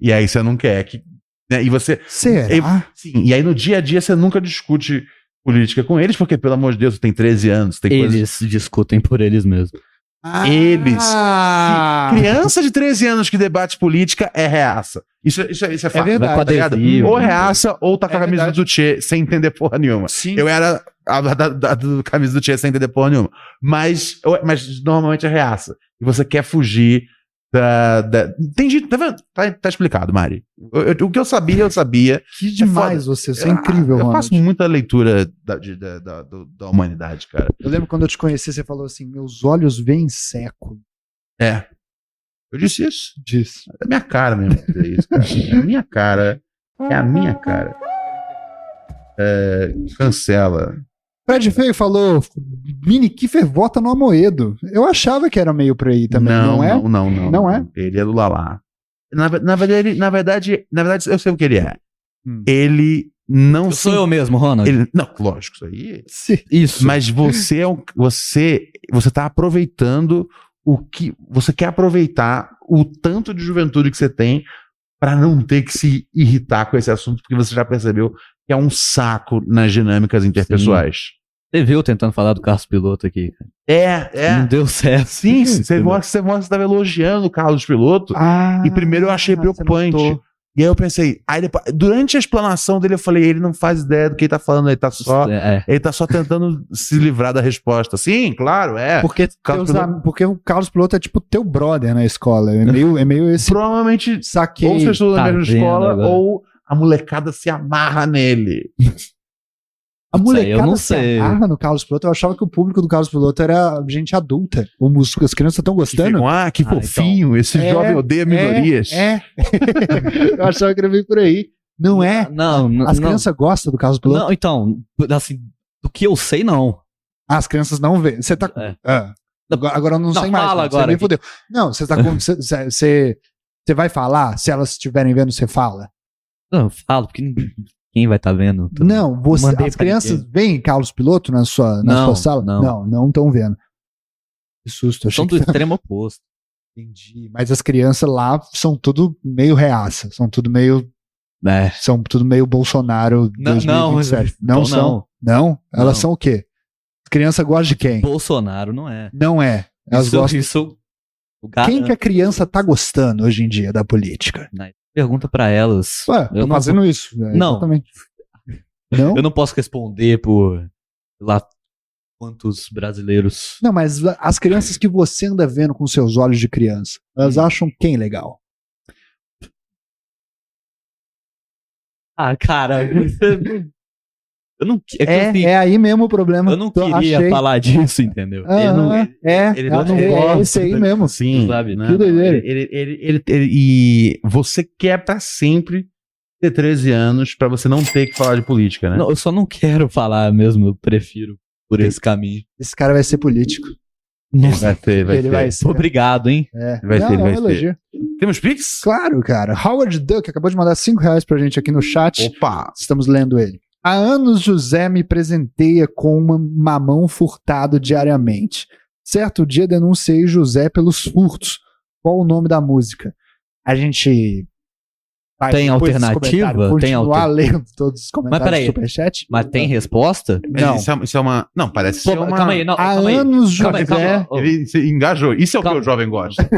[SPEAKER 3] e aí você não quer que né? e você
[SPEAKER 2] Será?
[SPEAKER 3] Eu- Sim, e aí no dia a dia você nunca discute política com eles, porque, pelo amor de Deus, você tem 13 anos, tem coisa.
[SPEAKER 4] Eles discutem por eles mesmos.
[SPEAKER 3] Eles.
[SPEAKER 2] Ah,
[SPEAKER 3] Criança de 13 anos que debate política é reaça. Isso, isso, isso é fato.
[SPEAKER 2] verdade.
[SPEAKER 3] tá ligado?
[SPEAKER 4] adesivo,
[SPEAKER 3] ou
[SPEAKER 4] né?
[SPEAKER 3] reaça, ou tá com
[SPEAKER 2] É
[SPEAKER 3] a camisa
[SPEAKER 2] verdade.
[SPEAKER 3] do Tchê sem entender porra nenhuma.
[SPEAKER 2] Sim.
[SPEAKER 3] Eu era a da, da- do camisa do Tchê sem entender porra nenhuma. Mas, eu- mas normalmente é reaça. E você quer fugir da. da... Entendi, tá vendo? Tá, tá explicado, Mari. Eu- eu- o que eu sabia, eu sabia.
[SPEAKER 2] Que demais você, você é
[SPEAKER 3] Ah,
[SPEAKER 2] incrível,
[SPEAKER 3] Eu
[SPEAKER 2] Ronald.
[SPEAKER 3] faço muita leitura da, de- da, da- do- da humanidade, cara.
[SPEAKER 2] Eu lembro quando eu te conheci, você falou assim: meus olhos veem século.
[SPEAKER 3] É. Eu disse isso.
[SPEAKER 2] Disso.
[SPEAKER 3] É minha cara mesmo dizer isso, cara. É a minha cara. É a minha cara. É, cancela.
[SPEAKER 2] Fred Feio falou: Mini Kiffer vota no Amoedo. Eu achava que era meio por aí também, não, é?
[SPEAKER 3] Não, não, não.
[SPEAKER 2] Não é?
[SPEAKER 3] Ele é do Lalá. Na, ve- na verdade, ele- na verdade, na verdade, eu sei o que ele é.
[SPEAKER 2] Hum.
[SPEAKER 3] Ele não
[SPEAKER 4] Eu
[SPEAKER 3] se-
[SPEAKER 4] sou eu mesmo, Ronald.
[SPEAKER 3] ele- não, lógico, isso aí.
[SPEAKER 2] Sim.
[SPEAKER 4] Isso.
[SPEAKER 3] Mas você é um, você você tá aproveitando o que você quer aproveitar o tanto de juventude que você tem para não ter que se irritar com esse assunto, porque você já percebeu que é um saco nas dinâmicas interpessoais.
[SPEAKER 4] Você viu tentando falar do Carlos Piloto aqui. cara.
[SPEAKER 3] É, é.
[SPEAKER 4] Não deu certo.
[SPEAKER 3] Sim, você
[SPEAKER 4] Entendeu?
[SPEAKER 3] mostra, você mostra, você tava elogiando o Carlos Piloto.
[SPEAKER 2] Ah,
[SPEAKER 3] e primeiro eu achei preocupante.
[SPEAKER 2] você notou.
[SPEAKER 3] E aí eu pensei, aí depois, durante a explanação dele eu falei, ele não faz ideia do que ele tá falando, ele tá só,
[SPEAKER 4] É, é.
[SPEAKER 3] ele tá só tentando se livrar da resposta. Sim, claro, é.
[SPEAKER 2] Ah, Porque,
[SPEAKER 3] Carlos
[SPEAKER 2] teus
[SPEAKER 3] Piloto-
[SPEAKER 2] am- porque o Carlos Piloto é tipo teu brother na escola. É meio, é meio esse
[SPEAKER 3] Provavelmente Ou
[SPEAKER 2] saquei.
[SPEAKER 3] vocês estudam na
[SPEAKER 4] tá
[SPEAKER 3] mesma
[SPEAKER 4] vendo
[SPEAKER 3] escola,
[SPEAKER 4] agora?
[SPEAKER 3] ou a molecada se amarra nele.
[SPEAKER 2] A
[SPEAKER 4] Isso aí eu
[SPEAKER 2] molecada
[SPEAKER 4] não
[SPEAKER 2] se
[SPEAKER 4] sei.
[SPEAKER 2] amarra no Carlos Piloto. Eu achava que o público do Carlos Piloto era gente adulta. O músico- As crianças estão
[SPEAKER 3] Que
[SPEAKER 2] gostando.
[SPEAKER 3] ficam, ah, que
[SPEAKER 4] Ah,
[SPEAKER 3] fofinho, esse
[SPEAKER 2] É,
[SPEAKER 3] jovem odeia minorias.
[SPEAKER 2] É. eu achava que era meio por aí. Não é?
[SPEAKER 4] Não, não.
[SPEAKER 2] As
[SPEAKER 4] não.
[SPEAKER 2] crianças gostam do Carlos Piloto?
[SPEAKER 4] Não, então, assim, do que eu sei, não.
[SPEAKER 2] As crianças não veem. Você tá. com-
[SPEAKER 4] É.
[SPEAKER 2] Ah, Agora, agora eu não,
[SPEAKER 4] Não,
[SPEAKER 2] sei mais. mano,
[SPEAKER 4] fala agora
[SPEAKER 2] Você me
[SPEAKER 4] aqui.
[SPEAKER 2] fudeu. Não, você tá com. Você você- você vai falar? Se elas estiverem vendo, você fala?
[SPEAKER 4] Não, eu falo, porque ninguém- quem vai estar vendo?
[SPEAKER 2] Não, você,
[SPEAKER 4] Mandei
[SPEAKER 2] as
[SPEAKER 4] pra
[SPEAKER 2] crianças veem Carlos Piloto na sua, na
[SPEAKER 4] Não,
[SPEAKER 2] sua sala?
[SPEAKER 4] não.
[SPEAKER 2] não, não estão vendo. Que susto, achei
[SPEAKER 4] São do
[SPEAKER 2] que
[SPEAKER 4] extremo oposto.
[SPEAKER 2] entendi. Mas as crianças lá são tudo meio reaça, são tudo meio,
[SPEAKER 4] É.
[SPEAKER 2] são tudo meio Bolsonaro
[SPEAKER 4] Não, Então,
[SPEAKER 2] 2027. Não,
[SPEAKER 4] não, não.
[SPEAKER 2] são? Não. Elas
[SPEAKER 4] Não.
[SPEAKER 2] são o quê? Criança gosta de quem?
[SPEAKER 4] Bolsonaro não é.
[SPEAKER 2] Não é. Elas
[SPEAKER 4] isso, né?
[SPEAKER 2] gostam.
[SPEAKER 4] isso o gato
[SPEAKER 2] Quem que a criança tá gostando hoje em dia da política?
[SPEAKER 4] pergunta pra elas.
[SPEAKER 2] Ué,
[SPEAKER 4] eu,
[SPEAKER 2] tô
[SPEAKER 4] não,
[SPEAKER 2] fazendo isso. né?
[SPEAKER 4] Não.
[SPEAKER 2] Exatamente. Não?
[SPEAKER 4] eu não posso responder por sei lá quantos brasileiros.
[SPEAKER 2] Não, mas as crianças que você anda vendo com seus olhos de criança, elas acham quem legal?
[SPEAKER 4] Ah, cara, você- eu não que- é que
[SPEAKER 2] É,
[SPEAKER 4] assim,
[SPEAKER 2] é aí mesmo o problema.
[SPEAKER 4] eu não
[SPEAKER 2] Tô-
[SPEAKER 4] queria
[SPEAKER 2] achei.
[SPEAKER 4] falar disso, entendeu?
[SPEAKER 2] Ah,
[SPEAKER 4] Eu não-
[SPEAKER 2] é,
[SPEAKER 4] ele
[SPEAKER 2] é,
[SPEAKER 4] não
[SPEAKER 2] é,
[SPEAKER 4] gosta
[SPEAKER 2] esse aí
[SPEAKER 4] da-
[SPEAKER 2] mesmo.
[SPEAKER 3] Sim.
[SPEAKER 4] Sabe,
[SPEAKER 3] né?
[SPEAKER 2] que doideira.
[SPEAKER 3] Ele, ele, ele, ele- ele- e você quer pra sempre ter 13 anos pra você não ter que falar de política, né?
[SPEAKER 4] é, Não, eu só não quero falar mesmo, eu prefiro por esse caminho.
[SPEAKER 2] Esse cara vai ser político.
[SPEAKER 3] Vai ter, vai
[SPEAKER 2] ele
[SPEAKER 3] ter.
[SPEAKER 2] vai ser.
[SPEAKER 4] Obrigado, hein?
[SPEAKER 2] É.
[SPEAKER 3] Vai
[SPEAKER 2] Não,
[SPEAKER 3] ter, ele
[SPEAKER 2] é um
[SPEAKER 3] vai ter.
[SPEAKER 2] elogio.
[SPEAKER 3] Temos Pix?
[SPEAKER 2] Claro, cara. Howard Duck acabou de mandar 5 reais pra gente aqui no chat.
[SPEAKER 3] Opa!
[SPEAKER 2] Estamos lendo ele. Há anos José me presenteia com uma mamão furtado diariamente. Certo dia denunciei José pelos furtos. Qual o nome da música? A gente. vai
[SPEAKER 4] Tem
[SPEAKER 2] depois dos
[SPEAKER 4] alternativa?
[SPEAKER 2] comentários,
[SPEAKER 4] Tem
[SPEAKER 2] continuar
[SPEAKER 4] alter-
[SPEAKER 2] lendo todos os comentários
[SPEAKER 4] peraí.
[SPEAKER 2] do Superchat.
[SPEAKER 4] Mas tem resposta?
[SPEAKER 3] Mas
[SPEAKER 2] Não.
[SPEAKER 3] Isso, é, isso é uma. Não, parece
[SPEAKER 4] Pô,
[SPEAKER 3] ser uma.
[SPEAKER 4] Calma aí, não,
[SPEAKER 2] Há
[SPEAKER 4] calma aí.
[SPEAKER 2] anos né?
[SPEAKER 4] Calma aí,
[SPEAKER 2] José.
[SPEAKER 4] calma aí.
[SPEAKER 3] Ele se engajou. Isso é o
[SPEAKER 4] Calma.
[SPEAKER 3] que o jovem gosta.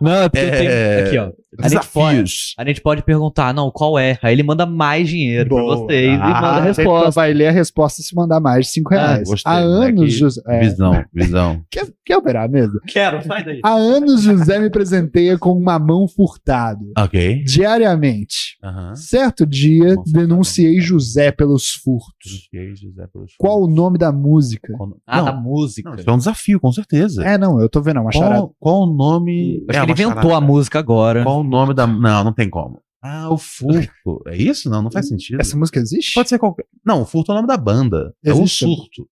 [SPEAKER 4] Não, é porque eu
[SPEAKER 3] É.
[SPEAKER 4] tenho. Aqui, ó.
[SPEAKER 2] um
[SPEAKER 4] A gente, pode,
[SPEAKER 3] Desafios.
[SPEAKER 4] a gente pode perguntar, não, qual é? Aí ele manda mais dinheiro pra
[SPEAKER 2] Boa.
[SPEAKER 4] vocês e
[SPEAKER 3] Ah,
[SPEAKER 4] manda a
[SPEAKER 2] Ele
[SPEAKER 4] resposta.
[SPEAKER 2] vai ler a resposta se mandar mais de 5
[SPEAKER 3] Ah,
[SPEAKER 2] reais.
[SPEAKER 3] gostei,
[SPEAKER 2] Há
[SPEAKER 3] né?
[SPEAKER 2] anos
[SPEAKER 3] Que-
[SPEAKER 2] José. é,
[SPEAKER 3] Visão, visão.
[SPEAKER 2] quer, quer operar mesmo?
[SPEAKER 4] Quero, sai daí.
[SPEAKER 2] Há anos José me presenteia com um mamão furtado.
[SPEAKER 3] Ok.
[SPEAKER 2] Diariamente.
[SPEAKER 3] Aham.
[SPEAKER 2] Certo dia,
[SPEAKER 3] Nossa,
[SPEAKER 2] denunciei
[SPEAKER 3] cara.
[SPEAKER 2] José pelos furtos. Qual o nome da música?
[SPEAKER 4] Ah, da
[SPEAKER 3] não,
[SPEAKER 4] música.
[SPEAKER 3] Uhum. não, isso é um desafio, com certeza.
[SPEAKER 2] É, não, eu tô vendo, é uma charada.
[SPEAKER 3] qual, qual o nome.
[SPEAKER 4] Acho
[SPEAKER 3] É, uma
[SPEAKER 4] que ele inventou
[SPEAKER 3] charada.
[SPEAKER 4] a música agora.
[SPEAKER 3] Qual o nome da. Não, não tem como. Ah, o furto. É isso? Não, não faz sentido.
[SPEAKER 2] Essa música existe?
[SPEAKER 3] Pode ser qualquer. Não, o furto é o nome da banda.
[SPEAKER 2] Existe?
[SPEAKER 3] É o surto.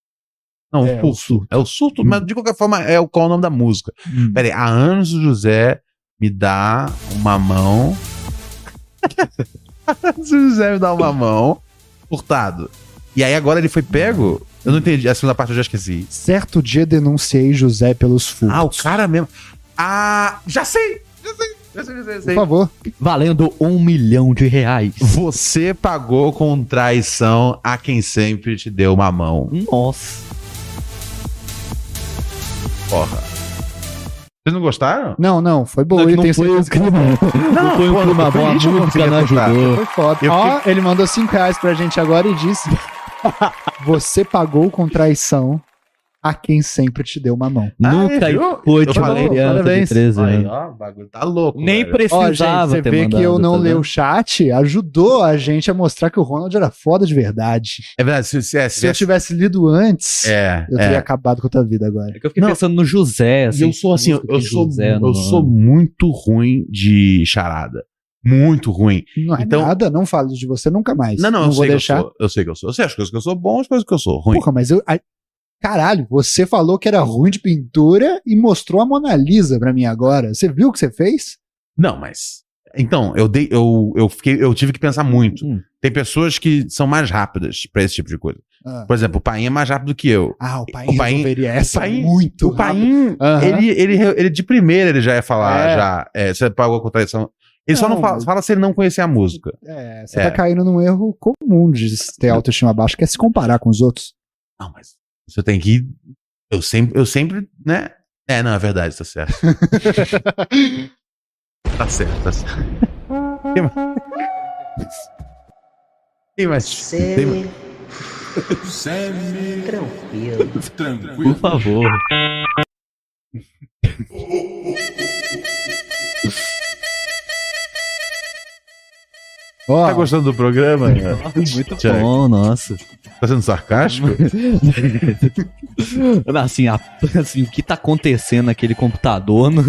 [SPEAKER 3] Não,
[SPEAKER 2] É,
[SPEAKER 3] o
[SPEAKER 2] o
[SPEAKER 3] furto. É o surto, mas de qualquer forma, é o, qual o nome da música.
[SPEAKER 2] Hum.
[SPEAKER 3] Pera aí, há anos o José me dá uma mão. Há anos o José me dá uma mão. Furtado. E aí agora ele foi pego? Eu não entendi. A segunda parte eu já esqueci.
[SPEAKER 2] Certo dia, denunciei José pelos furtos.
[SPEAKER 3] Ah, o cara mesmo. Ah, já sei! Já sei, já sei, já sei. Já
[SPEAKER 2] Por
[SPEAKER 3] sei.
[SPEAKER 2] favor.
[SPEAKER 4] Valendo um milhão de reais.
[SPEAKER 3] Você pagou com traição a quem sempre te deu uma mão.
[SPEAKER 4] Nossa.
[SPEAKER 3] Porra. Vocês não gostaram?
[SPEAKER 2] Não, não, foi boa.
[SPEAKER 4] Não, que
[SPEAKER 2] ele
[SPEAKER 4] não
[SPEAKER 2] tem
[SPEAKER 4] foi
[SPEAKER 2] certeza que não.
[SPEAKER 4] Não foi um clima bom, a
[SPEAKER 3] feliz que eu
[SPEAKER 4] música
[SPEAKER 3] consegui
[SPEAKER 4] não
[SPEAKER 3] acertar.
[SPEAKER 4] ajudou.
[SPEAKER 2] Foi foda.
[SPEAKER 3] Eu
[SPEAKER 2] Ó, ele mandou 5 reais pra gente agora e disse: Você pagou com traição a quem sempre te deu uma mão.
[SPEAKER 4] Nunca
[SPEAKER 3] viu?
[SPEAKER 4] foi
[SPEAKER 3] Ah, Eu
[SPEAKER 4] de uma
[SPEAKER 3] falei,
[SPEAKER 4] criança
[SPEAKER 2] parabéns.
[SPEAKER 4] de né? 13
[SPEAKER 3] Aí,
[SPEAKER 4] anos.
[SPEAKER 3] ó, o bagulho tá louco.
[SPEAKER 4] é. Nem
[SPEAKER 3] velho.
[SPEAKER 2] Ó, gente,
[SPEAKER 4] precisava
[SPEAKER 2] você
[SPEAKER 4] ter
[SPEAKER 2] vê
[SPEAKER 4] mandado.
[SPEAKER 2] que eu não
[SPEAKER 4] tá
[SPEAKER 2] leio o
[SPEAKER 4] vendo?
[SPEAKER 2] chat, ajudou a gente a mostrar que o Ronald era foda de verdade.
[SPEAKER 3] É verdade, se, se, é,
[SPEAKER 2] Se
[SPEAKER 3] se,
[SPEAKER 2] eu tivesse lido antes,
[SPEAKER 3] é,
[SPEAKER 2] eu
[SPEAKER 3] é.
[SPEAKER 2] teria acabado com a tua vida agora.
[SPEAKER 4] É que eu fiquei
[SPEAKER 3] Não.
[SPEAKER 4] pensando no José,
[SPEAKER 3] E
[SPEAKER 4] assim.
[SPEAKER 3] eu sou assim, eu,
[SPEAKER 4] música
[SPEAKER 3] eu
[SPEAKER 4] de
[SPEAKER 3] sou,
[SPEAKER 4] José,
[SPEAKER 3] eu
[SPEAKER 4] não-
[SPEAKER 3] sou muito ruim de charada. Muito ruim.
[SPEAKER 2] Não é
[SPEAKER 3] Então-
[SPEAKER 2] nada, não falo de você nunca mais.
[SPEAKER 3] Não, não, eu
[SPEAKER 2] vou
[SPEAKER 3] sei
[SPEAKER 2] deixar.
[SPEAKER 3] que eu sou. Eu sei que eu sou. Eu sei as coisas que eu sou bom, as coisas que eu sou ruim.
[SPEAKER 2] Porra, mas eu. ai, caralho, você falou que era ruim de pintura e mostrou a Mona Lisa pra mim agora. Você viu o que você fez?
[SPEAKER 3] Não, mas. Então, eu dei. Eu, eu, fiquei, eu tive que pensar muito.
[SPEAKER 4] Hum.
[SPEAKER 3] Tem pessoas que são mais rápidas pra esse tipo de coisa.
[SPEAKER 2] Ah,
[SPEAKER 3] Por exemplo, o Paim é mais rápido que eu.
[SPEAKER 2] Ah, o pai
[SPEAKER 3] O Paim-
[SPEAKER 2] resolveria essa
[SPEAKER 3] Paim-
[SPEAKER 2] muito.
[SPEAKER 3] o Paim,
[SPEAKER 2] Aham.
[SPEAKER 3] ele, ele, ele de primeira ele já ia falar,
[SPEAKER 2] É.
[SPEAKER 3] já. É, você pagou com traição. Ele só
[SPEAKER 2] Não,
[SPEAKER 3] não fala,
[SPEAKER 2] mas-
[SPEAKER 3] fala se ele não conhecer a música.
[SPEAKER 2] rápido. É, você
[SPEAKER 3] É.
[SPEAKER 2] tá caindo num erro comum de ter autoestima baixa, que é se comparar com os outros.
[SPEAKER 3] Não, mas você tem que. Eu sempre, eu sempre, né? É, não, é verdade, tá certo. tá certo, tá certo. Tem mais. Tem mais. Tem mais.
[SPEAKER 4] Por favor.
[SPEAKER 2] Ó,
[SPEAKER 3] Tá gostando do programa?
[SPEAKER 4] Muito
[SPEAKER 3] Tchau.
[SPEAKER 4] bom, nossa.
[SPEAKER 3] Tá sendo sarcástico?
[SPEAKER 4] Assim, a- assim, o que tá acontecendo naquele computador não,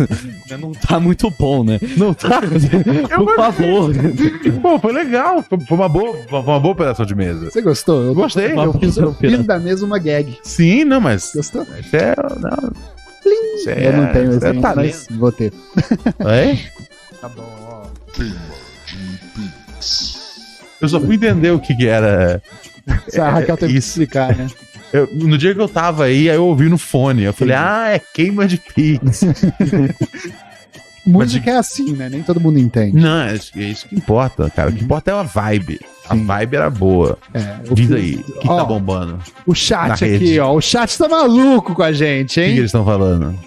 [SPEAKER 4] não tá muito bom, né?
[SPEAKER 3] Não tá.
[SPEAKER 4] Por favor.
[SPEAKER 3] Pô, foi legal. Foi foi uma boa, foi uma boa operação de mesa.
[SPEAKER 2] você gostou? Eu
[SPEAKER 3] Gostei.
[SPEAKER 2] Eu fiz, eu fiz da mesa uma gag.
[SPEAKER 3] Sim, não, mas.
[SPEAKER 2] Gostou?
[SPEAKER 3] Isso é, não, Você
[SPEAKER 2] eu não tenho
[SPEAKER 3] você tá
[SPEAKER 2] esse ainda,
[SPEAKER 3] é talento.
[SPEAKER 2] mas vou ter.
[SPEAKER 3] É?
[SPEAKER 2] Tá bom, ó.
[SPEAKER 3] Eu só fui entender o que, que era.
[SPEAKER 2] Se a Raquel teve que
[SPEAKER 3] É, Isso.
[SPEAKER 2] explicar, né?
[SPEAKER 3] Eu- no dia que eu tava aí, aí eu ouvi no fone. Eu falei, ah, é queima de pix.
[SPEAKER 2] Música é assim, né? Nem todo mundo entende.
[SPEAKER 3] Não, é isso, é isso que importa, cara. O que importa é a vibe. A
[SPEAKER 2] Uhum. Sim.
[SPEAKER 3] vibe era boa.
[SPEAKER 2] É,
[SPEAKER 3] Diz aí, o que
[SPEAKER 2] Ó,
[SPEAKER 3] tá bombando? O
[SPEAKER 2] O
[SPEAKER 3] Na
[SPEAKER 2] chat
[SPEAKER 3] rede.
[SPEAKER 2] aqui, ó. O chat tá maluco com a gente,
[SPEAKER 3] que, que
[SPEAKER 2] hein?
[SPEAKER 3] eles estão falando?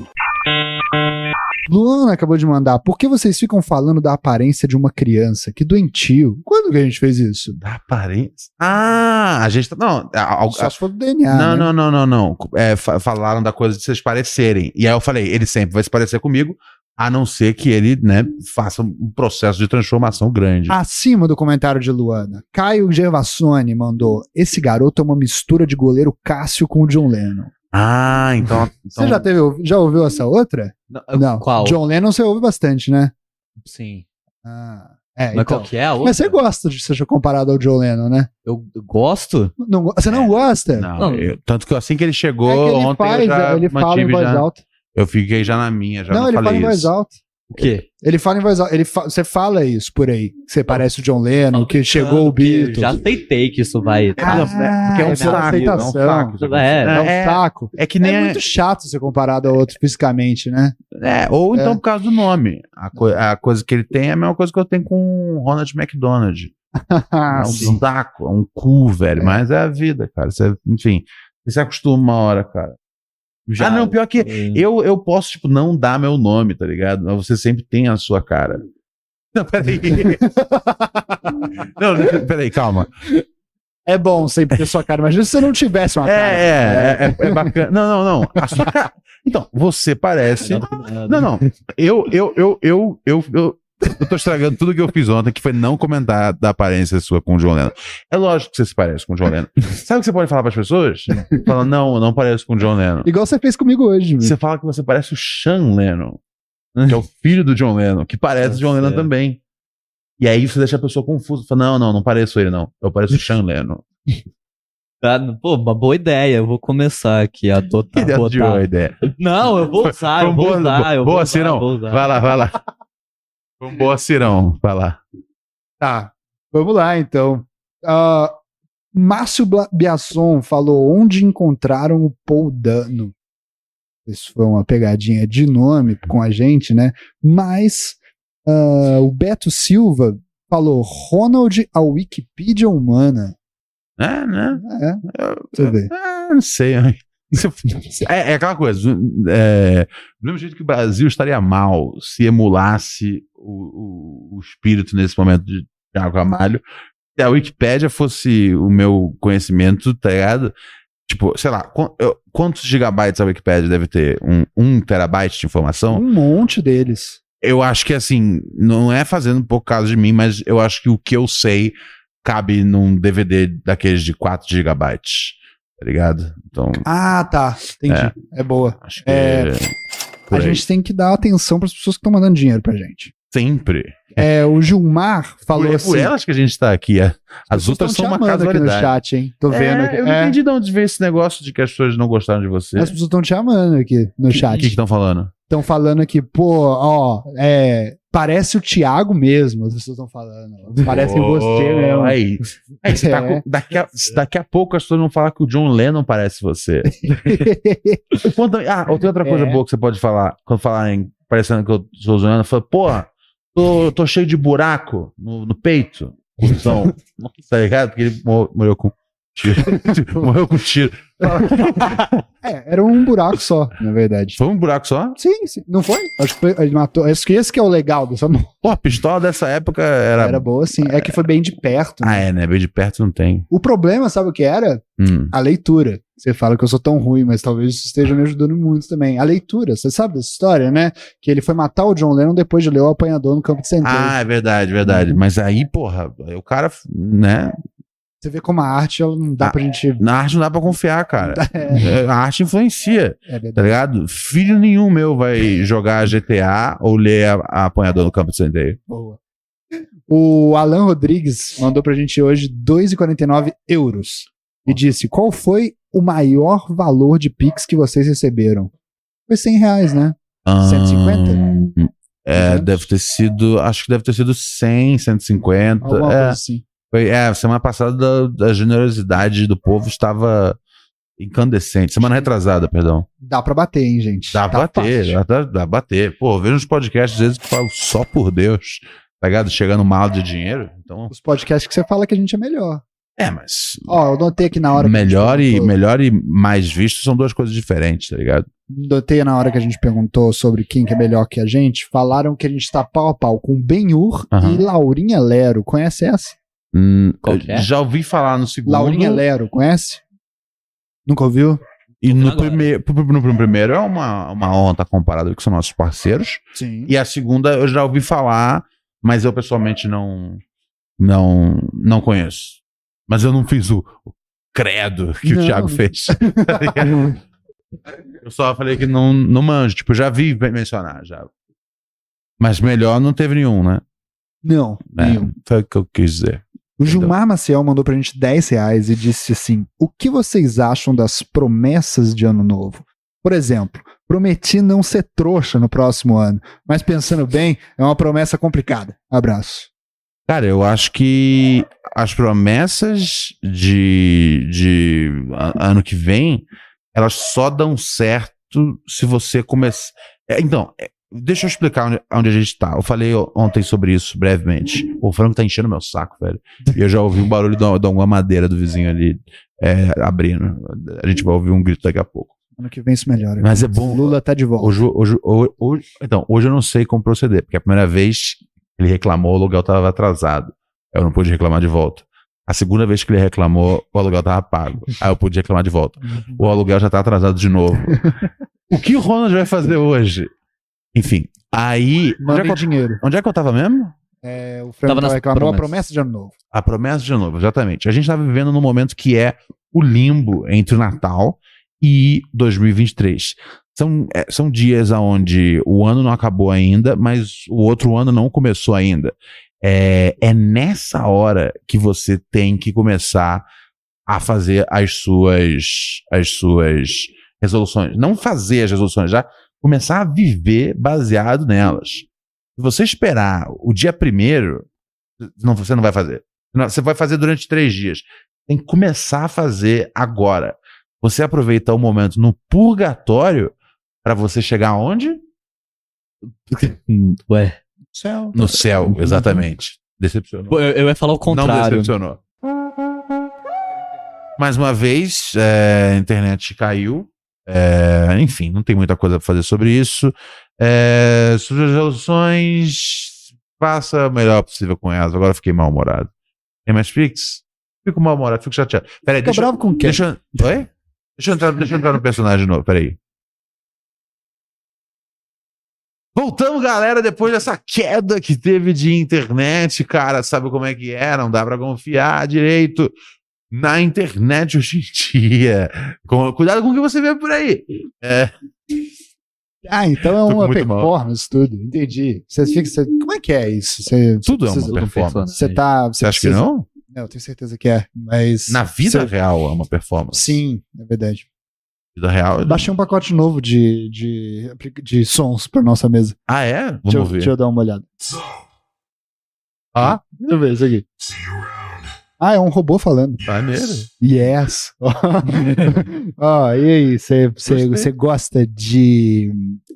[SPEAKER 2] Luana acabou de mandar. Por que vocês ficam falando da aparência de uma criança? Que doentio. Quando que a gente fez isso?
[SPEAKER 3] Da aparência. Ah, a gente tá. Não, a- a-
[SPEAKER 2] Só se for do DNA.
[SPEAKER 3] não,
[SPEAKER 2] né?
[SPEAKER 3] não, não, não, não. É, fa- falaram da coisa de vocês parecerem. E aí eu falei, ele sempre vai se parecer comigo, a não ser que ele, né, faça um processo de transformação grande.
[SPEAKER 2] Acima do comentário de Luana, Caio Gervassoni mandou: Esse garoto é uma mistura de goleiro Cássio com o John Lennon.
[SPEAKER 3] Ah, então. então-
[SPEAKER 2] Você já, teve, já ouviu essa outra? Não.
[SPEAKER 4] Qual?
[SPEAKER 2] John Lennon você ouve bastante, né?
[SPEAKER 4] Sim.
[SPEAKER 2] Ah, é,
[SPEAKER 4] Mas
[SPEAKER 2] então.
[SPEAKER 4] qual que é a outra?
[SPEAKER 2] Mas você gosta de ser comparado ao John Lennon, né?
[SPEAKER 4] Eu eu gosto?
[SPEAKER 2] Não go- você não gosta?
[SPEAKER 3] Não,
[SPEAKER 4] Não.
[SPEAKER 3] eu- tanto que assim que ele chegou
[SPEAKER 2] É que ele
[SPEAKER 3] ontem,
[SPEAKER 2] faz,
[SPEAKER 3] eu já
[SPEAKER 2] ele fala em
[SPEAKER 3] mantive
[SPEAKER 2] voz
[SPEAKER 3] já-
[SPEAKER 2] alta.
[SPEAKER 3] Eu fiquei já na minha, já não,
[SPEAKER 2] não, ele fala
[SPEAKER 3] falei
[SPEAKER 2] em voz
[SPEAKER 3] isso.
[SPEAKER 2] alta.
[SPEAKER 4] O quê?
[SPEAKER 2] Ele fala em voz alta. Ele fa- Você fala isso por aí. que Você parece o John Lennon, que chegou o
[SPEAKER 4] Que
[SPEAKER 2] Beatles.
[SPEAKER 4] Já aceitei que isso vai.
[SPEAKER 3] Ah,
[SPEAKER 4] tá?
[SPEAKER 3] porque é um
[SPEAKER 2] é
[SPEAKER 3] saco,
[SPEAKER 2] aceitação.
[SPEAKER 3] é um saco. isso
[SPEAKER 4] É,
[SPEAKER 2] É um
[SPEAKER 3] É,
[SPEAKER 2] saco.
[SPEAKER 3] é que
[SPEAKER 2] É,
[SPEAKER 3] nem. É
[SPEAKER 2] muito chato ser comparado ao outro fisicamente, né?
[SPEAKER 3] é, ou então
[SPEAKER 2] É.
[SPEAKER 3] por causa do nome. A, co- a coisa que ele tem é a mesma coisa que eu tenho com o Ronald McDonald.
[SPEAKER 2] Ah,
[SPEAKER 3] é um
[SPEAKER 2] sim.
[SPEAKER 3] saco, é um cu, velho. Mas é a vida, cara. Você, enfim, você se acostuma uma hora, cara. ah, não, pior que eu, eu posso, tipo, não dar meu nome, tá ligado? Mas você sempre tem a sua cara. Não, peraí. não, não, peraí, calma.
[SPEAKER 2] É bom sempre ter sua cara. Imagina se você não tivesse uma
[SPEAKER 3] É,
[SPEAKER 2] cara.
[SPEAKER 3] é, é, é bacana. Não, não, não. A sua cara. Então, você parece. Não, não. Eu, eu, eu, eu, eu, eu, eu tô estragando tudo que eu fiz ontem, que foi não comentar da aparência sua com o John Lennon. É lógico que você se parece com o John Lennon. Sabe o que você pode falar pras pessoas? Fala, não, eu não pareço com o John Lennon.
[SPEAKER 2] Igual você fez comigo hoje. meu.
[SPEAKER 3] Você fala que você parece o Sean Lennon, que é o filho do John Lennon, que parece o John Lennon
[SPEAKER 4] É.
[SPEAKER 3] também. E aí você deixa a pessoa confusa. Fala, não, não, não pareço ele, não. Eu pareço o Sean Lennon.
[SPEAKER 4] Tá, pô, uma boa ideia. Eu vou começar aqui a
[SPEAKER 3] Que
[SPEAKER 4] adotar.
[SPEAKER 3] ideia de
[SPEAKER 4] botar.
[SPEAKER 3] Tá, boa ideia.
[SPEAKER 4] Não, eu vou usar,
[SPEAKER 3] Foi
[SPEAKER 4] eu
[SPEAKER 3] um
[SPEAKER 4] vou
[SPEAKER 3] boa-
[SPEAKER 4] usar. Eu
[SPEAKER 3] boa,
[SPEAKER 4] vou usar,
[SPEAKER 3] Cirão.
[SPEAKER 4] vou usar.
[SPEAKER 3] Vai lá, vai lá. Foi um boa cirão, vai lá.
[SPEAKER 2] Tá. Vamos lá, então. Ah, Márcio Bla- Biasson falou onde encontraram o Paul Dano. Isso foi uma pegadinha de nome com a gente, né? Mas ah, o Beto Silva falou Ronald, a Wikipedia humana.
[SPEAKER 3] É, né?
[SPEAKER 2] É, você vê.
[SPEAKER 3] Ah, não sei. É, é aquela coisa. é, do mesmo jeito que o Brasil estaria mal se emulasse o, o- o espírito nesse momento de Thiago Camalho, se a Wikipédia fosse o meu conhecimento, tá ligado? Tipo, sei lá, qu- eu- quantos gigabytes a Wikipédia deve ter? Um, um terabyte de informação?
[SPEAKER 2] Um monte deles.
[SPEAKER 3] Eu acho que, assim, não é fazendo pouco caso de mim, mas eu acho que o que eu sei cabe num DVD daqueles de 4 gigabytes, tá ligado? Então,
[SPEAKER 2] Ah, tá. Entendi. É, boa.
[SPEAKER 3] Acho que
[SPEAKER 2] É,
[SPEAKER 3] por
[SPEAKER 2] a
[SPEAKER 3] aí.
[SPEAKER 2] gente tem que dar atenção para as pessoas que estão mandando dinheiro pra gente.
[SPEAKER 3] sempre.
[SPEAKER 2] É, o Gilmar falou
[SPEAKER 3] por, é
[SPEAKER 2] assim.
[SPEAKER 3] por elas que a gente tá aqui. é. As outras
[SPEAKER 2] Vocês
[SPEAKER 3] são
[SPEAKER 2] tão te
[SPEAKER 3] uma
[SPEAKER 2] amando aqui no
[SPEAKER 3] casualidade.
[SPEAKER 2] chat, hein? Tô vendo aqui.
[SPEAKER 3] É, eu não
[SPEAKER 2] É,
[SPEAKER 3] entendi de onde veio esse negócio de que as pessoas não gostaram de você.
[SPEAKER 2] as pessoas estão te amando aqui no
[SPEAKER 3] O que
[SPEAKER 2] chat.
[SPEAKER 3] estão falando?
[SPEAKER 2] Estão falando aqui, pô, ó, é, parece o Thiago mesmo, as pessoas estão falando. Parece que você
[SPEAKER 3] Oh,
[SPEAKER 2] mesmo.
[SPEAKER 3] Aí, aí você tá
[SPEAKER 2] É.
[SPEAKER 3] com- daqui, a, daqui a pouco as pessoas vão falar que o John Lennon parece você. O quanto- ah, outra, outra coisa
[SPEAKER 2] É.
[SPEAKER 3] boa que você pode falar, quando falar em parecendo que eu sou zoando, fala, porra, tô, tô cheio de buraco no, no peito. Então, tá ligado? Porque ele mor- morreu com tiro. morreu com tiro.
[SPEAKER 2] É, era um buraco só, na verdade.
[SPEAKER 3] Foi um buraco só?
[SPEAKER 2] Sim, sim. Não foi? Acho que foi, ele matou. Acho que esse que é o legal dessa morte.
[SPEAKER 3] Pô, a pistola dessa época era.
[SPEAKER 2] Era boa, sim. É que foi bem de perto. né?
[SPEAKER 3] Ah, é, né? Bem de perto não tem.
[SPEAKER 2] O problema, sabe o que era?
[SPEAKER 3] Hum.
[SPEAKER 2] A leitura. Você fala que eu sou tão ruim, mas talvez isso esteja me ajudando muito também. A leitura, você sabe dessa história, né? Que ele foi matar o John Lennon depois de ler o apanhador no campo de centeio.
[SPEAKER 3] Ah, é verdade, verdade.
[SPEAKER 2] Uhum.
[SPEAKER 3] Mas aí, porra, aí o cara, né?
[SPEAKER 2] Você vê como a arte ela não dá
[SPEAKER 3] Ah.
[SPEAKER 2] pra gente.
[SPEAKER 3] Na arte não dá pra confiar, cara.
[SPEAKER 2] É,
[SPEAKER 3] A arte influencia.
[SPEAKER 2] é
[SPEAKER 3] tá
[SPEAKER 2] verdade.
[SPEAKER 3] ligado? Filho nenhum meu vai jogar GTA ou ler a, a apanhador no campo de centeio.
[SPEAKER 2] Boa. O Alan Rodrigues mandou pra gente hoje 2,49 euros. E disse: qual foi o maior valor de Pix que vocês receberam? Foi 100 reais, né? 150?
[SPEAKER 3] Ahn, Ah, É,
[SPEAKER 2] Duzentos?
[SPEAKER 3] deve ter sido. Acho que deve ter sido 100, 150.
[SPEAKER 2] Alguma
[SPEAKER 3] É,
[SPEAKER 2] coisa assim.
[SPEAKER 3] foi, é, semana passada a generosidade do povo estava incandescente. Semana retrasada, perdão.
[SPEAKER 2] Dá pra bater, hein, gente? Tá
[SPEAKER 3] Dá pra bater, né?
[SPEAKER 2] fácil.
[SPEAKER 3] dá, dá, dá pra bater. Pô, eu vejo uns podcasts às vezes que falam só por Deus, tá ligado? Chegando mal de dinheiro. Então,
[SPEAKER 2] Os podcasts que você fala que a gente é melhor.
[SPEAKER 3] é, mas.
[SPEAKER 2] Ó, eu notei aqui na hora. que a gente
[SPEAKER 3] melhor, e,
[SPEAKER 2] perguntou-
[SPEAKER 3] melhor e mais visto são duas coisas diferentes, tá ligado?
[SPEAKER 2] Notei na hora que a gente perguntou sobre quem que é melhor que a gente. Falaram que a gente tá pau a pau com Benhur
[SPEAKER 3] Aham.
[SPEAKER 2] e Laurinha Lero. Conhece essa?
[SPEAKER 3] Hum,
[SPEAKER 4] Qual que é?
[SPEAKER 3] Já ouvi falar no segundo.
[SPEAKER 2] Laurinha Lero, conhece? Nunca ouviu?
[SPEAKER 3] E no
[SPEAKER 4] Agora.
[SPEAKER 3] primeiro, pro- pro- no primeiro é uma, uma honra comparada que são nossos parceiros.
[SPEAKER 2] Sim.
[SPEAKER 3] E a segunda eu já ouvi falar, mas eu pessoalmente não não não conheço. Mas eu não fiz o, o credo que
[SPEAKER 2] Não.
[SPEAKER 3] o Thiago fez. tá ligado? eu só falei que não, não manjo. Tipo, eu já vi men- mencionar, já. Mas melhor não teve nenhum, né?
[SPEAKER 2] Não,
[SPEAKER 3] É,
[SPEAKER 2] nenhum.
[SPEAKER 3] foi o que eu quis dizer.
[SPEAKER 2] O Gilmar Maciel mandou pra gente 10 reais e disse assim: O que vocês acham das promessas de ano novo? Por exemplo, prometi não ser trouxa no próximo ano, mas pensando bem, é uma promessa complicada. Abraço.
[SPEAKER 3] Cara, eu acho que as promessas de, de a- ano que vem, elas só dão certo se você começar. É, então, é, deixa eu explicar onde, onde a gente tá. Eu falei o- ontem sobre isso brevemente. O Franco tá enchendo meu saco, velho. E eu já ouvi um barulho de uma- de alguma madeira do vizinho ali é, abrindo. A gente vai ouvir um grito daqui a pouco.
[SPEAKER 2] Ano que vem isso melhora.
[SPEAKER 3] Mas é bom.
[SPEAKER 2] Lula tá de volta.
[SPEAKER 3] Hoje, hoje, hoje, hoje- então, hoje eu não sei como proceder, porque a primeira vez que ele reclamou, o aluguel estava atrasado. Eu não pude reclamar de volta. A segunda vez que ele reclamou, o aluguel estava pago. Aí eu pude reclamar de volta. O aluguel já está atrasado de novo. o que o Ronald vai fazer hoje? Enfim, aí. Onde é, que
[SPEAKER 2] Mandem
[SPEAKER 3] eu,
[SPEAKER 2] dinheiro.
[SPEAKER 3] onde é que eu tava mesmo?
[SPEAKER 2] É, o Franco
[SPEAKER 4] Tava nas
[SPEAKER 2] reclamou a
[SPEAKER 4] promessas.
[SPEAKER 2] promessa de ano novo.
[SPEAKER 3] A promessa de novo, exatamente. A gente tá vivendo num momento que é o limbo entre o Natal e 2023. São, é, são dias onde o ano não acabou ainda, mas o outro ano não começou ainda. É, é nessa hora que você tem que começar a fazer as suas, as suas resoluções. Não fazer as resoluções, já começar a viver baseado nelas. Se você esperar o dia primeiro, não, você não vai fazer. Não, Você vai fazer durante três dias. Tem que começar a fazer agora. Você aproveitar o momento no purgatório para você chegar onde?
[SPEAKER 4] Hum, Ué.
[SPEAKER 2] Céu.
[SPEAKER 3] No céu, exatamente. Uhum. Decepcionou.
[SPEAKER 4] Pô, Eu, eu ia falar o
[SPEAKER 3] Não
[SPEAKER 4] contrário.
[SPEAKER 3] decepcionou. Mais uma vez, é, a internet caiu. É, enfim, não tem muita coisa para fazer sobre isso. É, suas resoluções, faça o melhor possível com elas. Agora eu fiquei mal-humorado. Tem mais Pix? Fico mal-humorado, fico chateado. Peraí,
[SPEAKER 2] Fica
[SPEAKER 3] deixa,
[SPEAKER 2] bravo com quem?
[SPEAKER 3] deixa, eu- Oi? Deixa eu, entrar, deixa eu entrar no personagem novo, peraí. Voltamos, galera, depois dessa queda que teve de internet, cara, sabe como é que é? Não dá pra confiar direito na internet hoje em dia. Com- cuidado com o que você vê por aí. É,
[SPEAKER 2] Ah, então é
[SPEAKER 3] Tô
[SPEAKER 2] uma
[SPEAKER 3] muito mal.
[SPEAKER 2] performance, tudo. Entendi. Você fica. você- Como é que é isso? Você,
[SPEAKER 3] tudo é
[SPEAKER 2] precisa-
[SPEAKER 3] uma performance.
[SPEAKER 2] Você tá.
[SPEAKER 3] Você acha que
[SPEAKER 2] precisa-
[SPEAKER 3] não?
[SPEAKER 2] Não, eu tenho certeza que é. Mas.
[SPEAKER 3] Na vida
[SPEAKER 2] Você-
[SPEAKER 3] real é uma performance.
[SPEAKER 2] Sim, é verdade.
[SPEAKER 3] Na vida real.
[SPEAKER 2] Baixei um pacote novo de, de, apli- de sons pra nossa mesa.
[SPEAKER 3] Ah, é? Vamos
[SPEAKER 2] Deixa eu,
[SPEAKER 3] ver.
[SPEAKER 2] deixa eu dar uma olhada.
[SPEAKER 3] Ah,
[SPEAKER 2] Deixa eu ver isso aqui. Ah, é um robô falando.
[SPEAKER 3] maneiro.
[SPEAKER 2] Yes. Ó, e aí,
[SPEAKER 3] Gostei.
[SPEAKER 2] você gosta de.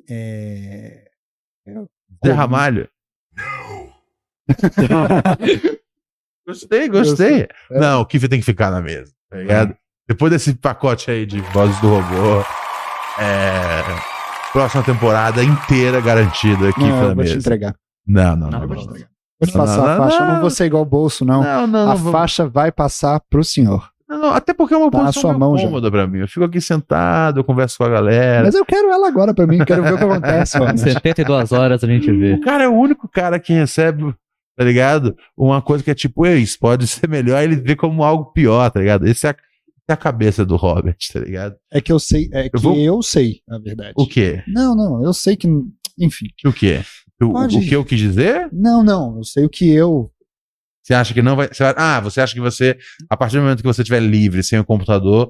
[SPEAKER 2] é,
[SPEAKER 3] Zé Ramalho. gostei, gostei.
[SPEAKER 2] É.
[SPEAKER 3] Não, o Kiff tem que ficar na mesa, tá ligado? Depois desse pacote aí de vozes do robô, é, próxima temporada inteira garantida aqui
[SPEAKER 2] não,
[SPEAKER 3] na
[SPEAKER 2] eu vou te
[SPEAKER 3] mesa.
[SPEAKER 2] entregar.
[SPEAKER 3] Não, não,
[SPEAKER 4] Não,
[SPEAKER 3] não.
[SPEAKER 4] eu vou te
[SPEAKER 3] não.
[SPEAKER 2] Vou te
[SPEAKER 3] Não,
[SPEAKER 2] passar a
[SPEAKER 3] não,
[SPEAKER 2] faixa.
[SPEAKER 3] não.
[SPEAKER 2] Eu não vou ser igual o bolso, não.
[SPEAKER 3] Não, não,
[SPEAKER 2] a
[SPEAKER 3] não, vou-
[SPEAKER 2] faixa vai passar pro senhor.
[SPEAKER 3] não, não, Até porque é uma
[SPEAKER 2] Tá na sua
[SPEAKER 3] posição
[SPEAKER 2] mão
[SPEAKER 3] meio
[SPEAKER 2] já.
[SPEAKER 3] cômoda pra mim. Eu fico aqui sentado, eu converso com a galera.
[SPEAKER 2] Mas eu quero ela agora pra mim, quero ver o que acontece. mano.
[SPEAKER 4] 72 horas a gente vê.
[SPEAKER 3] O cara é o único cara que recebe, tá ligado? Uma coisa que é tipo, "Ei, isso pode ser melhor, ele vê como algo pior, tá ligado? Esse é a, essa é a cabeça do Robert, tá ligado?
[SPEAKER 2] É que eu sei, é que eu,
[SPEAKER 3] vou-
[SPEAKER 2] sei, na verdade.
[SPEAKER 3] O quê?
[SPEAKER 2] Não, não, eu sei que. Enfim.
[SPEAKER 3] O quê? O,
[SPEAKER 2] Pode.
[SPEAKER 3] o que eu quis dizer?
[SPEAKER 2] Não, não, eu sei o que eu.
[SPEAKER 3] Você acha que não vai, você vai- Ah, você acha que você. A partir do momento que você estiver livre, sem o computador,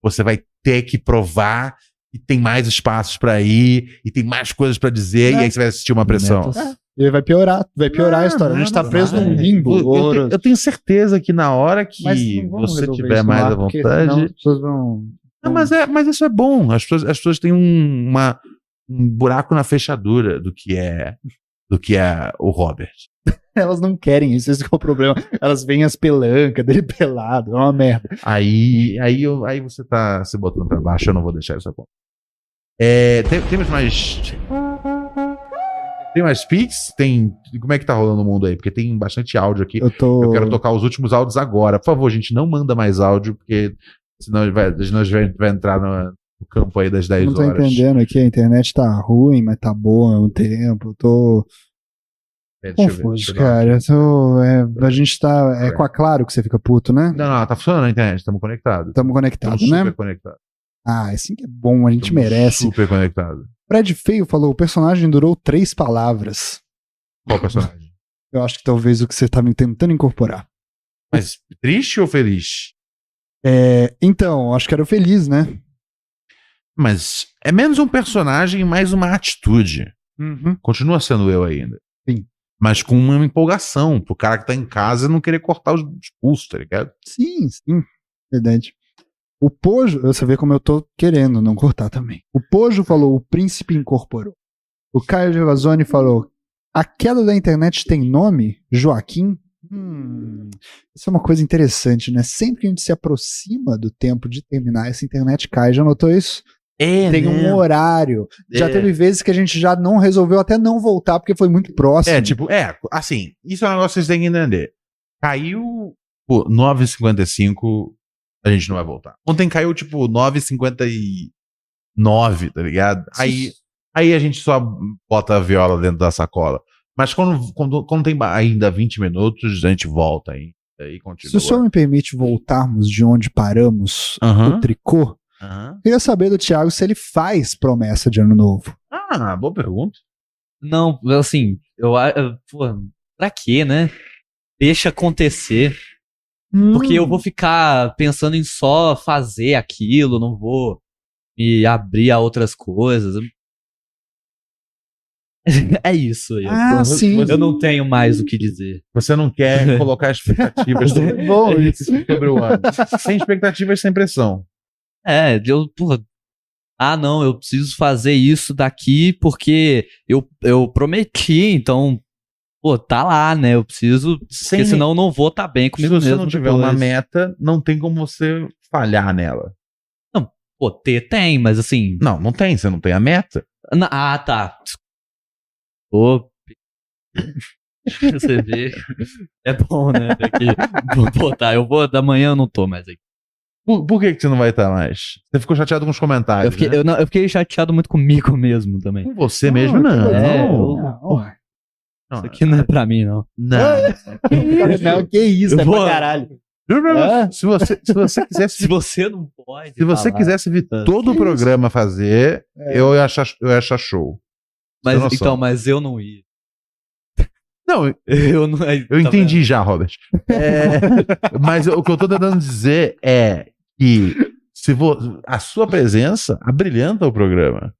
[SPEAKER 3] você vai ter que provar e tem mais espaços pra ir, e tem mais coisas pra dizer, e
[SPEAKER 2] É.
[SPEAKER 3] aí você vai assistir uma pressão.
[SPEAKER 4] Né?
[SPEAKER 2] E aí vai piorar, vai piorar a história. A gente tá preso num limbo.
[SPEAKER 3] Eu- Eu, tenho- eu tenho certeza que na hora
[SPEAKER 2] Mas
[SPEAKER 3] que
[SPEAKER 2] não vamos
[SPEAKER 3] você
[SPEAKER 2] resolver
[SPEAKER 3] tiver
[SPEAKER 2] isso no
[SPEAKER 3] mais
[SPEAKER 2] ar,
[SPEAKER 3] à
[SPEAKER 2] porque
[SPEAKER 3] vontade.
[SPEAKER 2] senão as pessoas vão.
[SPEAKER 3] Não, mas, é, mas isso é bom. As pessoas, as pessoas têm um, uma- um buraco na fechadura do que é do que é o Robert.
[SPEAKER 2] Elas não querem isso, esse que é o problema. Elas veem as pelancas dele pelado, é uma merda.
[SPEAKER 3] Aí, aí, eu- aí você tá se botando pra baixo, eu não vou deixar isso bom. É, tem- temos mais. Tem mais Pix? Tem. Como é que tá rolando o mundo aí? Porque tem bastante áudio aqui.
[SPEAKER 2] Eu tô.
[SPEAKER 3] Eu quero tocar os últimos áudios agora. Por favor, gente, não manda mais áudio, porque senão ele vai, senão a gente vai entrar no, no campo aí das 10
[SPEAKER 2] Não tô
[SPEAKER 3] horas.
[SPEAKER 2] entendendo aqui, a internet tá ruim, mas tá boa há um tempo. Eu tô
[SPEAKER 3] É, deixa eu ver,
[SPEAKER 2] confuso,
[SPEAKER 3] deixa eu ver.
[SPEAKER 2] cara. Eu tô- é, a gente tá. É com a Claro que você fica puto, né?
[SPEAKER 3] Não, não, tá funcionando a internet, estamos conectados.
[SPEAKER 2] Estamos
[SPEAKER 3] Estamos
[SPEAKER 2] conectados,
[SPEAKER 3] super
[SPEAKER 2] né?
[SPEAKER 3] conectados.
[SPEAKER 2] Ah, assim que é bom, a gente
[SPEAKER 3] Tamo
[SPEAKER 2] merece.
[SPEAKER 3] Super conectados.
[SPEAKER 2] Fred Feio falou: o personagem durou três palavras.
[SPEAKER 3] Qual personagem?
[SPEAKER 2] Eu acho que talvez o que você tá me tentando incorporar.
[SPEAKER 3] Mas triste ou feliz?
[SPEAKER 2] É, então, acho que era o feliz, né?
[SPEAKER 3] Mas é menos um personagem e mais uma atitude. Uhum. Continua sendo eu ainda.
[SPEAKER 2] Sim.
[SPEAKER 3] Mas com uma empolgação pro cara que tá em casa não querer cortar os os pulsos, tá ligado?
[SPEAKER 2] Sim, sim. Verdade. O Pojo, você vê como eu tô querendo não cortar também. O Pojo falou: o príncipe incorporou. O Caio Gervasoni falou: a queda da internet tem nome? Joaquim? Hum, isso é uma coisa interessante, né? Sempre que a gente se aproxima do tempo de terminar, essa internet cai. Já notou isso?
[SPEAKER 3] É,
[SPEAKER 2] Tem um horário. Já
[SPEAKER 3] É.
[SPEAKER 2] teve vezes que a gente já não resolveu até não voltar porque foi muito próximo.
[SPEAKER 3] É, tipo, é, assim, isso é um negócio que vocês têm que entender. Caiu, pô, 9h55, a gente não vai voltar. Ontem caiu, tipo, 9h59, tá ligado? Aí, aí a gente só bota a viola dentro da sacola. Mas quando, quando, quando tem ba- ainda 20 minutos, a gente volta ainda e
[SPEAKER 2] Se
[SPEAKER 3] continua.
[SPEAKER 2] o senhor me permite voltarmos de onde paramos
[SPEAKER 3] Aham,
[SPEAKER 2] o tricô,
[SPEAKER 3] aham.
[SPEAKER 2] queria saber do Thiago se ele faz promessa de ano novo.
[SPEAKER 3] Ah, boa pergunta.
[SPEAKER 4] Não, assim, eu. a- eu- Pô, pra quê, né? Deixa acontecer. Porque eu
[SPEAKER 3] Hum.
[SPEAKER 4] vou ficar pensando em só fazer aquilo, não vou me abrir a outras coisas. é isso aí.
[SPEAKER 2] Ah,
[SPEAKER 4] eu,
[SPEAKER 2] sim.
[SPEAKER 4] eu não tenho mais o que dizer.
[SPEAKER 3] Você não quer colocar expectativas sobre
[SPEAKER 2] Bom, isso.
[SPEAKER 3] sobre o ano. Sem expectativas, sem pressão.
[SPEAKER 4] É, eu, porra. Ah, não, eu preciso fazer isso daqui porque eu, eu prometi, então, pô, tá lá, né? Eu preciso.
[SPEAKER 3] Sem-
[SPEAKER 4] porque senão eu não vou estar bem
[SPEAKER 3] Se
[SPEAKER 4] comigo
[SPEAKER 3] você
[SPEAKER 4] mesmo.
[SPEAKER 3] não tiver
[SPEAKER 4] depois.
[SPEAKER 3] uma meta, não tem como você falhar nela.
[SPEAKER 4] Pô, ter tem, mas assim.
[SPEAKER 3] Não, não tem, você não tem a meta.
[SPEAKER 4] na- ah, tá. Ô. Você vê. É bom, né? Tem que- vou botar. Eu vou. Da manhã eu não tô mais aqui.
[SPEAKER 3] Por, por que, que você não vai estar mais? Você ficou chateado com os comentários.
[SPEAKER 4] Eu fiquei,
[SPEAKER 3] né?
[SPEAKER 4] eu, não, eu fiquei chateado muito comigo mesmo também.
[SPEAKER 3] Com você mesmo,
[SPEAKER 2] Não,
[SPEAKER 3] não.
[SPEAKER 4] é,
[SPEAKER 3] não.
[SPEAKER 2] Ah, Não, ué.
[SPEAKER 3] Não,
[SPEAKER 4] Isso aqui não é pra mim, não.
[SPEAKER 2] É.
[SPEAKER 3] não.
[SPEAKER 2] Não, que isso,
[SPEAKER 4] Eu
[SPEAKER 2] é
[SPEAKER 4] vou-
[SPEAKER 2] pra caralho. É?
[SPEAKER 3] Não, Se você, se você quisesse.
[SPEAKER 4] Se você não pode.
[SPEAKER 3] Se você
[SPEAKER 4] falar-
[SPEAKER 3] quisesse vir todo o programa fazer,
[SPEAKER 2] É.
[SPEAKER 3] eu, ia achar, eu ia achar show. Tem
[SPEAKER 4] Mas,
[SPEAKER 3] noção.
[SPEAKER 4] então, tá mas eu não ia.
[SPEAKER 3] Não, eu
[SPEAKER 4] Eu não. é, Eu
[SPEAKER 3] entendi já, Robert. É, mas o que eu tô tentando dizer é que se vo- a sua presença abrilhanta o programa.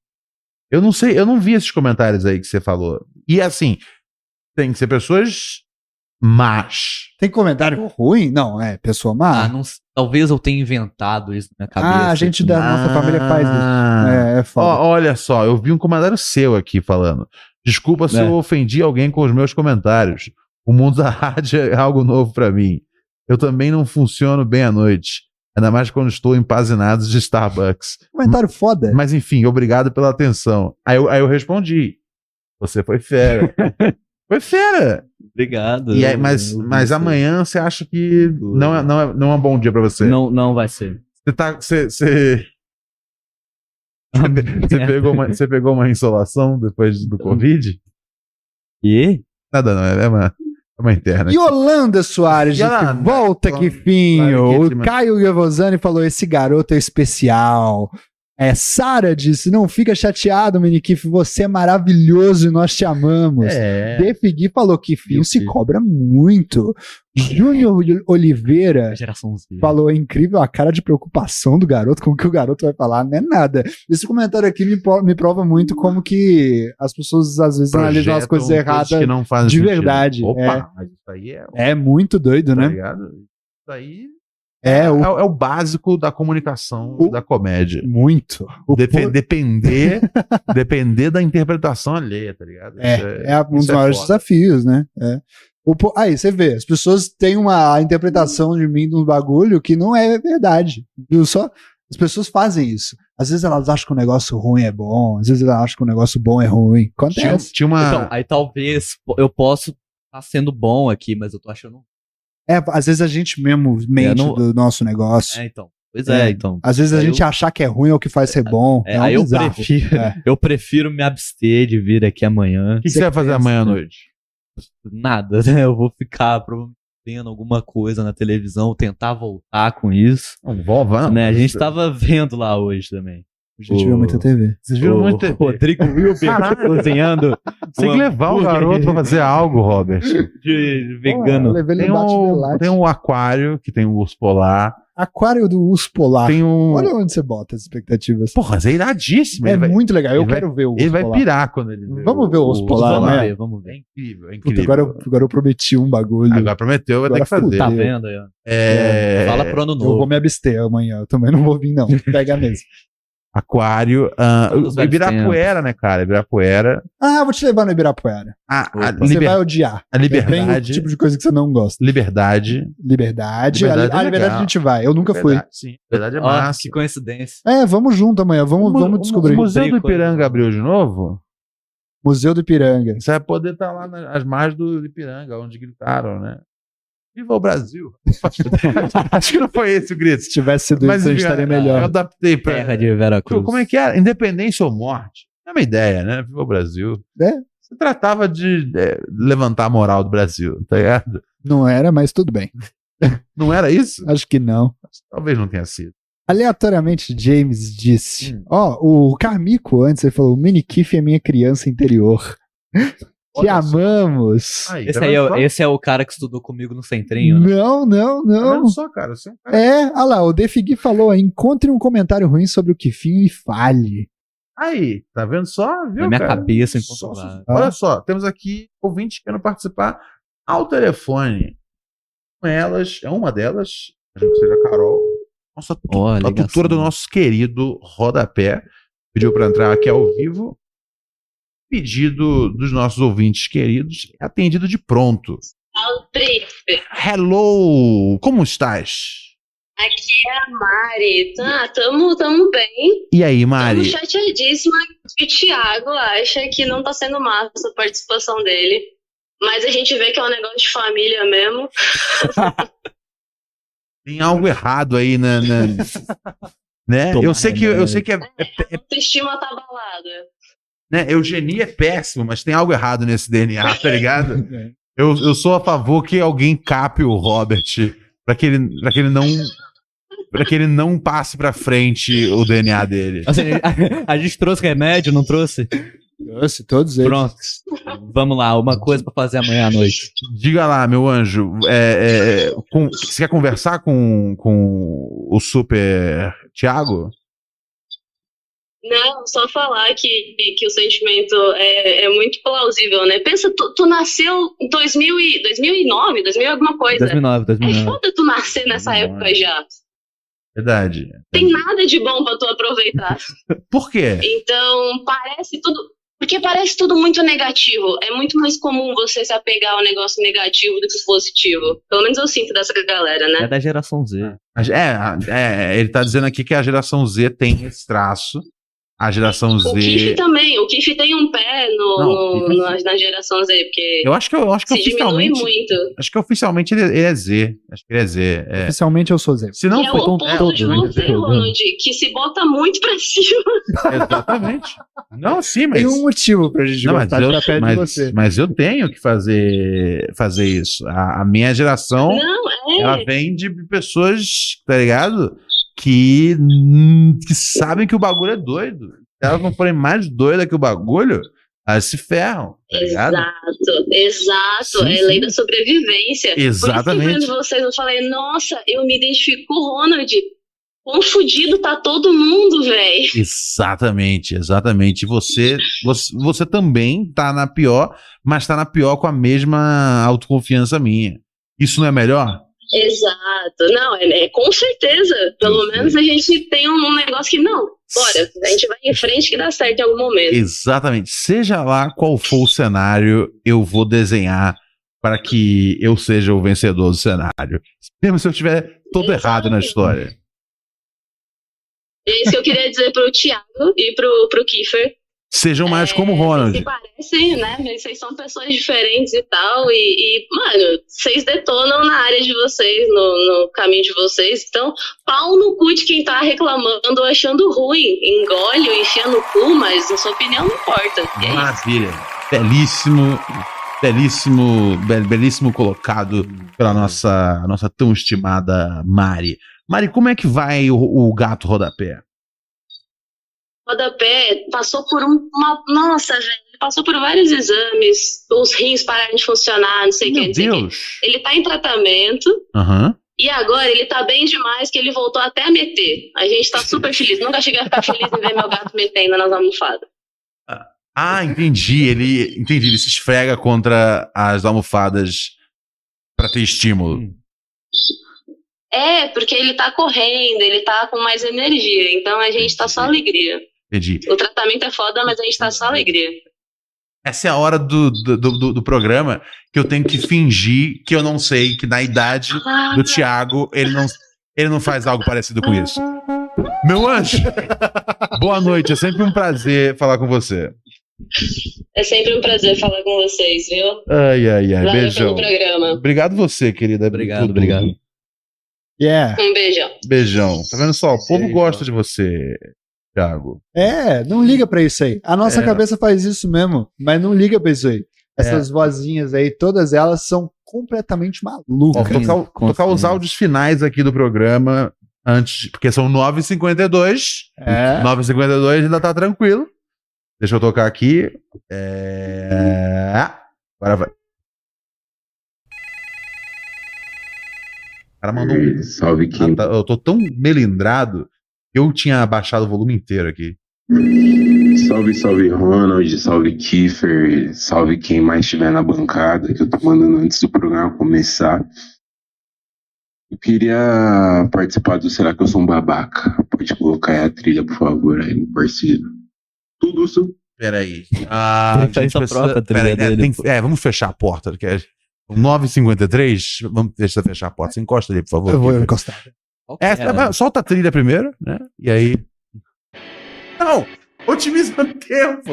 [SPEAKER 3] Eu não sei, eu não vi esses comentários aí que você falou. E assim, tem que ser pessoas más.
[SPEAKER 2] Tem comentário ruim? Não, é, pessoa
[SPEAKER 4] Ah,
[SPEAKER 2] má.
[SPEAKER 4] não s- talvez eu tenha inventado isso na minha cabeça.
[SPEAKER 2] Ah, a gente da nossa família faz isso.
[SPEAKER 3] isso.
[SPEAKER 2] É, é foda.
[SPEAKER 3] olha só, eu vi um comentário seu aqui falando. Desculpa se
[SPEAKER 4] É.
[SPEAKER 3] eu ofendi alguém com os meus comentários. O mundo da rádio é algo novo pra mim. Eu também não funciono bem à noite. Ainda mais quando estou empazinado de Starbucks.
[SPEAKER 2] Comentário foda.
[SPEAKER 3] Mas enfim, obrigado pela atenção. Aí eu, aí eu respondi. Você foi fera. foi fera.
[SPEAKER 4] Obrigado.
[SPEAKER 3] E aí, mas,
[SPEAKER 4] Eu- eu-
[SPEAKER 3] mas amanhã você acha que não é, não é, não é um bom dia pra você.
[SPEAKER 4] Não, não vai ser.
[SPEAKER 3] Você tá. Você, você, você pegou uma, você pegou uma insolação depois do Covid?
[SPEAKER 4] E?
[SPEAKER 3] Nada, não. É uma, é uma interna.
[SPEAKER 2] Yolanda Soares, gente,
[SPEAKER 3] Yolanda,
[SPEAKER 2] volta que
[SPEAKER 3] claro
[SPEAKER 2] finho.
[SPEAKER 3] que
[SPEAKER 2] o
[SPEAKER 3] sim,
[SPEAKER 2] Caio Gavozani falou: esse garoto é especial. É, Sara disse: não fica chateado, Minikif, você é maravilhoso e nós te amamos.
[SPEAKER 3] É.
[SPEAKER 2] Defigui falou que Fio
[SPEAKER 3] Meu
[SPEAKER 2] se
[SPEAKER 3] Deus.
[SPEAKER 2] cobra muito. Júnior Oliveira
[SPEAKER 4] Geração Z.
[SPEAKER 2] falou: é incrível a cara de preocupação do garoto com o que o garoto vai falar, não é nada. Esse comentário aqui me, po- me prova muito como que as pessoas às vezes analisam
[SPEAKER 3] Projetam
[SPEAKER 2] as
[SPEAKER 3] um
[SPEAKER 2] coisas erradas.
[SPEAKER 3] que não fazem
[SPEAKER 2] de
[SPEAKER 3] sentido.
[SPEAKER 2] verdade,
[SPEAKER 3] Opa,
[SPEAKER 2] é.
[SPEAKER 3] mas isso aí é.
[SPEAKER 2] É muito doido,
[SPEAKER 3] tá
[SPEAKER 2] né?
[SPEAKER 3] ligado? Isso aí
[SPEAKER 2] É, o-
[SPEAKER 3] é, o- é o básico da comunicação
[SPEAKER 2] O-
[SPEAKER 3] da comédia.
[SPEAKER 2] muito. O
[SPEAKER 3] Depe-
[SPEAKER 2] po-
[SPEAKER 3] depender, depender da interpretação alheia, tá ligado? Isso
[SPEAKER 2] É, é um dos
[SPEAKER 3] isso é
[SPEAKER 2] maiores
[SPEAKER 3] foda.
[SPEAKER 2] desafios, né? É. O po- Aí, você vê, as pessoas têm uma interpretação de mim de um bagulho que não é verdade. Viu? Só, as pessoas fazem isso. Às vezes elas acham que o negócio ruim é bom, às vezes elas acham que o negócio bom é ruim.
[SPEAKER 3] Tinha, um,
[SPEAKER 2] Acontece.
[SPEAKER 3] tinha uma.
[SPEAKER 4] Então, aí talvez po- eu possa estar sendo bom aqui, mas eu tô achando. né,
[SPEAKER 2] É, às vezes a gente mesmo
[SPEAKER 3] É,
[SPEAKER 2] mente
[SPEAKER 4] não-
[SPEAKER 2] do nosso negócio.
[SPEAKER 4] É, então. Pois é,
[SPEAKER 2] É.
[SPEAKER 4] então.
[SPEAKER 2] Às vezes a
[SPEAKER 4] Aí
[SPEAKER 2] gente achar que é ruim é o que faz ser bom.
[SPEAKER 4] É,
[SPEAKER 2] É, um
[SPEAKER 4] aí eu
[SPEAKER 2] bizarro.
[SPEAKER 4] prefiro,
[SPEAKER 2] É.
[SPEAKER 4] eu prefiro me abster de vir aqui amanhã.
[SPEAKER 3] o que, que você vai fazer amanhã à noite?
[SPEAKER 4] Nada, né? Eu vou ficar provavelmente vendo alguma coisa na televisão, tentar voltar com isso.
[SPEAKER 3] Não, vó, vá, não.
[SPEAKER 4] né? A
[SPEAKER 2] tá
[SPEAKER 4] gente tava vendo lá hoje também.
[SPEAKER 2] A gente vê muita TV.
[SPEAKER 3] Vocês viram
[SPEAKER 4] o
[SPEAKER 3] muito TV.
[SPEAKER 4] Rodrigo Wilber
[SPEAKER 3] Caralho.
[SPEAKER 4] cozinhando
[SPEAKER 3] Você tem que levar o
[SPEAKER 4] hambúrguer.
[SPEAKER 3] garoto pra fazer algo, Robert.
[SPEAKER 4] de
[SPEAKER 2] Eu
[SPEAKER 4] vegano.
[SPEAKER 2] levei ele
[SPEAKER 3] Tem
[SPEAKER 2] no Bate
[SPEAKER 3] um,
[SPEAKER 2] Velate.
[SPEAKER 3] tem um aquário que tem um urso polar.
[SPEAKER 2] Aquário do Urso Polar.
[SPEAKER 3] Tem um.
[SPEAKER 2] Ah, Olha onde você bota as expectativas.
[SPEAKER 3] Porra, mas é iradíssimo.
[SPEAKER 2] é
[SPEAKER 3] ele vai,
[SPEAKER 2] muito legal. Eu
[SPEAKER 3] ele vai-
[SPEAKER 2] quero ver o
[SPEAKER 3] ele
[SPEAKER 2] Urso
[SPEAKER 3] vai
[SPEAKER 2] Polar.
[SPEAKER 3] pirar quando ele. vê
[SPEAKER 2] Vamos ver o urso polar,
[SPEAKER 4] vamos
[SPEAKER 2] né?
[SPEAKER 4] ver, vamos
[SPEAKER 3] É
[SPEAKER 4] ver.
[SPEAKER 3] incrível, é incrível.
[SPEAKER 2] Puta, agora, eu- agora eu prometi um bagulho.
[SPEAKER 3] Agora tá prometeu, vai ter
[SPEAKER 2] Agora
[SPEAKER 3] que fazer.
[SPEAKER 4] Tá
[SPEAKER 2] fudeu.
[SPEAKER 4] vendo aí, ó?
[SPEAKER 3] É,
[SPEAKER 4] Fala pro ano
[SPEAKER 2] eu vou
[SPEAKER 4] novo.
[SPEAKER 2] me abster amanhã. Eu também não vou vir, não. Pega mesmo.
[SPEAKER 3] Aquário. ah,
[SPEAKER 4] Todos os velhos
[SPEAKER 3] Ibirapuera, né, cara? Ibirapuera.
[SPEAKER 2] Ah, vou te levar no Ibirapuera.
[SPEAKER 3] A, a,
[SPEAKER 4] Opa.
[SPEAKER 2] Você
[SPEAKER 3] liber-
[SPEAKER 2] vai odiar.
[SPEAKER 3] a
[SPEAKER 2] Tem o
[SPEAKER 3] liberdade.
[SPEAKER 2] tipo de coisa que você não gosta.
[SPEAKER 3] Liberdade.
[SPEAKER 2] Liberdade.
[SPEAKER 3] Liberdade
[SPEAKER 2] a,
[SPEAKER 3] é
[SPEAKER 2] a liberdade a
[SPEAKER 3] legal.
[SPEAKER 2] gente vai. Eu nunca
[SPEAKER 3] Liberdade, Sim, liberdade é
[SPEAKER 4] Ó,
[SPEAKER 3] massa.
[SPEAKER 4] que coincidência.
[SPEAKER 2] fui. É, vamos junto amanhã. Vamos,
[SPEAKER 3] O mu-
[SPEAKER 2] vamos descobrir.
[SPEAKER 3] O Museu do
[SPEAKER 4] Tem coisa.
[SPEAKER 3] Ipiranga abriu de novo?
[SPEAKER 2] Museu do Ipiranga.
[SPEAKER 3] Você vai poder estar lá nas as margens do Ipiranga, onde gritaram, né? Viva o Brasil! Acho que não foi esse o grito.
[SPEAKER 2] Se tivesse sido isso, a gente
[SPEAKER 3] enfim,
[SPEAKER 2] estaria
[SPEAKER 3] Eu
[SPEAKER 2] melhor.
[SPEAKER 3] adaptei pra.
[SPEAKER 4] Terra de Veracruz.
[SPEAKER 3] Como é que era? Independência ou morte? É uma ideia, né? Viva o Brasil.
[SPEAKER 2] É.
[SPEAKER 3] Você tratava de é, levantar a moral do Brasil, tá ligado?
[SPEAKER 2] Não era, mas tudo bem.
[SPEAKER 3] Não era isso?
[SPEAKER 2] Acho que não.
[SPEAKER 3] Talvez não tenha sido.
[SPEAKER 2] Aleatoriamente, James disse:
[SPEAKER 3] Hum.
[SPEAKER 2] Ó, o Carmico antes ele falou: o Mini Kiff é minha criança interior. Te
[SPEAKER 3] Olha só.
[SPEAKER 2] amamos.
[SPEAKER 3] Aí,
[SPEAKER 4] Esse,
[SPEAKER 3] tá
[SPEAKER 4] aí é,
[SPEAKER 3] vendo
[SPEAKER 4] o-
[SPEAKER 3] só?
[SPEAKER 4] esse é o cara que estudou comigo no centrinho, né?
[SPEAKER 2] Não, não,
[SPEAKER 3] Tá
[SPEAKER 2] não.
[SPEAKER 3] vendo só, cara? Você é um cara-
[SPEAKER 2] É, olha lá, o Defigui falou: encontre um comentário ruim sobre o Kifinho e fale.
[SPEAKER 3] Aí, tá vendo só? Viu,
[SPEAKER 4] Na minha
[SPEAKER 3] cara?
[SPEAKER 4] cabeça,
[SPEAKER 3] Só-
[SPEAKER 4] enquanto lá.
[SPEAKER 3] Olha só, temos aqui ouvintes querendo participar ao telefone. Com elas, é uma delas, acho que seja a Carol, nossa, tu-
[SPEAKER 4] Ó,
[SPEAKER 3] a
[SPEAKER 4] ligação.
[SPEAKER 3] tutora do nosso querido Rodapé, pediu para entrar aqui ao vivo. Pedido dos nossos ouvintes queridos, é atendido de pronto.
[SPEAKER 7] Príncipe,
[SPEAKER 3] Hello, como estás?
[SPEAKER 7] aqui é a Mari. Tá, tamo, tamo bem.
[SPEAKER 3] E aí,
[SPEAKER 7] Tamo
[SPEAKER 3] Mari?
[SPEAKER 7] chateadíssima que o Thiago acha que não tá sendo massa a participação dele. Mas a gente vê que é um negócio de família mesmo.
[SPEAKER 3] Tem algo errado aí, né? né? né?
[SPEAKER 4] Tomar
[SPEAKER 3] Eu sei que eu sei que é
[SPEAKER 7] A autoestima tá abalada.
[SPEAKER 3] né? Eugenia é péssimo, mas tem algo errado nesse DNA, tá ligado? Eu, eu sou a favor que alguém cape o Robert pra que ele, pra que ele não para que ele não passe pra frente o DNA dele.
[SPEAKER 4] Assim, a, a gente trouxe remédio, não trouxe?
[SPEAKER 2] Nossa, todos eles.
[SPEAKER 4] Pronto. Vamos lá, uma coisa pra fazer amanhã à noite.
[SPEAKER 3] Diga lá, meu anjo, é, é, é, com- você quer conversar com, com o super Thiago?
[SPEAKER 7] Não, só falar que, que o sentimento é, é muito plausível, né? Pensa, tu, tu nasceu em 2000 e, 2009, 2000 e alguma coisa.
[SPEAKER 4] 2009,
[SPEAKER 7] É
[SPEAKER 4] 2009.
[SPEAKER 7] foda tu nascer nessa
[SPEAKER 3] Verdade.
[SPEAKER 7] época já.
[SPEAKER 3] Verdade.
[SPEAKER 7] Tem nada de bom pra tu aproveitar.
[SPEAKER 3] Por quê?
[SPEAKER 7] Então, parece tudo. Porque parece tudo muito negativo. É muito mais comum você se apegar ao negócio negativo do que o positivo. Pelo menos eu sinto dessa galera,
[SPEAKER 4] É
[SPEAKER 7] né?
[SPEAKER 4] da geração Z.
[SPEAKER 3] A ge- É, a- é, ele tá dizendo aqui que a geração Z tem esse traço. A geração
[SPEAKER 7] O Kiff
[SPEAKER 3] Z.
[SPEAKER 7] também. O Kiff tem um pé no,
[SPEAKER 3] Não,
[SPEAKER 7] no-
[SPEAKER 3] Kiff-
[SPEAKER 7] na, na geração Z, porque
[SPEAKER 3] Eu acho que eu acho que
[SPEAKER 7] se diminui
[SPEAKER 3] oficialmente.
[SPEAKER 7] muito.
[SPEAKER 3] Acho que oficialmente ele, ele é Z. Acho que ele é Z. é.
[SPEAKER 2] Oficialmente eu sou Zé.
[SPEAKER 3] Se não
[SPEAKER 7] e é
[SPEAKER 3] for
[SPEAKER 7] o oposto de
[SPEAKER 3] né?
[SPEAKER 7] você, Ronald, que se bota muito pra cima.
[SPEAKER 3] Exatamente. Não, sim, mas.
[SPEAKER 2] Tem um motivo pra gente
[SPEAKER 3] Não, mas,
[SPEAKER 2] gostar é de estar
[SPEAKER 3] eu,
[SPEAKER 2] perto
[SPEAKER 3] mas,
[SPEAKER 2] de você.
[SPEAKER 3] mas eu tenho que fazer, fazer isso. A, a minha geração,
[SPEAKER 7] Não, é.
[SPEAKER 3] ela vem de pessoas, tá ligado? que, hum, que sabem que o bagulho é doido. Se elas não forem mais doidas que o bagulho, elas se ferram, tá ligado?
[SPEAKER 7] Exato, exato.
[SPEAKER 3] Sim,
[SPEAKER 7] é
[SPEAKER 3] sim.
[SPEAKER 7] lei da sobrevivência.
[SPEAKER 3] Exatamente.
[SPEAKER 7] Por isso que vendo vocês, eu falei, nossa, eu me identifico com o Ronald. Quão fudido tá todo mundo, velho.
[SPEAKER 3] Exatamente, exatamente. Você, você, você também tá na pior, mas tá na pior com a mesma autoconfiança minha. Isso não é melhor?
[SPEAKER 7] Exato. Não, é, é com certeza. Pelo menos a gente tem um, um negócio que, não, bora, a gente vai em frente que dá certo em algum momento.
[SPEAKER 3] Exatamente. Seja lá qual for o cenário, eu vou desenhar para que eu seja o vencedor do cenário. Mesmo se eu tiver todo errado na história.
[SPEAKER 7] É isso que eu queria dizer pro Thiago e pro, pro Kiefer.
[SPEAKER 3] Sejam mais
[SPEAKER 7] É,
[SPEAKER 3] como o
[SPEAKER 7] Se
[SPEAKER 3] Ronald.
[SPEAKER 7] parecem, né? mas Vocês são pessoas diferentes e tal. E, e, mano, vocês detonam na área de vocês, no, no caminho de vocês. Então, pau no cu de quem tá reclamando ou achando ruim. Engole, ou enfia no cu, mas a sua opinião não importa. E é isso.
[SPEAKER 3] Maravilha. Belíssimo, belíssimo, be- belíssimo colocado pela nossa, nossa tão estimada Mari. Mari, como é que vai o, o gato rodapé?
[SPEAKER 7] rodapé passou por um- uma. Nossa, velho, ele passou por vários exames, os rins pararam de funcionar, não sei o que,
[SPEAKER 3] Meu
[SPEAKER 7] não sei o que.
[SPEAKER 3] Deus.
[SPEAKER 7] Ele tá em tratamento
[SPEAKER 3] Aham.
[SPEAKER 7] e agora ele tá bem demais que ele voltou até a meter. A gente tá super feliz. Nunca cheguei a ficar feliz em ver meu gato metendo nas almofadas.
[SPEAKER 3] Ah, entendi. Ele, entendi. Ele se esfrega contra as almofadas para ter estímulo.
[SPEAKER 7] É, porque ele tá correndo, ele tá com mais energia, então a gente tá só alegria.
[SPEAKER 3] Entendi.
[SPEAKER 7] O tratamento é foda, mas a gente tá só alegria.
[SPEAKER 3] Essa é a hora do, do, do, do programa que eu tenho que fingir que eu não sei que na idade
[SPEAKER 7] Ah,
[SPEAKER 3] do Thiago ele não, ele não faz algo parecido com isso. Meu anjo, boa noite. É sempre um prazer falar com você.
[SPEAKER 7] é sempre um prazer falar com vocês, viu?
[SPEAKER 3] Ai, ai, ai.
[SPEAKER 7] Valeu
[SPEAKER 3] É, Beijão.
[SPEAKER 7] pelo programa.
[SPEAKER 3] Obrigado você, querida.
[SPEAKER 4] Obrigado,
[SPEAKER 3] por tudo.
[SPEAKER 4] obrigado.
[SPEAKER 2] Yeah.
[SPEAKER 7] Um beijão.
[SPEAKER 3] Beijão. Tá vendo só? O povo
[SPEAKER 4] Beijo.
[SPEAKER 3] gosta de você, Thiago.
[SPEAKER 2] É, não liga pra isso aí. A nossa
[SPEAKER 3] É.
[SPEAKER 2] cabeça faz isso mesmo, mas não liga pra isso aí. Essas vozinhas aí, todas elas são completamente
[SPEAKER 3] Ó,
[SPEAKER 2] malucas.
[SPEAKER 3] vou tocar, o-
[SPEAKER 4] Com
[SPEAKER 3] tocar os
[SPEAKER 4] certeza.
[SPEAKER 3] áudios finais aqui do programa antes, porque são 9h52.
[SPEAKER 2] É.
[SPEAKER 3] 9h52 ainda tá tranquilo. Deixa eu tocar aqui. É... Agora vai. O cara mandou um.
[SPEAKER 8] Salve
[SPEAKER 3] Ah,
[SPEAKER 8] quem
[SPEAKER 3] tá, eu tô tão melindrado que eu tinha abaixado o volume inteiro aqui.
[SPEAKER 8] Salve, salve Ronald, salve Kiefer, salve quem mais estiver na bancada que eu tô mandando antes do programa começar. Eu queria participar do Será que eu sou um babaca? Pode colocar aí a trilha, por favor, aí, meu parceiro. Tudo isso.
[SPEAKER 3] Peraí. Ah,
[SPEAKER 4] Deixa
[SPEAKER 3] a gente
[SPEAKER 4] essa própria trilha
[SPEAKER 3] peraí, é,
[SPEAKER 4] dele,
[SPEAKER 3] tem-
[SPEAKER 4] pô.
[SPEAKER 3] é, vamos fechar a porta. porque é 9h53, vamos, deixa eu fechar a porta. Você encosta ali, por favor.
[SPEAKER 2] Eu vou
[SPEAKER 3] Kiefer.
[SPEAKER 2] encostar.
[SPEAKER 3] É,
[SPEAKER 4] Qualquer-
[SPEAKER 3] mas solta a trilha primeiro, né? E aí. Não! Otimiza o tempo!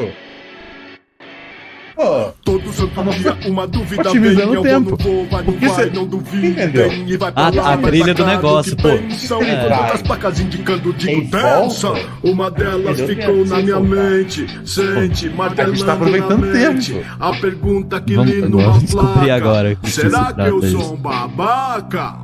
[SPEAKER 3] Pô,
[SPEAKER 9] Todo santo dia uma dúvida
[SPEAKER 3] Otimizando
[SPEAKER 9] vem,
[SPEAKER 3] o
[SPEAKER 9] eu
[SPEAKER 3] tempo.
[SPEAKER 9] vou no vou, vai,
[SPEAKER 3] Porque
[SPEAKER 9] não vai,
[SPEAKER 3] cê-
[SPEAKER 9] não duvida.
[SPEAKER 3] Entendeu?
[SPEAKER 9] E vai
[SPEAKER 4] Ah, a
[SPEAKER 9] vai
[SPEAKER 4] trilha
[SPEAKER 9] pra
[SPEAKER 4] do
[SPEAKER 9] cá,
[SPEAKER 4] negócio,
[SPEAKER 9] que
[SPEAKER 4] pô.
[SPEAKER 9] bem, São
[SPEAKER 4] É.
[SPEAKER 9] muitas placas indicando, digo,
[SPEAKER 3] Em volta.
[SPEAKER 9] dança. Uma delas
[SPEAKER 3] Entendeu?
[SPEAKER 9] ficou na minha
[SPEAKER 3] Voltar.
[SPEAKER 9] mente, sente,
[SPEAKER 3] a
[SPEAKER 9] martelando
[SPEAKER 3] gente tá
[SPEAKER 9] na
[SPEAKER 3] aproveitando o
[SPEAKER 9] mente.
[SPEAKER 3] tempo.
[SPEAKER 9] A pergunta que
[SPEAKER 4] Vamos,
[SPEAKER 9] li numa
[SPEAKER 4] vamos descobrir
[SPEAKER 9] placa,
[SPEAKER 4] agora. que se
[SPEAKER 9] será que
[SPEAKER 4] trata
[SPEAKER 9] eu sou
[SPEAKER 4] disso.
[SPEAKER 9] um babaca?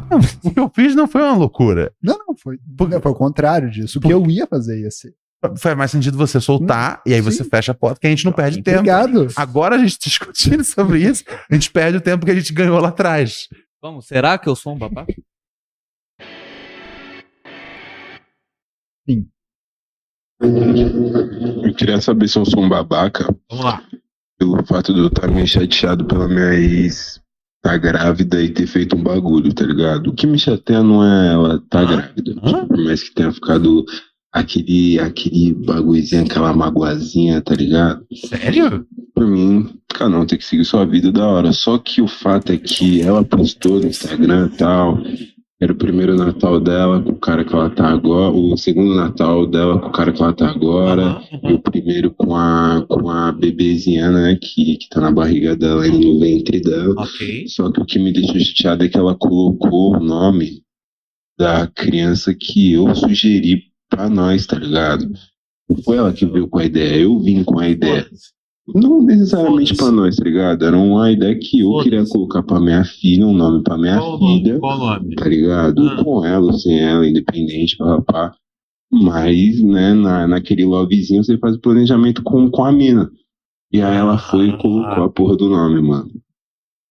[SPEAKER 3] O que eu fiz não foi uma loucura.
[SPEAKER 2] Não, não, foi, foi o contrário disso. O que eu ia fazer ia ser.
[SPEAKER 3] Faz mais sentido você soltar e aí você
[SPEAKER 2] Sim.
[SPEAKER 3] fecha a porta, que a gente não perde tempo.
[SPEAKER 2] Obrigado.
[SPEAKER 3] Agora a gente tá discutindo sobre isso, a gente perde o tempo que a gente ganhou lá atrás.
[SPEAKER 4] Vamos, será que eu sou um babaca?
[SPEAKER 8] Eu queria saber se eu sou um babaca
[SPEAKER 3] Vamos lá.
[SPEAKER 8] pelo fato de eu estar meio chateado pela minha ex tá grávida e ter feito um bagulho, tá ligado? O que me chateia não é ela tá
[SPEAKER 3] Hã?
[SPEAKER 8] grávida,
[SPEAKER 3] Hã?
[SPEAKER 8] por mais que tenha ficado aquele, aquele bagulhozinho, aquela magoazinha, tá ligado?
[SPEAKER 3] Sério?
[SPEAKER 8] Por mim, cada um tem que seguir sua vida da hora. Só que o fato é que ela postou no Instagram e tal. Era o primeiro Natal dela com o cara que ela tá agora, o segundo Natal dela com o cara que ela tá agora, e o primeiro com a, com a bebezinha, né, que, que tá na barriga dela e no ventre dela.
[SPEAKER 3] Ok.
[SPEAKER 8] Só que o que me deixou chateado é que ela colocou o nome da criança que eu sugeri pra nós, tá ligado? Não foi ela que veio com a ideia, eu vim com a ideia. Não necessariamente pra
[SPEAKER 3] Foda-se.
[SPEAKER 8] nós, tá ligado? Era uma ideia que eu
[SPEAKER 3] Foda-se.
[SPEAKER 8] queria colocar pra minha filha, um nome pra minha
[SPEAKER 3] Qual o nome?
[SPEAKER 8] filha,
[SPEAKER 3] Qual o nome?
[SPEAKER 8] tá ligado?
[SPEAKER 3] Ah.
[SPEAKER 8] Com ela, ou sem ela, independente, pá, pá, pá. Mas, né, na, naquele lovezinho você faz o planejamento com, com a mina. E aí ela foi e colocou
[SPEAKER 3] Ah.
[SPEAKER 8] a porra do nome, mano.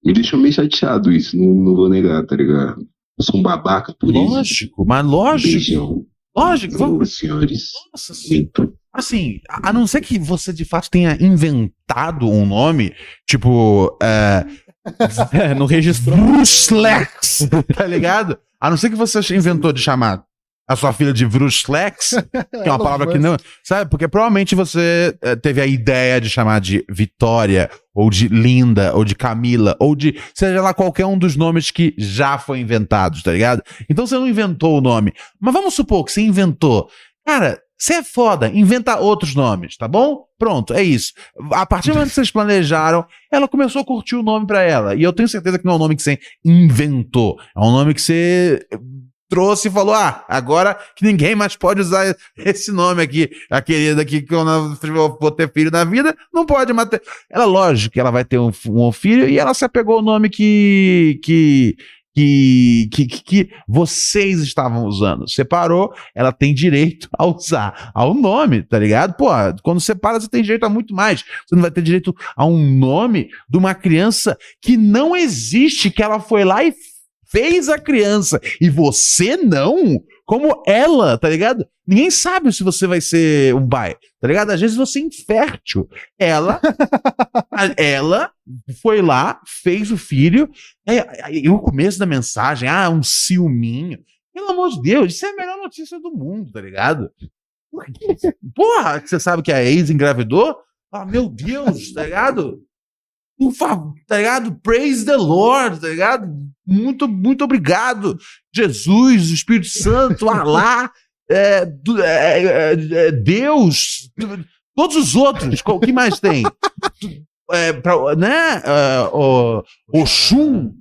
[SPEAKER 8] Me deixou meio chateado isso, não, não vou negar, tá ligado? Eu sou um babaca por isso.
[SPEAKER 3] Lógico, mas lógico,
[SPEAKER 8] Beijão.
[SPEAKER 3] lógico. Vamos,
[SPEAKER 8] Alô, senhores.
[SPEAKER 3] nossa, sim.
[SPEAKER 8] Sinto.
[SPEAKER 3] Assim, a a não ser que você de fato tenha inventado um nome, tipo, é,
[SPEAKER 4] É, não registrou.
[SPEAKER 3] Vruslex, tá ligado? A não ser que você inventou de chamar a sua filha de Vruslex, que é uma palavra que não. Sabe? Porque provavelmente você eh, teve a ideia de chamar de Vitória, ou de Linda, ou de Camila, ou de seja lá qualquer um dos nomes que já foi inventado, tá ligado? Então você não inventou o nome. Mas vamos supor que você inventou. Cara, você é foda, inventa outros nomes, tá bom? Pronto, é isso. A partir do momento que vocês planejaram, ela começou a curtir o nome pra ela. E eu tenho certeza que não é um nome que você inventou. É um nome que você trouxe e falou: ah, agora que ninguém mais pode usar esse nome aqui. A querida aqui, que eu não eu vou ter filho na vida, não pode matar. Ela, lógico que ela vai ter um, um filho e ela se apegou ao nome que. que que, que, que- que vocês estavam usando. Separou, ela tem direito a usar ao nome, tá ligado? Pô, quando separa, você tem direito a muito mais. Você não vai ter direito a um nome de uma criança que não existe, que ela foi lá e fez a criança. E você não? Como ela, tá ligado? Ninguém sabe se você vai ser um pai, tá ligado? Às vezes você é infértil. Ela, a- ela foi lá, fez o filho. É, é, E o começo da mensagem, ah, um ciúminho. Pelo amor de Deus, isso é a melhor notícia do mundo, tá ligado? Por que- Porra, que você sabe que a ex engravidou? Ah, meu Deus, tá ligado? Por favor, tá ligado? Praise the Lord, tá ligado? Muito, muito obrigado, Jesus, Espírito Santo, Alá, é, du- é, é, é, Deus, todos os outros, o que mais tem? É, pra- né? É, o, Oxum,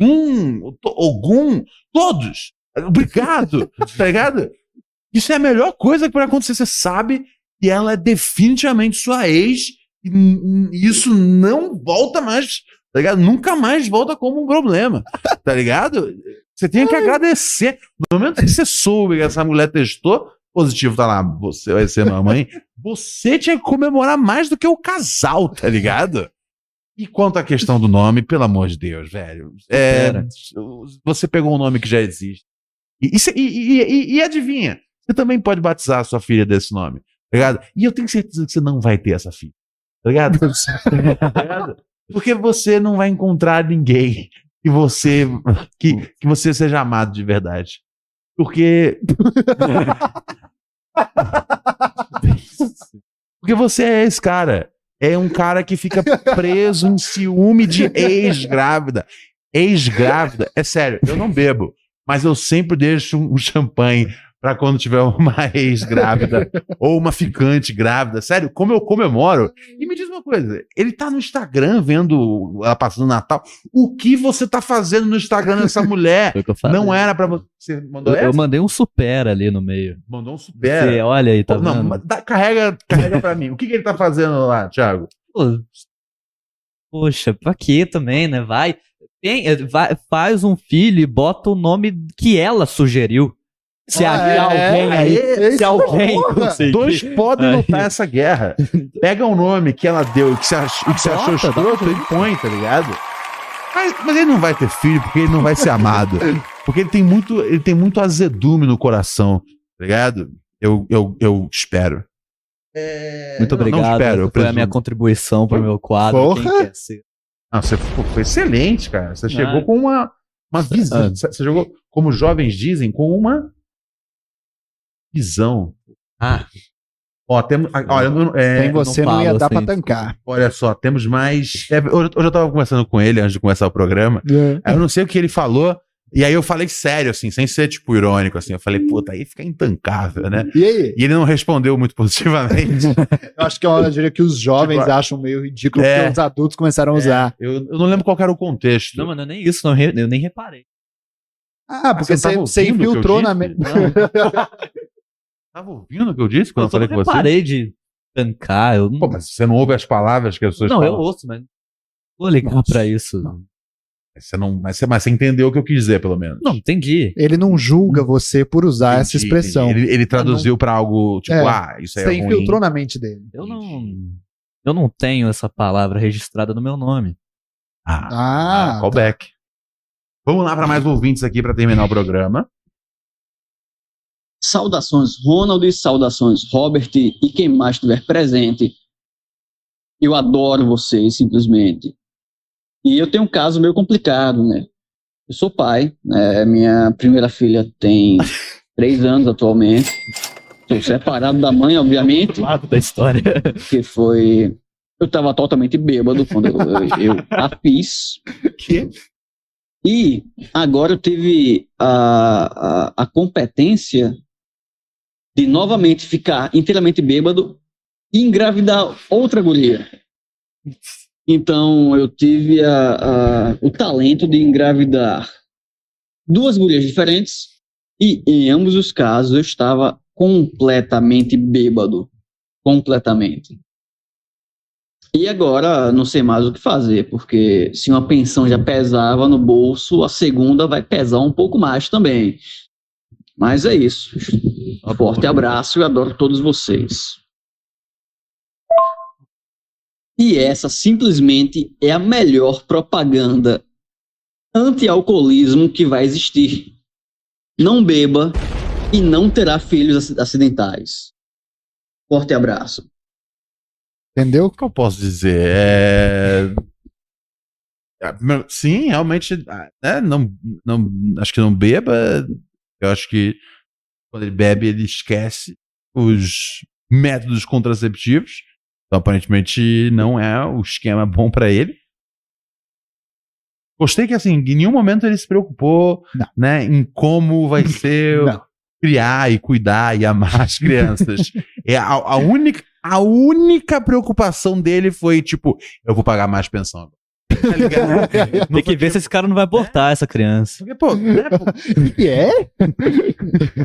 [SPEAKER 3] Hum, Ogum, todos. Obrigado, tá ligado? Isso é a melhor coisa que pode acontecer. Você sabe que ela é definitivamente sua ex e n- n- isso não volta mais, tá ligado? Nunca mais volta como um problema, tá ligado? Você tem que agradecer. No momento que você soube que essa mulher testou, positivo tá lá, você vai ser mamãe, você tinha que comemorar mais do que o casal, tá ligado? E quanto à questão do nome, pelo amor de Deus, velho. é,
[SPEAKER 4] Supera.
[SPEAKER 3] você pegou um nome que já existe. E, e cê- e- e- e- e adivinha? Você também pode batizar a sua filha desse nome, tá ligado? E eu tenho certeza que você não vai ter essa filha, tá ligado? Tá ligado? Porque você não vai encontrar ninguém que você que, que você seja amado de verdade. Porque Porque você é esse cara. É um cara que fica preso em ciúme de ex-grávida. Ex-grávida, é sério, eu não bebo, mas eu sempre deixo um champanhe pra quando tiver uma ex-grávida ou uma ficante grávida. Sério, como eu comemoro. E me diz uma coisa, ele tá no Instagram vendo ela passando Natal. O que você tá fazendo no Instagram dessa mulher?
[SPEAKER 4] Foi o que eu falei.
[SPEAKER 3] Não era pra você. Você mandou
[SPEAKER 4] Eu, eu
[SPEAKER 3] essa?
[SPEAKER 4] mandei um supera ali no meio.
[SPEAKER 3] Mandou um super.
[SPEAKER 4] Você olha aí, tá
[SPEAKER 3] não,
[SPEAKER 4] vendo?
[SPEAKER 3] mas dá- carrega, carrega pra mim. O que, que ele tá fazendo lá, Thiago?
[SPEAKER 4] Pô, Poxa, pra quê também, né? Vai, tem, eh, vai- faz um filho e bota o nome que ela sugeriu. Se
[SPEAKER 2] Ah,
[SPEAKER 4] a-
[SPEAKER 2] é,
[SPEAKER 4] alguém aí, se alguém conseguir.
[SPEAKER 3] Dois podem
[SPEAKER 4] Aí.
[SPEAKER 3] lutar essa guerra. Pega um nome que ela deu e que você ach- e que você
[SPEAKER 4] Bota,
[SPEAKER 3] achou
[SPEAKER 4] dá
[SPEAKER 3] escroto e põe, tá ligado? Mas, mas ele não vai ter filho porque ele não vai ser amado. Porque ele tem muito, ele tem muito azedume no coração, tá ligado? Eu, eu, eu espero.
[SPEAKER 4] Muito
[SPEAKER 3] Não, não
[SPEAKER 4] obrigado.
[SPEAKER 3] espero, eu
[SPEAKER 4] essa foi a minha
[SPEAKER 3] presumo.
[SPEAKER 4] contribuição pro meu quadro.
[SPEAKER 2] Porra!
[SPEAKER 4] Quem quer ser?
[SPEAKER 3] Ah, você foi, foi excelente, cara. Você chegou
[SPEAKER 4] Ah.
[SPEAKER 3] com uma, uma visão. Você você jogou, como os jovens dizem, com uma visão.
[SPEAKER 4] Ah,
[SPEAKER 3] Ó, temos. ah, Olha, eu não- é,
[SPEAKER 2] Sem você não,
[SPEAKER 4] falo
[SPEAKER 2] ia dar
[SPEAKER 4] assim.
[SPEAKER 2] pra tancar.
[SPEAKER 3] Olha só, temos mais. É, hoje, hoje eu tava conversando com ele antes de começar o programa.
[SPEAKER 2] É.
[SPEAKER 3] Aí eu não sei o que ele falou. E aí eu falei sério, assim, sem ser, tipo, irônico, assim. Eu falei, puta, aí fica intancável, né?
[SPEAKER 2] E aí?
[SPEAKER 3] E ele não respondeu muito positivamente.
[SPEAKER 2] Eu acho que é uma gíria que os jovens
[SPEAKER 3] Tipo,
[SPEAKER 2] acham meio ridículo
[SPEAKER 3] é.
[SPEAKER 2] porque os adultos começaram a usar.
[SPEAKER 3] Eu, eu não lembro qual que era o contexto.
[SPEAKER 4] não, mas não é nem isso, não, re- eu nem reparei.
[SPEAKER 2] Ah,
[SPEAKER 3] você
[SPEAKER 2] porque
[SPEAKER 3] não
[SPEAKER 2] você,
[SPEAKER 3] tava
[SPEAKER 2] você
[SPEAKER 3] ouvindo o que eu
[SPEAKER 2] infiltrou na.
[SPEAKER 3] disse?
[SPEAKER 2] me-
[SPEAKER 3] Não. Tava ouvindo o que eu disse quando eu,
[SPEAKER 4] só
[SPEAKER 3] falei
[SPEAKER 4] não
[SPEAKER 3] com você?
[SPEAKER 4] reparei de tancar. Eu não,
[SPEAKER 3] Pô, mas você não ouve as palavras que as pessoas
[SPEAKER 4] não eu
[SPEAKER 3] falam.
[SPEAKER 4] ouço, mas não vou ligar
[SPEAKER 2] Nossa.
[SPEAKER 4] pra isso. Não,
[SPEAKER 3] Você não, mas, você, mas você entendeu o que eu quis dizer, pelo menos.
[SPEAKER 4] entendi.
[SPEAKER 2] Ele não julga você por usar essa
[SPEAKER 3] Entendi,
[SPEAKER 2] expressão.
[SPEAKER 3] entendi. Ele, ele traduziu pra algo tipo,
[SPEAKER 2] É,
[SPEAKER 3] ah, isso aí
[SPEAKER 2] Você
[SPEAKER 3] tá é ruim.
[SPEAKER 2] infiltrou na mente dele.
[SPEAKER 4] Eu não, eu não tenho essa palavra registrada no meu nome.
[SPEAKER 3] Ah,
[SPEAKER 2] Ah,
[SPEAKER 3] ah, callback. Vamos lá para mais ouvintes aqui para terminar o programa.
[SPEAKER 10] Saudações, Ronald, e saudações, Robert e quem mais estiver presente. Eu adoro vocês, simplesmente. E eu tenho um caso meio complicado, né? Eu sou pai, né? minha primeira filha tem três anos atualmente. Estou separado da mãe, obviamente
[SPEAKER 4] Lado da história.
[SPEAKER 10] que foi. Eu tava totalmente bêbado quando eu, eu- eu a fiz.
[SPEAKER 2] Que?
[SPEAKER 10] E agora eu tive a, a, a competência de novamente ficar inteiramente bêbado e engravidar outra guria. Então eu tive a- a- o talento de engravidar duas gurias diferentes e em ambos os casos eu estava completamente bêbado completamente. E agora não sei mais o que fazer, porque se uma pensão já pesava no bolso, a segunda vai pesar um pouco mais também. Mas é isso. Um forte abraço e adoro todos vocês. E essa simplesmente é a melhor propaganda anti-alcoolismo que vai existir. Não beba e não terá filhos ac- acidentais. Forte abraço.
[SPEAKER 2] entendeu?
[SPEAKER 3] O que eu posso dizer? É... é, meu, Sim, realmente, ah, né, não, não, acho que não beba. Eu acho que quando ele bebe, ele esquece os métodos contraceptivos. Então, aparentemente, não é o esquema bom pra ele. Gostei que, assim, em nenhum momento ele se preocupou
[SPEAKER 2] Não.
[SPEAKER 3] né, em como vai ser o-
[SPEAKER 2] Não.
[SPEAKER 3] criar e cuidar e amar as crianças. é a, a única a única preocupação dele foi tipo, eu vou pagar mais pensão. Tá ligado?
[SPEAKER 2] É.
[SPEAKER 3] Não tipo assim,
[SPEAKER 4] Tem que É? ver se esse cara não vai abortar essa criança.
[SPEAKER 3] Porque, pô, né, pô,
[SPEAKER 2] E é?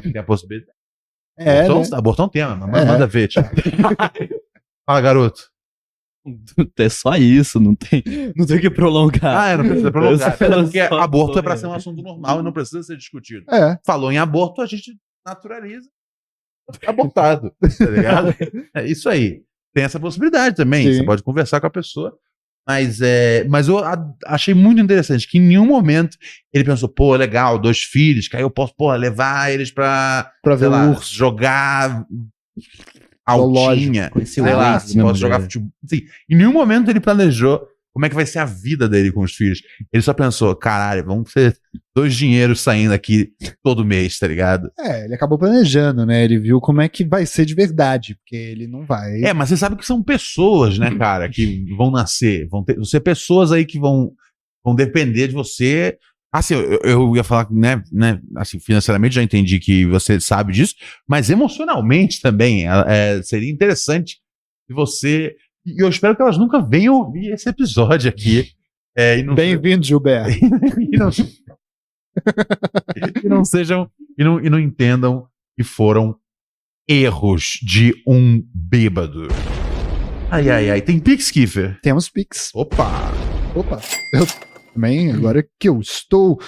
[SPEAKER 3] tem a possibilidade.
[SPEAKER 2] É,
[SPEAKER 3] abortou,
[SPEAKER 2] né?
[SPEAKER 3] abortou um tema, mas
[SPEAKER 2] É.
[SPEAKER 3] manda ver, Thiago. Fala, garoto.
[SPEAKER 4] É só isso, não tem, não tem que prolongar.
[SPEAKER 3] Ah, eu não precisa prolongar.
[SPEAKER 4] Essa era
[SPEAKER 3] Porque
[SPEAKER 4] só-
[SPEAKER 3] aborto é pra ser um assunto normal e não precisa ser discutido.
[SPEAKER 2] É.
[SPEAKER 3] Falou em aborto, a gente naturaliza abortado, tá ligado? É isso aí. Tem essa possibilidade também.
[SPEAKER 2] Sim.
[SPEAKER 3] Você pode conversar com a pessoa. Mas, é, mas eu a- achei muito interessante que em nenhum momento ele pensou, pô, legal, dois filhos, que aí eu posso, pô, levar eles pra,
[SPEAKER 2] Pra ver
[SPEAKER 3] sei lá,
[SPEAKER 2] o um urso.
[SPEAKER 3] jogar
[SPEAKER 2] Zoológico.
[SPEAKER 3] altinha, sei lá, se posso jogar futebol. Assim, em nenhum momento ele planejou como é que vai ser a vida dele com os filhos. Ele só pensou, caralho, vamos ter dois dinheiros saindo aqui todo mês, tá ligado?
[SPEAKER 2] É, ele acabou planejando, né? Ele viu como é que vai ser de verdade, porque ele não vai.
[SPEAKER 3] É, mas você sabe que são pessoas, né, cara, que vão nascer, vão ter, vão ser pessoas aí que vão, vão depender de você. Assim, eu, eu ia falar, né, né, assim, financeiramente já entendi que você sabe disso, mas emocionalmente também é, é, seria interessante se você. E eu espero que elas nunca venham ouvir esse episódio aqui. É, e não-
[SPEAKER 2] Bem-vindo, Gilberto.
[SPEAKER 3] e não, e não sejam e não, e não entendam que foram erros de um bêbado. Ai, ai, ai. Tem Pix, Kiffer?
[SPEAKER 2] Temos Pix.
[SPEAKER 3] Opa!
[SPEAKER 2] Opa, eu também, agora que eu estou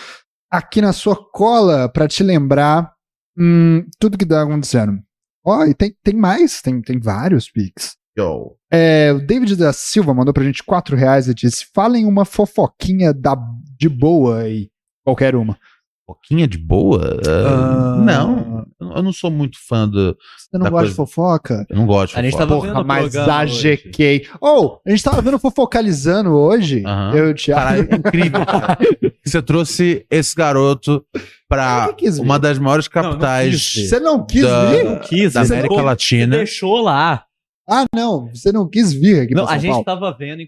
[SPEAKER 2] aqui na sua cola para te lembrar hum, tudo que tá acontecendo. Ó, e tem, tem mais, tem, tem vários Pix.
[SPEAKER 3] Yo.
[SPEAKER 2] É, o David da Silva mandou pra gente 4 reais e disse: falem uma fofoquinha da, de boa aí. Qualquer uma.
[SPEAKER 3] Foquinha de boa? Ah, Não. Eu não sou muito fã do.
[SPEAKER 2] Você não
[SPEAKER 3] Da
[SPEAKER 2] gosta
[SPEAKER 3] coisa-
[SPEAKER 2] de fofoca?
[SPEAKER 3] Eu não gosto.
[SPEAKER 4] A
[SPEAKER 3] de
[SPEAKER 4] gente
[SPEAKER 3] fofoca.
[SPEAKER 4] tava vendo
[SPEAKER 2] Porra,
[SPEAKER 4] o
[SPEAKER 2] mas
[SPEAKER 4] programa
[SPEAKER 2] a
[SPEAKER 4] hoje.
[SPEAKER 2] GK. Ou, a gente tava vendo fofocalizando hoje.
[SPEAKER 3] Aham.
[SPEAKER 2] Eu te
[SPEAKER 3] Caralho, é incrível. cara. Você trouxe esse garoto pra
[SPEAKER 2] Eu quis ver.
[SPEAKER 3] uma das maiores
[SPEAKER 4] não
[SPEAKER 3] capitais
[SPEAKER 4] quis
[SPEAKER 2] Você não quis
[SPEAKER 3] Da-
[SPEAKER 2] vir?
[SPEAKER 4] Ah, Não quis,
[SPEAKER 3] da
[SPEAKER 4] você
[SPEAKER 3] América
[SPEAKER 4] ficou-
[SPEAKER 3] Latina.
[SPEAKER 4] Deixou lá.
[SPEAKER 2] Ah, não. Você não quis vir aqui
[SPEAKER 4] Não,
[SPEAKER 2] pra São
[SPEAKER 4] a gente
[SPEAKER 2] Paulo.
[SPEAKER 4] tava vendo,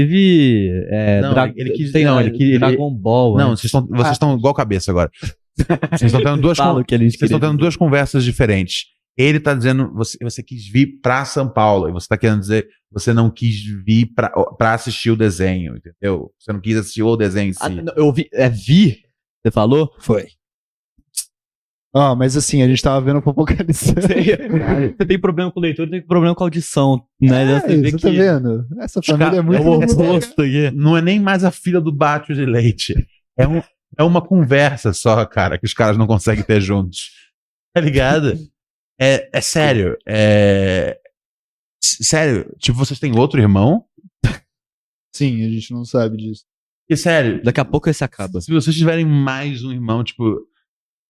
[SPEAKER 4] inclusive. É,
[SPEAKER 3] Não,
[SPEAKER 4] Dra-
[SPEAKER 3] ele quis-
[SPEAKER 4] tem
[SPEAKER 3] não,
[SPEAKER 4] lá,
[SPEAKER 3] ele quis- ele-
[SPEAKER 4] Dragon Ball.
[SPEAKER 3] Não,
[SPEAKER 4] né?
[SPEAKER 3] vocês estão vocês estão igual cabeça agora. Vocês estão tendo duas,
[SPEAKER 4] Fala
[SPEAKER 3] con-
[SPEAKER 4] o que eles
[SPEAKER 3] Vocês estão
[SPEAKER 4] queriam
[SPEAKER 3] tendo duas conversas diferentes. Ele tá dizendo você, você quis vir pra São Paulo, e você tá querendo dizer você não quis vir pra, pra assistir o desenho, entendeu? Você não quis assistir o desenho em si.
[SPEAKER 4] Ah, não, eu vi. É vi? Você falou? Foi.
[SPEAKER 2] Ó, mas assim, a gente tava vendo o Apocalipse. É
[SPEAKER 4] Você, você tem problema com leitura, tem problema com audição, né? você vê
[SPEAKER 2] Você tá
[SPEAKER 4] que
[SPEAKER 2] vendo? Essa
[SPEAKER 4] os um
[SPEAKER 2] família
[SPEAKER 4] ca-
[SPEAKER 2] é muito.
[SPEAKER 4] o oposto aqui.
[SPEAKER 3] Não é nem mais a filha do Bátio de Leite. É, um, é uma conversa só, cara, que os caras não conseguem ter juntos. Tá ligado? É, é sério. É. s- Sério, tipo, vocês têm outro irmão?
[SPEAKER 2] Sim, a gente não sabe disso.
[SPEAKER 3] E sério,
[SPEAKER 4] Daqui a pouco esse acaba.
[SPEAKER 3] se vocês tiverem mais um irmão, tipo.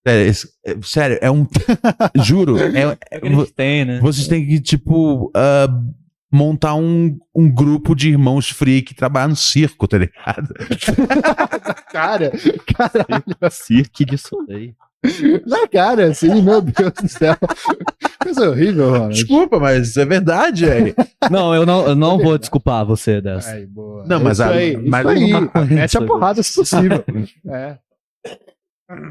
[SPEAKER 3] Sério, esse- é, sério, é um. Juro, é,
[SPEAKER 4] É o que a gente tem, né?
[SPEAKER 3] Vocês têm que, tipo, ah, montar um, um grupo de irmãos freak e trabalhar no circo, tá ligado?
[SPEAKER 2] Cara, caralho,
[SPEAKER 4] Cirque disso daí.
[SPEAKER 2] na cara, assim, meu Deus do céu. Coisa horrível, mano.
[SPEAKER 3] Desculpa, mas é verdade, é.
[SPEAKER 4] Não, eu não, eu não vou desculpar você dessa.
[SPEAKER 2] Ai, boa.
[SPEAKER 3] Não, mas
[SPEAKER 2] isso
[SPEAKER 3] a-
[SPEAKER 2] aí,
[SPEAKER 3] mas-
[SPEAKER 2] isso aí. Mete a
[SPEAKER 4] Isso,
[SPEAKER 2] é porrada se possível. É.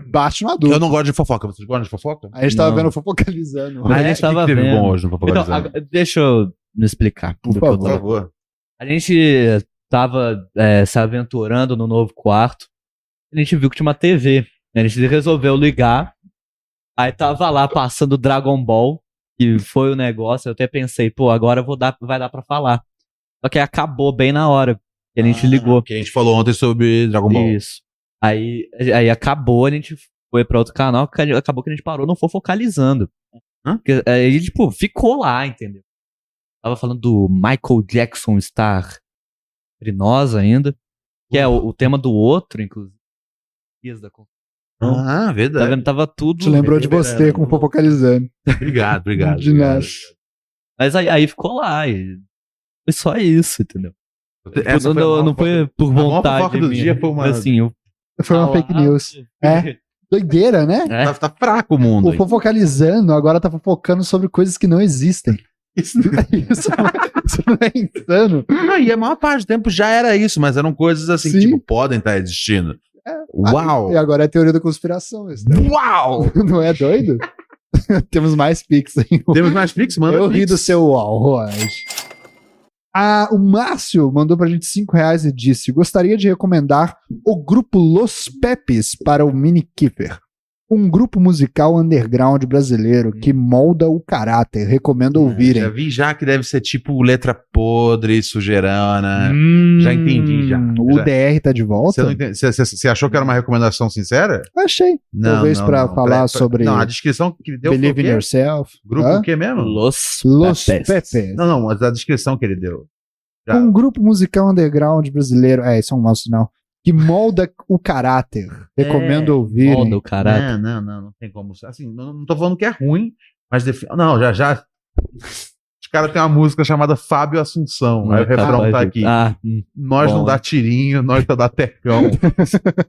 [SPEAKER 2] Bate no adulto.
[SPEAKER 3] Eu não gosto de fofoca. Vocês gostam de fofoca?
[SPEAKER 2] A gente tava
[SPEAKER 4] Não.
[SPEAKER 2] vendo o focalizando.
[SPEAKER 4] Mas- a gente
[SPEAKER 3] O que
[SPEAKER 4] Ah, é, tava
[SPEAKER 3] teve
[SPEAKER 4] vendo.
[SPEAKER 3] bom hoje no
[SPEAKER 4] Então,
[SPEAKER 3] Popularizando?
[SPEAKER 4] agora- deixa eu me explicar.
[SPEAKER 2] Por
[SPEAKER 4] do que eu
[SPEAKER 3] Por
[SPEAKER 2] favor.
[SPEAKER 4] tava-
[SPEAKER 3] favor.
[SPEAKER 4] A gente tava é, se aventurando no novo quarto. A gente viu que tinha uma TV. né? A gente resolveu ligar. Aí tava lá passando Dragon Ball, que foi o negócio. Eu até pensei, pô, agora eu vou dar, vai dar pra falar. Só que aí acabou bem na hora que a gente ligou.
[SPEAKER 3] Que a gente falou ontem sobre Dragon Ball.
[SPEAKER 4] Isso. Aí, aí acabou, a gente foi pra outro canal, que acabou que a gente parou, não foi focalizando.
[SPEAKER 3] Hã?
[SPEAKER 4] Porque, aí, tipo, ficou lá, entendeu? Tava falando do Michael Jackson estar entre nós ainda, que é o, o tema do outro, inclusive. Dias da Con-
[SPEAKER 3] Ah,
[SPEAKER 4] Tá
[SPEAKER 3] verdade.
[SPEAKER 4] vendo? Tava tudo.
[SPEAKER 2] Te lembrou de você com o focalizando.
[SPEAKER 3] Obrigado, obrigado.
[SPEAKER 2] De
[SPEAKER 3] obrigado.
[SPEAKER 2] nada.
[SPEAKER 4] Mas aí, aí ficou lá. E foi só isso, entendeu?
[SPEAKER 3] Essa
[SPEAKER 4] não
[SPEAKER 3] foi a
[SPEAKER 4] não-
[SPEAKER 3] maior
[SPEAKER 4] não foi por
[SPEAKER 3] maior
[SPEAKER 4] vontade.
[SPEAKER 3] fofoca do
[SPEAKER 4] minha.
[SPEAKER 3] dia foi uma-
[SPEAKER 4] Mas, assim, eu
[SPEAKER 2] Foi uma
[SPEAKER 4] Tá
[SPEAKER 2] fake
[SPEAKER 4] lá.
[SPEAKER 2] news. É. Doideira, né?
[SPEAKER 4] É.
[SPEAKER 3] fofoca. Tá, tá fraco o mundo.
[SPEAKER 2] O
[SPEAKER 3] hein?
[SPEAKER 2] fofocalizando agora tá fofocando sobre coisas que não existem. Isso não é, isso não é, isso não é insano.
[SPEAKER 3] Ah, e a maior parte do tempo já era isso, mas eram coisas assim que
[SPEAKER 2] Sim.
[SPEAKER 3] tipo, podem estar existindo. Uau!
[SPEAKER 2] E agora é a teoria da conspiração. Isso, né?
[SPEAKER 3] Uau!
[SPEAKER 2] Não é doido? Temos mais pics aí.
[SPEAKER 3] Temos mais Flix, manda
[SPEAKER 2] Eu
[SPEAKER 3] Pix.
[SPEAKER 2] ri do seu uau, Road. Ah, o Márcio mandou pra gente 5 reais e disse: Gostaria de recomendar o grupo Los Pepes para o Mini Kiffer. Um grupo musical underground brasileiro que molda o caráter.
[SPEAKER 3] Já
[SPEAKER 2] Recomendo ouvirem.
[SPEAKER 3] vi já que deve ser tipo letra podre, sujeirana. já entendi, já.
[SPEAKER 2] Hum, O
[SPEAKER 3] Já.
[SPEAKER 2] DR tá de
[SPEAKER 3] Você, não
[SPEAKER 2] volta?
[SPEAKER 3] entende- você- você- você achou que era uma recomendação sincera?
[SPEAKER 2] Achei. Talvez pra falar
[SPEAKER 3] Peraí, peraí.
[SPEAKER 2] sobre-
[SPEAKER 3] Não, a descrição que ele deu foi o
[SPEAKER 2] Believe in
[SPEAKER 3] quê?
[SPEAKER 2] Yourself.
[SPEAKER 3] Grupo
[SPEAKER 2] Hã?
[SPEAKER 3] o quê mesmo?
[SPEAKER 4] Los,
[SPEAKER 2] Los
[SPEAKER 4] Pepes.
[SPEAKER 2] Pepes.
[SPEAKER 3] Não, não, mas a descrição que ele deu. Já.
[SPEAKER 2] Um grupo musical underground brasileiro. É, isso é um mau sinal. Que molda o caráter.
[SPEAKER 3] É.
[SPEAKER 2] Recomendo ouvirem.
[SPEAKER 4] Moda o
[SPEAKER 3] Não,
[SPEAKER 4] caráter.
[SPEAKER 3] não, não, não tem como. Assim, não, não tô falando que é ruim, mas defi- não, já já os caras têm uma música chamada Fábio Assunção.
[SPEAKER 2] é
[SPEAKER 3] Aí o refrão
[SPEAKER 4] é capaz
[SPEAKER 3] tá
[SPEAKER 4] de-
[SPEAKER 3] aqui.
[SPEAKER 4] Ah, hum.
[SPEAKER 3] Nós não
[SPEAKER 4] Bom.
[SPEAKER 2] né?
[SPEAKER 3] dá tirinho, nós tá dá tecão.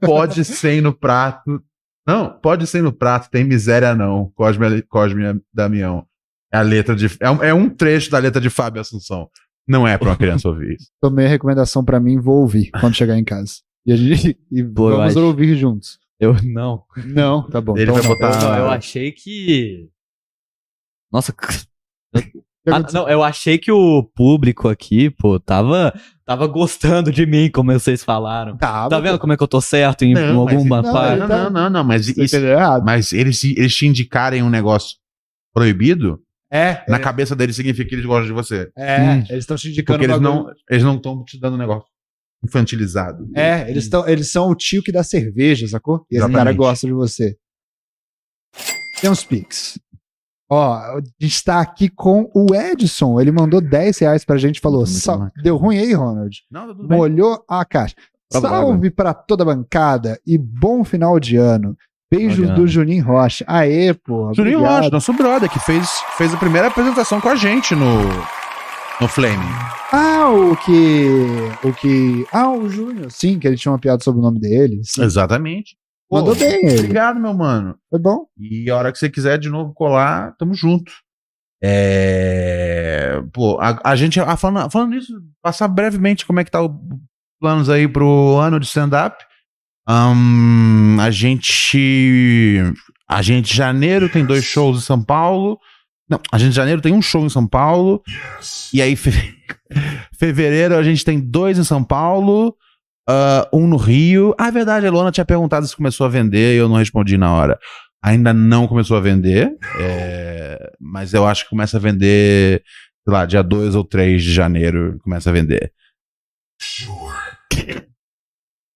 [SPEAKER 3] pode sem no prato. Não, pode sem no prato, tem miséria não. Cosme, Cosme Damião. É a letra de. É um, é um trecho da letra de Fábio Assunção. Não é pra uma criança ouvir isso.
[SPEAKER 2] Tomei a então, recomendação pra mim, vou ouvir quando chegar em casa. E a gente e
[SPEAKER 4] Boa, eu
[SPEAKER 2] vamos
[SPEAKER 4] acho.
[SPEAKER 2] ouvir juntos.
[SPEAKER 4] eu não.
[SPEAKER 2] Não, tá bom.
[SPEAKER 3] Ele
[SPEAKER 2] então
[SPEAKER 3] vai
[SPEAKER 2] não.
[SPEAKER 3] botar-
[SPEAKER 4] Não,
[SPEAKER 3] Ah.
[SPEAKER 4] eu achei que. Nossa.
[SPEAKER 2] que
[SPEAKER 4] Ah, não, eu achei que o público aqui, pô, tava, tava gostando de mim, como vocês falaram.
[SPEAKER 2] Tá,
[SPEAKER 4] Tá vendo como é que eu tô certo em
[SPEAKER 3] Não, mas-
[SPEAKER 4] alguma
[SPEAKER 2] não,
[SPEAKER 4] parte?
[SPEAKER 3] Não, não, não, não, mas
[SPEAKER 2] Você
[SPEAKER 3] isso.
[SPEAKER 2] entendeu errado.
[SPEAKER 3] Mas eles, se- eles te indicarem um negócio proibido,
[SPEAKER 2] É,
[SPEAKER 3] na cabeça deles significa que eles gostam de você.
[SPEAKER 2] é, eles estão te indicando um
[SPEAKER 3] Porque eles
[SPEAKER 2] bagulho.
[SPEAKER 3] não eles não estão te dando um negócio infantilizado.
[SPEAKER 2] É, eles, tão, eles são o tio que dá cerveja, sacou? E esse
[SPEAKER 3] Exatamente.
[SPEAKER 2] cara gosta de você. Tem uns pics. Ó, a gente tá aqui com o Edson. Ele mandou 10 reais pra gente e falou:
[SPEAKER 4] Muito
[SPEAKER 2] "Sa-
[SPEAKER 4] bacana.
[SPEAKER 2] Deu ruim aí, Ronald?
[SPEAKER 3] Não, tá tudo bem. Tá
[SPEAKER 2] Molhou a caixa.
[SPEAKER 4] Prova
[SPEAKER 2] Salve pra toda a bancada e bom final de ano. Beijos
[SPEAKER 4] Olha.
[SPEAKER 2] do Juninho Rocha. Aê, pô.
[SPEAKER 3] Juninho
[SPEAKER 2] obrigado.
[SPEAKER 3] Rocha, nosso brother, que fez, fez a primeira apresentação com a gente no, no Flame.
[SPEAKER 2] Ah, o que. O que. Ah, o Júnior. Sim, que ele tinha uma piada sobre o nome dele. Sim.
[SPEAKER 3] Exatamente.
[SPEAKER 2] Mandou bem ele.
[SPEAKER 3] Obrigado, meu mano.
[SPEAKER 2] Foi bom.
[SPEAKER 3] E a hora que você quiser de novo colar, tamo junto. É. Pô, a, a gente. ah, falando, falando nisso, passar brevemente como é que tá o planos aí pro ano de stand-up. Ahn, a gente. A gente, em janeiro, tem dois shows em São Paulo. Não, a gente, em janeiro, tem um show em São Paulo. E aí, fe- fevereiro, a gente tem dois em São Paulo. ah, um no Rio. Ah, é verdade, a Elona tinha perguntado se começou a vender e eu não respondi na hora. Ainda não começou a vender, é, mas eu acho que começa a vender, sei lá, dia 2 ou 3 de janeiro começa a vender.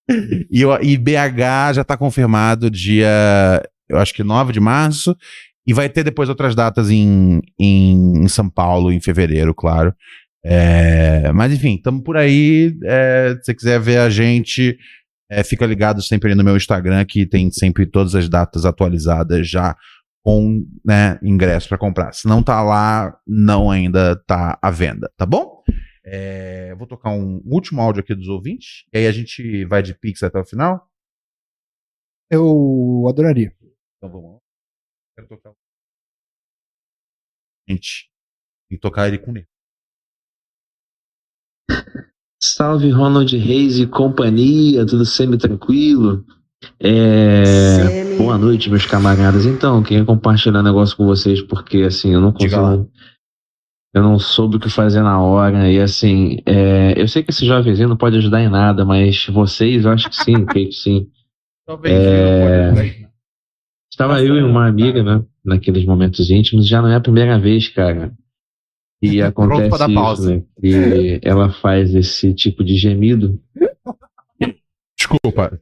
[SPEAKER 3] E, eu- e BH já tá confirmado dia, eu acho que 9 de março, e vai ter depois outras datas em, em, em São Paulo, em fevereiro, claro. É, mas enfim, estamos por aí. É, se você quiser ver a gente, é, fica ligado sempre ali no meu Instagram, que tem sempre todas as datas atualizadas já com né, ingresso para comprar. Se não tá lá, não ainda tá à venda, tá bom? É, vou tocar um último áudio aqui dos ouvintes, e aí a gente vai de Pix até o final.
[SPEAKER 2] Eu adoraria.
[SPEAKER 3] Então vamos lá. Quero tocar. um Gente, tem que tocar ele com ele.
[SPEAKER 8] Salve Ronald Reis e companhia, tudo semi-tranquilo? É, Boa noite, meus camaradas. Então, queria compartilhar um negócio com vocês, porque assim, eu não
[SPEAKER 3] Diga
[SPEAKER 8] consigo. Eu não soube o que fazer na hora. E assim, é, eu sei que esse jovenzinho não pode ajudar em nada, mas vocês eu acho que sim, Kate, sim.
[SPEAKER 3] Talvez
[SPEAKER 8] É. Estava eu e uma amiga, né? Naqueles momentos íntimos, já não é a primeira vez, cara. E acontece
[SPEAKER 3] pra dar
[SPEAKER 8] isso,
[SPEAKER 3] pausa.
[SPEAKER 8] né? Que ela faz esse tipo de gemido.
[SPEAKER 3] Desculpa.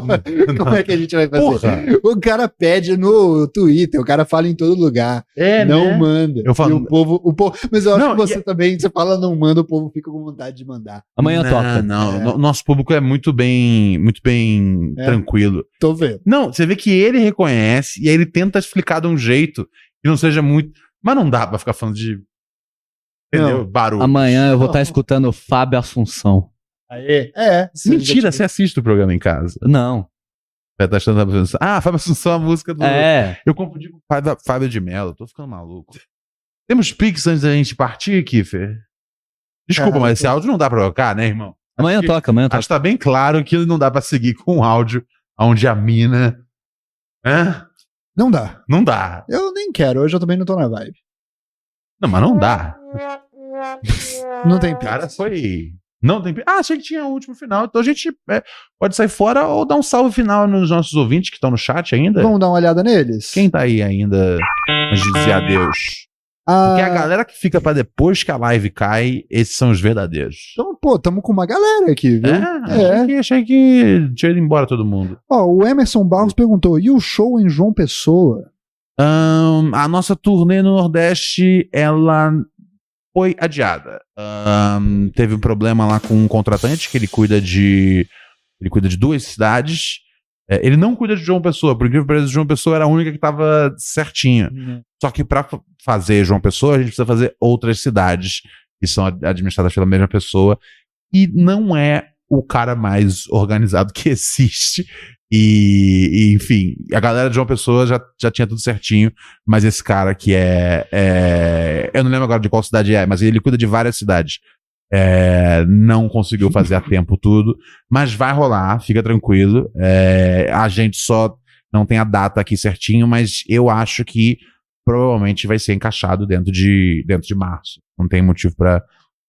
[SPEAKER 2] Como é que a gente vai fazer?
[SPEAKER 3] Porra!
[SPEAKER 2] O cara pede no Twitter, o cara fala em todo lugar.
[SPEAKER 3] É,
[SPEAKER 2] não manda.
[SPEAKER 3] Eu falo-
[SPEAKER 2] E o povo, o povo. Mas eu acho
[SPEAKER 3] Não, é-
[SPEAKER 2] que você também, você fala não manda, o povo fica com vontade de mandar.
[SPEAKER 4] Amanhã
[SPEAKER 3] não,
[SPEAKER 4] toca.
[SPEAKER 3] Não,
[SPEAKER 2] É.
[SPEAKER 3] no- nosso público é muito bem, muito bem
[SPEAKER 2] É.
[SPEAKER 3] tranquilo.
[SPEAKER 2] Tô vendo.
[SPEAKER 3] Não, você vê que ele reconhece e aí ele tenta explicar de um jeito que não seja muito. Mas não dá pra ficar falando de. Entendeu? Barulho.
[SPEAKER 4] Amanhã eu vou estar escutando o Fábio Assunção.
[SPEAKER 2] Aê. É. você
[SPEAKER 3] Mentira,
[SPEAKER 2] já-
[SPEAKER 3] você assiste o programa em casa.
[SPEAKER 4] Não.
[SPEAKER 3] Vai estar achando a pessoa, Ah, Fábio Assunção é a música do.
[SPEAKER 4] É.
[SPEAKER 3] Eu confundi com Fábio, Fábio de Mello, tô ficando maluco. Temos piques antes da gente partir, Kiffer? Desculpa,
[SPEAKER 2] Cara,
[SPEAKER 3] mas esse áudio não dá pra tocar, né, irmão?
[SPEAKER 4] Amanhã
[SPEAKER 3] que-
[SPEAKER 4] toca, amanhã toca.
[SPEAKER 3] Acho que tá bem claro que não dá pra seguir com um áudio onde a mina. Hã?
[SPEAKER 2] Não dá.
[SPEAKER 3] Não dá.
[SPEAKER 2] Eu nem quero. Hoje eu também não tô na vibe.
[SPEAKER 3] Não, mas não dá.
[SPEAKER 2] Não tem
[SPEAKER 3] O cara foi. Não tem. Ah, achei que tinha o último final. Então a gente é, pode sair fora ou dar um salve final nos nossos ouvintes que estão no chat ainda.
[SPEAKER 2] Vamos dar uma olhada neles?
[SPEAKER 3] Quem tá aí ainda? Antes de dizer adeus.
[SPEAKER 2] Ah,
[SPEAKER 3] Porque a galera que fica pra depois que a live cai, esses são os verdadeiros.
[SPEAKER 2] Então, pô, tamo com uma galera aqui, viu?
[SPEAKER 3] É, Achei,
[SPEAKER 2] É.
[SPEAKER 3] que, achei que tinha ido embora todo mundo.
[SPEAKER 2] Ó, o Emerson
[SPEAKER 3] Hum.
[SPEAKER 2] Barros perguntou: e o show em João Pessoa?
[SPEAKER 3] Ahn, a nossa turnê no Nordeste, ela foi adiada. Ahn, teve um problema lá com um contratante que ele cuida de. Ele cuida de duas cidades. É, ele não cuida de João Pessoa, por incrível que pareça, João Pessoa era a única que estava certinha. Só que para fazer João Pessoa, a gente precisa fazer outras cidades que são ad- administradas pela mesma pessoa. E não é o cara mais organizado que existe. E, e, enfim, a galera de João Pessoa já, já tinha tudo certinho, mas esse cara que é, é- Eu não lembro agora de qual cidade é, mas ele cuida de várias cidades. É, não conseguiu fazer a tempo tudo, mas vai rolar, fica tranquilo. É, a gente só não tem a data aqui certinho, mas eu acho que provavelmente vai ser encaixado dentro de, dentro de março. Não tem motivo para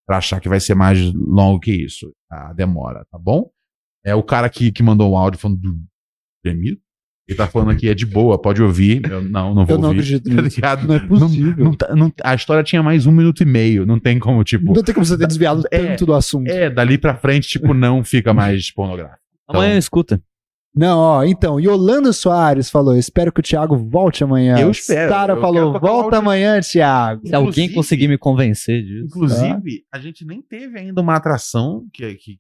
[SPEAKER 3] achar que vai ser mais longo que isso. A demora, tá bom? É o cara que, que mandou um áudio falando do gemido. Ele tá falando aqui, é de boa, pode ouvir. Eu não, não vou
[SPEAKER 2] Eu não
[SPEAKER 3] ouvir.
[SPEAKER 2] acredito
[SPEAKER 3] tá
[SPEAKER 2] nisso.
[SPEAKER 3] ligado?
[SPEAKER 2] Não é possível.
[SPEAKER 3] Não tá- não- a história tinha mais um minuto e meio. Não tem como, tipo.
[SPEAKER 2] Não tem como você ter desviado
[SPEAKER 3] É,
[SPEAKER 2] tanto do assunto.
[SPEAKER 3] É, dali pra frente, tipo, não fica mais pornográfico.
[SPEAKER 4] Amanhã escuta.
[SPEAKER 2] Não, ó, então, Yolanda Soares falou: espero que o Thiago volte amanhã.
[SPEAKER 3] Eu espero,
[SPEAKER 2] Tara
[SPEAKER 3] eu
[SPEAKER 2] falou:
[SPEAKER 3] quero tocar o
[SPEAKER 2] volta
[SPEAKER 3] áudio.
[SPEAKER 2] amanhã, Thiago.
[SPEAKER 4] Se alguém
[SPEAKER 3] Inclusive-
[SPEAKER 4] conseguir me convencer disso.
[SPEAKER 3] Inclusive, a gente nem teve ainda uma atração que, que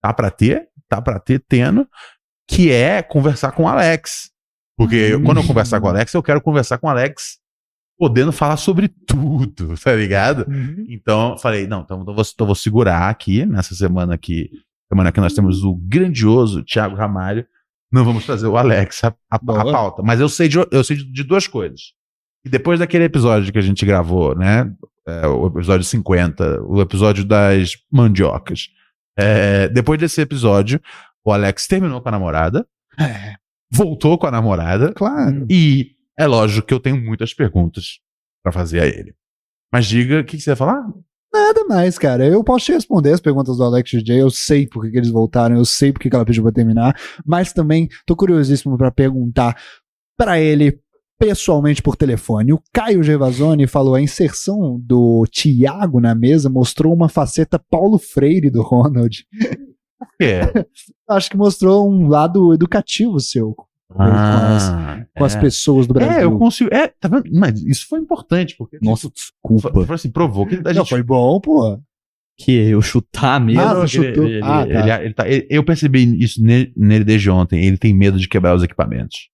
[SPEAKER 3] tá pra ter, tá pra ter tendo, que é conversar com o Alex. Porque eu- quando eu conversar com o Alex, eu quero conversar com o Alex podendo falar sobre tudo, tá ligado?
[SPEAKER 2] Uhum.
[SPEAKER 3] Então, eu falei, não, então eu vou, então eu vou segurar aqui, nessa semana aqui, semana que nós temos o grandioso Thiago Ramalho, não vamos trazer o Alex a, a- a
[SPEAKER 2] Boa.
[SPEAKER 3] pauta. Mas eu sei, de, eu sei de duas coisas. E depois daquele episódio que a gente gravou, né, é, o episódio 50, o episódio das mandiocas. É, depois desse episódio, o Alex terminou com a namorada,
[SPEAKER 2] É,
[SPEAKER 3] voltou com a namorada,
[SPEAKER 2] claro.
[SPEAKER 3] e é lógico que eu tenho muitas perguntas pra fazer a ele. Mas diga, o que, que você ia falar?
[SPEAKER 2] Nada mais, cara. Eu posso te responder as perguntas do Alex DJ. Eu sei por que que eles voltaram, eu sei por que que ela pediu pra terminar. Mas também tô curiosíssimo pra perguntar. para ele pessoalmente por telefone. O Caio Gervasoni falou: a inserção do Tiago na mesa mostrou uma faceta Paulo Freire do Ronald.
[SPEAKER 3] É.
[SPEAKER 2] Acho que mostrou um lado educativo seu com as-
[SPEAKER 3] Ah,
[SPEAKER 2] com as
[SPEAKER 3] é.
[SPEAKER 2] pessoas do Brasil.
[SPEAKER 3] É, eu consigo. É, tá vendo? Mas isso foi importante, porque. tipo,
[SPEAKER 4] Nossa,
[SPEAKER 3] Foi,
[SPEAKER 4] desculpa.
[SPEAKER 3] foi assim, provou que a
[SPEAKER 2] Não,
[SPEAKER 3] gente.
[SPEAKER 2] foi bom, pô.
[SPEAKER 4] Que eu chutar mesmo.
[SPEAKER 2] Ah,
[SPEAKER 3] Não,
[SPEAKER 2] você
[SPEAKER 3] ele-
[SPEAKER 2] chutou.
[SPEAKER 3] ele-
[SPEAKER 2] Ah,
[SPEAKER 4] é
[SPEAKER 3] ele-
[SPEAKER 2] tá.
[SPEAKER 3] ele tá- ele- eu percebi isso ne- nele desde ontem. Ele tem medo de quebrar os equipamentos.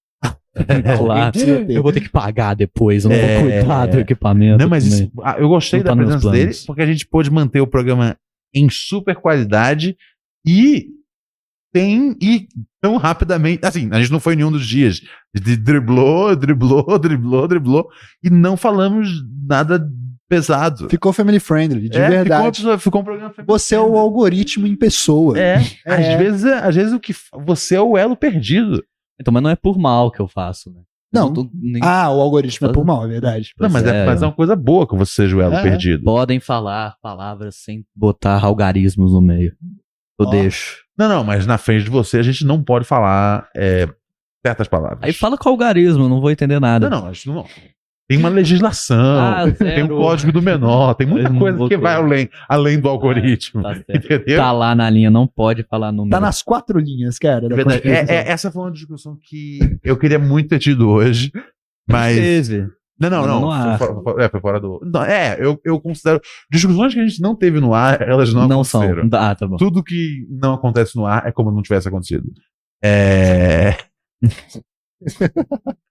[SPEAKER 4] Claro.
[SPEAKER 2] Precisa ter.
[SPEAKER 4] Eu vou ter que pagar depois, eu não
[SPEAKER 3] É.
[SPEAKER 4] vou cuidar do equipamento.
[SPEAKER 3] Não, mas
[SPEAKER 4] também.
[SPEAKER 3] isso- ah, eu gostei
[SPEAKER 4] Não
[SPEAKER 3] da
[SPEAKER 4] tá nos
[SPEAKER 3] presença
[SPEAKER 4] planos.
[SPEAKER 3] dele, porque a gente pôde manter o programa em super qualidade e tem e tão rapidamente, assim, a gente não foi em nenhum dos dias, A gente driblou, driblou, driblou, driblou e não falamos nada pesado.
[SPEAKER 2] Ficou family friendly, de
[SPEAKER 3] É,
[SPEAKER 2] verdade.
[SPEAKER 3] Ficou, ficou um programa
[SPEAKER 2] Você é o algoritmo em pessoa.
[SPEAKER 3] É,
[SPEAKER 2] É.
[SPEAKER 3] Às, vezes, é- às vezes o que f- você é o elo perdido.
[SPEAKER 4] Então, mas não é por mal que eu faço, né? Eu
[SPEAKER 2] Não.
[SPEAKER 4] tô nem-
[SPEAKER 2] Ah, o algoritmo é por mal, é verdade.
[SPEAKER 3] um- Não, mas é,
[SPEAKER 4] é,
[SPEAKER 3] mas é
[SPEAKER 4] eu-
[SPEAKER 3] uma coisa boa que você seja o elo
[SPEAKER 2] É.
[SPEAKER 3] perdido.
[SPEAKER 4] Podem falar palavras sem botar algarismos no meio. Eu
[SPEAKER 2] Ó.
[SPEAKER 4] deixo.
[SPEAKER 3] Não, não, mas na frente de você a gente não pode falar é, certas palavras.
[SPEAKER 4] Aí fala com algarismo, eu não vou entender nada.
[SPEAKER 3] Não, não, acho que não. Tem uma legislação,
[SPEAKER 4] Ah,
[SPEAKER 3] tem um
[SPEAKER 4] zero.
[SPEAKER 3] código do menor, tem muita
[SPEAKER 4] Eu não
[SPEAKER 3] coisa Ah,
[SPEAKER 4] vou
[SPEAKER 3] que
[SPEAKER 4] ter.
[SPEAKER 3] vai além, além do algoritmo.
[SPEAKER 4] Tá, certo.
[SPEAKER 3] entendeu?
[SPEAKER 4] tá lá na linha, não pode falar número.
[SPEAKER 2] Tá nas quatro linhas, cara.
[SPEAKER 3] É
[SPEAKER 2] da
[SPEAKER 3] verdade.
[SPEAKER 2] Constituição.
[SPEAKER 3] É- é- essa foi uma discussão que eu queria muito ter tido hoje, mas.
[SPEAKER 4] Teve.
[SPEAKER 3] Não, não, não.
[SPEAKER 4] Não há.
[SPEAKER 3] foi fora- foi- é, foi fora do. não, é, eu, eu considero. Discussões que a gente não teve no ar, elas não,
[SPEAKER 4] Não, são.
[SPEAKER 3] aconteceram.
[SPEAKER 4] Ah, tá bom.
[SPEAKER 2] Tipo,
[SPEAKER 3] Tudo que não acontece no ar é como não tivesse acontecido. É.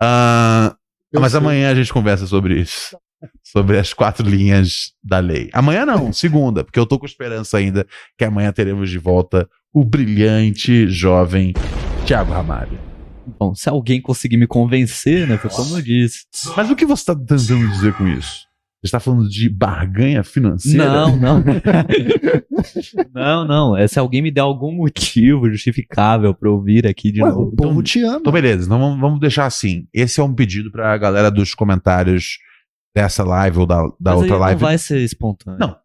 [SPEAKER 3] Ah,
[SPEAKER 2] Eu
[SPEAKER 3] mas
[SPEAKER 2] sei.
[SPEAKER 3] amanhã a gente conversa sobre isso. Sobre as quatro linhas da lei. Amanhã não, segunda, porque eu tô com esperança ainda que amanhã teremos de volta o brilhante jovem Tiago Ramalho.
[SPEAKER 4] Bom, se alguém conseguir me convencer, né? Foi como eu disse.
[SPEAKER 3] Mas o que você tá tentando dizer com isso? Você está falando de barganha financeira?
[SPEAKER 4] Não, não. não, não. É se alguém me der algum motivo justificável pra eu vir aqui de
[SPEAKER 2] Ué,
[SPEAKER 4] novo.
[SPEAKER 2] o povo te ama.
[SPEAKER 3] Então, beleza. Então, vamos, vamos deixar assim. Esse é um pedido pra galera dos comentários dessa live ou da, da
[SPEAKER 4] Mas aí
[SPEAKER 3] outra live.
[SPEAKER 4] Não vai ser espontâneo.
[SPEAKER 3] Não.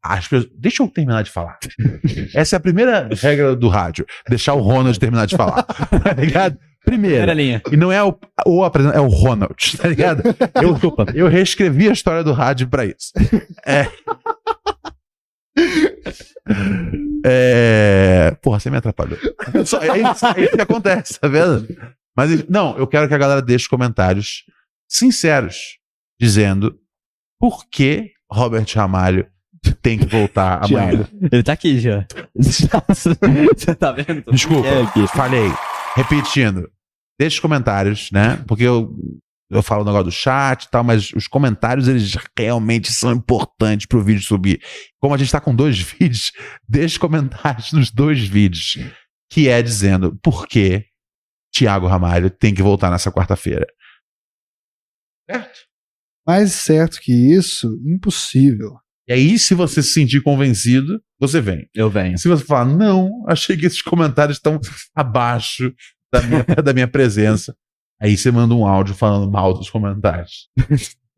[SPEAKER 3] As pessoas- Deixa eu terminar de falar. Essa é a primeira regra do rádio. Deixar o Ronald terminar de falar. Tá ligado?
[SPEAKER 4] Primeira
[SPEAKER 3] Primeira.
[SPEAKER 4] linha.
[SPEAKER 3] E não é o, o apresentador, é o Ronald, tá ligado? Eu,
[SPEAKER 4] Desculpa.
[SPEAKER 3] eu reescrevi a história do rádio pra isso. É. É, Porra, você me atrapalhou. Só, é, isso, é isso que acontece, tá vendo? Mas enfim, não, eu quero que a galera deixe comentários sinceros, dizendo por que Robert Ramalho tem que voltar amanhã.
[SPEAKER 4] Ele tá aqui já. Você tá vendo?
[SPEAKER 3] Desculpa.
[SPEAKER 4] É aqui.
[SPEAKER 3] Falei. Repetindo. Deixa os comentários, né? Porque eu, eu falo o negócio do chat e tal, mas os comentários, eles realmente são importantes pro vídeo subir. Como a gente tá com dois vídeos, deixa comentários nos dois vídeos. Que é dizendo por que Tiago Ramalho tem que voltar nessa quarta-feira.
[SPEAKER 2] Mais certo que isso, impossível.
[SPEAKER 3] E aí, se você se sentir convencido, você vem.
[SPEAKER 4] Eu venho.
[SPEAKER 3] Se você falar, não, achei que esses comentários estão abaixo da minha, da minha presença, aí você manda um áudio falando mal dos comentários.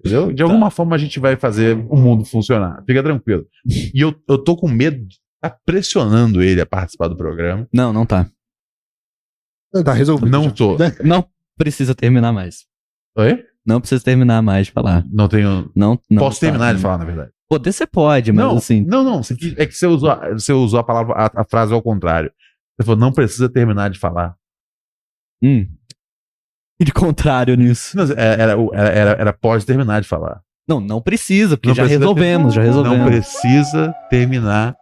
[SPEAKER 3] Entendeu? De
[SPEAKER 4] Tá.
[SPEAKER 3] alguma forma a gente vai fazer o mundo funcionar. Fica tranquilo. E eu, eu tô com medo de estar pressionando ele a participar do programa.
[SPEAKER 4] Não, não tá.
[SPEAKER 2] Tá resolvido.
[SPEAKER 3] Não
[SPEAKER 2] já.
[SPEAKER 3] tô.
[SPEAKER 4] Não precisa terminar mais.
[SPEAKER 3] Oi?
[SPEAKER 4] Não precisa terminar mais de falar.
[SPEAKER 3] Não tenho.
[SPEAKER 4] Não, Ah. não
[SPEAKER 3] Posso
[SPEAKER 4] tá.
[SPEAKER 3] terminar de falar, na verdade.
[SPEAKER 4] Poder você pode, mas
[SPEAKER 3] não,
[SPEAKER 4] assim.
[SPEAKER 3] não, não. você quis- É que você usou, a- você usou a palavra, a, a frase ao contrário. Você falou, não precisa terminar de falar.
[SPEAKER 4] Hum. E de contrário nisso.
[SPEAKER 3] Não, é, Era, era, o- era, era, era pode terminar de falar.
[SPEAKER 4] Não, não precisa, porque
[SPEAKER 3] Não
[SPEAKER 4] já
[SPEAKER 3] precisa
[SPEAKER 4] resolvemos, já resolvemos.
[SPEAKER 3] Não precisa terminar.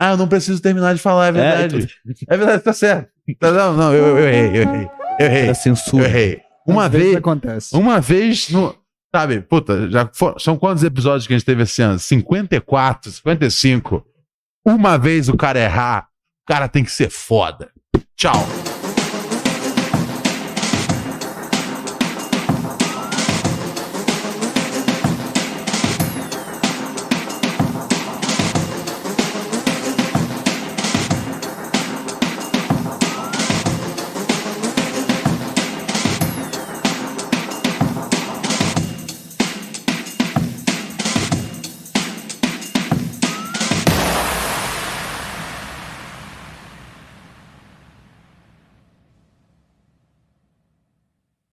[SPEAKER 3] Ah, eu não preciso terminar de falar, é verdade.
[SPEAKER 4] então-
[SPEAKER 3] É, verdade, tá certo. Tá- Não, não, eu, eu errei, eu errei. Eu
[SPEAKER 4] É,
[SPEAKER 3] errei, eu
[SPEAKER 4] censura.
[SPEAKER 3] errei. Uma
[SPEAKER 2] Às vezes
[SPEAKER 3] vez,
[SPEAKER 2] acontece.
[SPEAKER 3] uma vez no. Sabe, puta, já for- são quantos episódios que a gente teve esse ano? 54, 55. Uma vez o cara errar, o cara tem que ser foda. Tchau.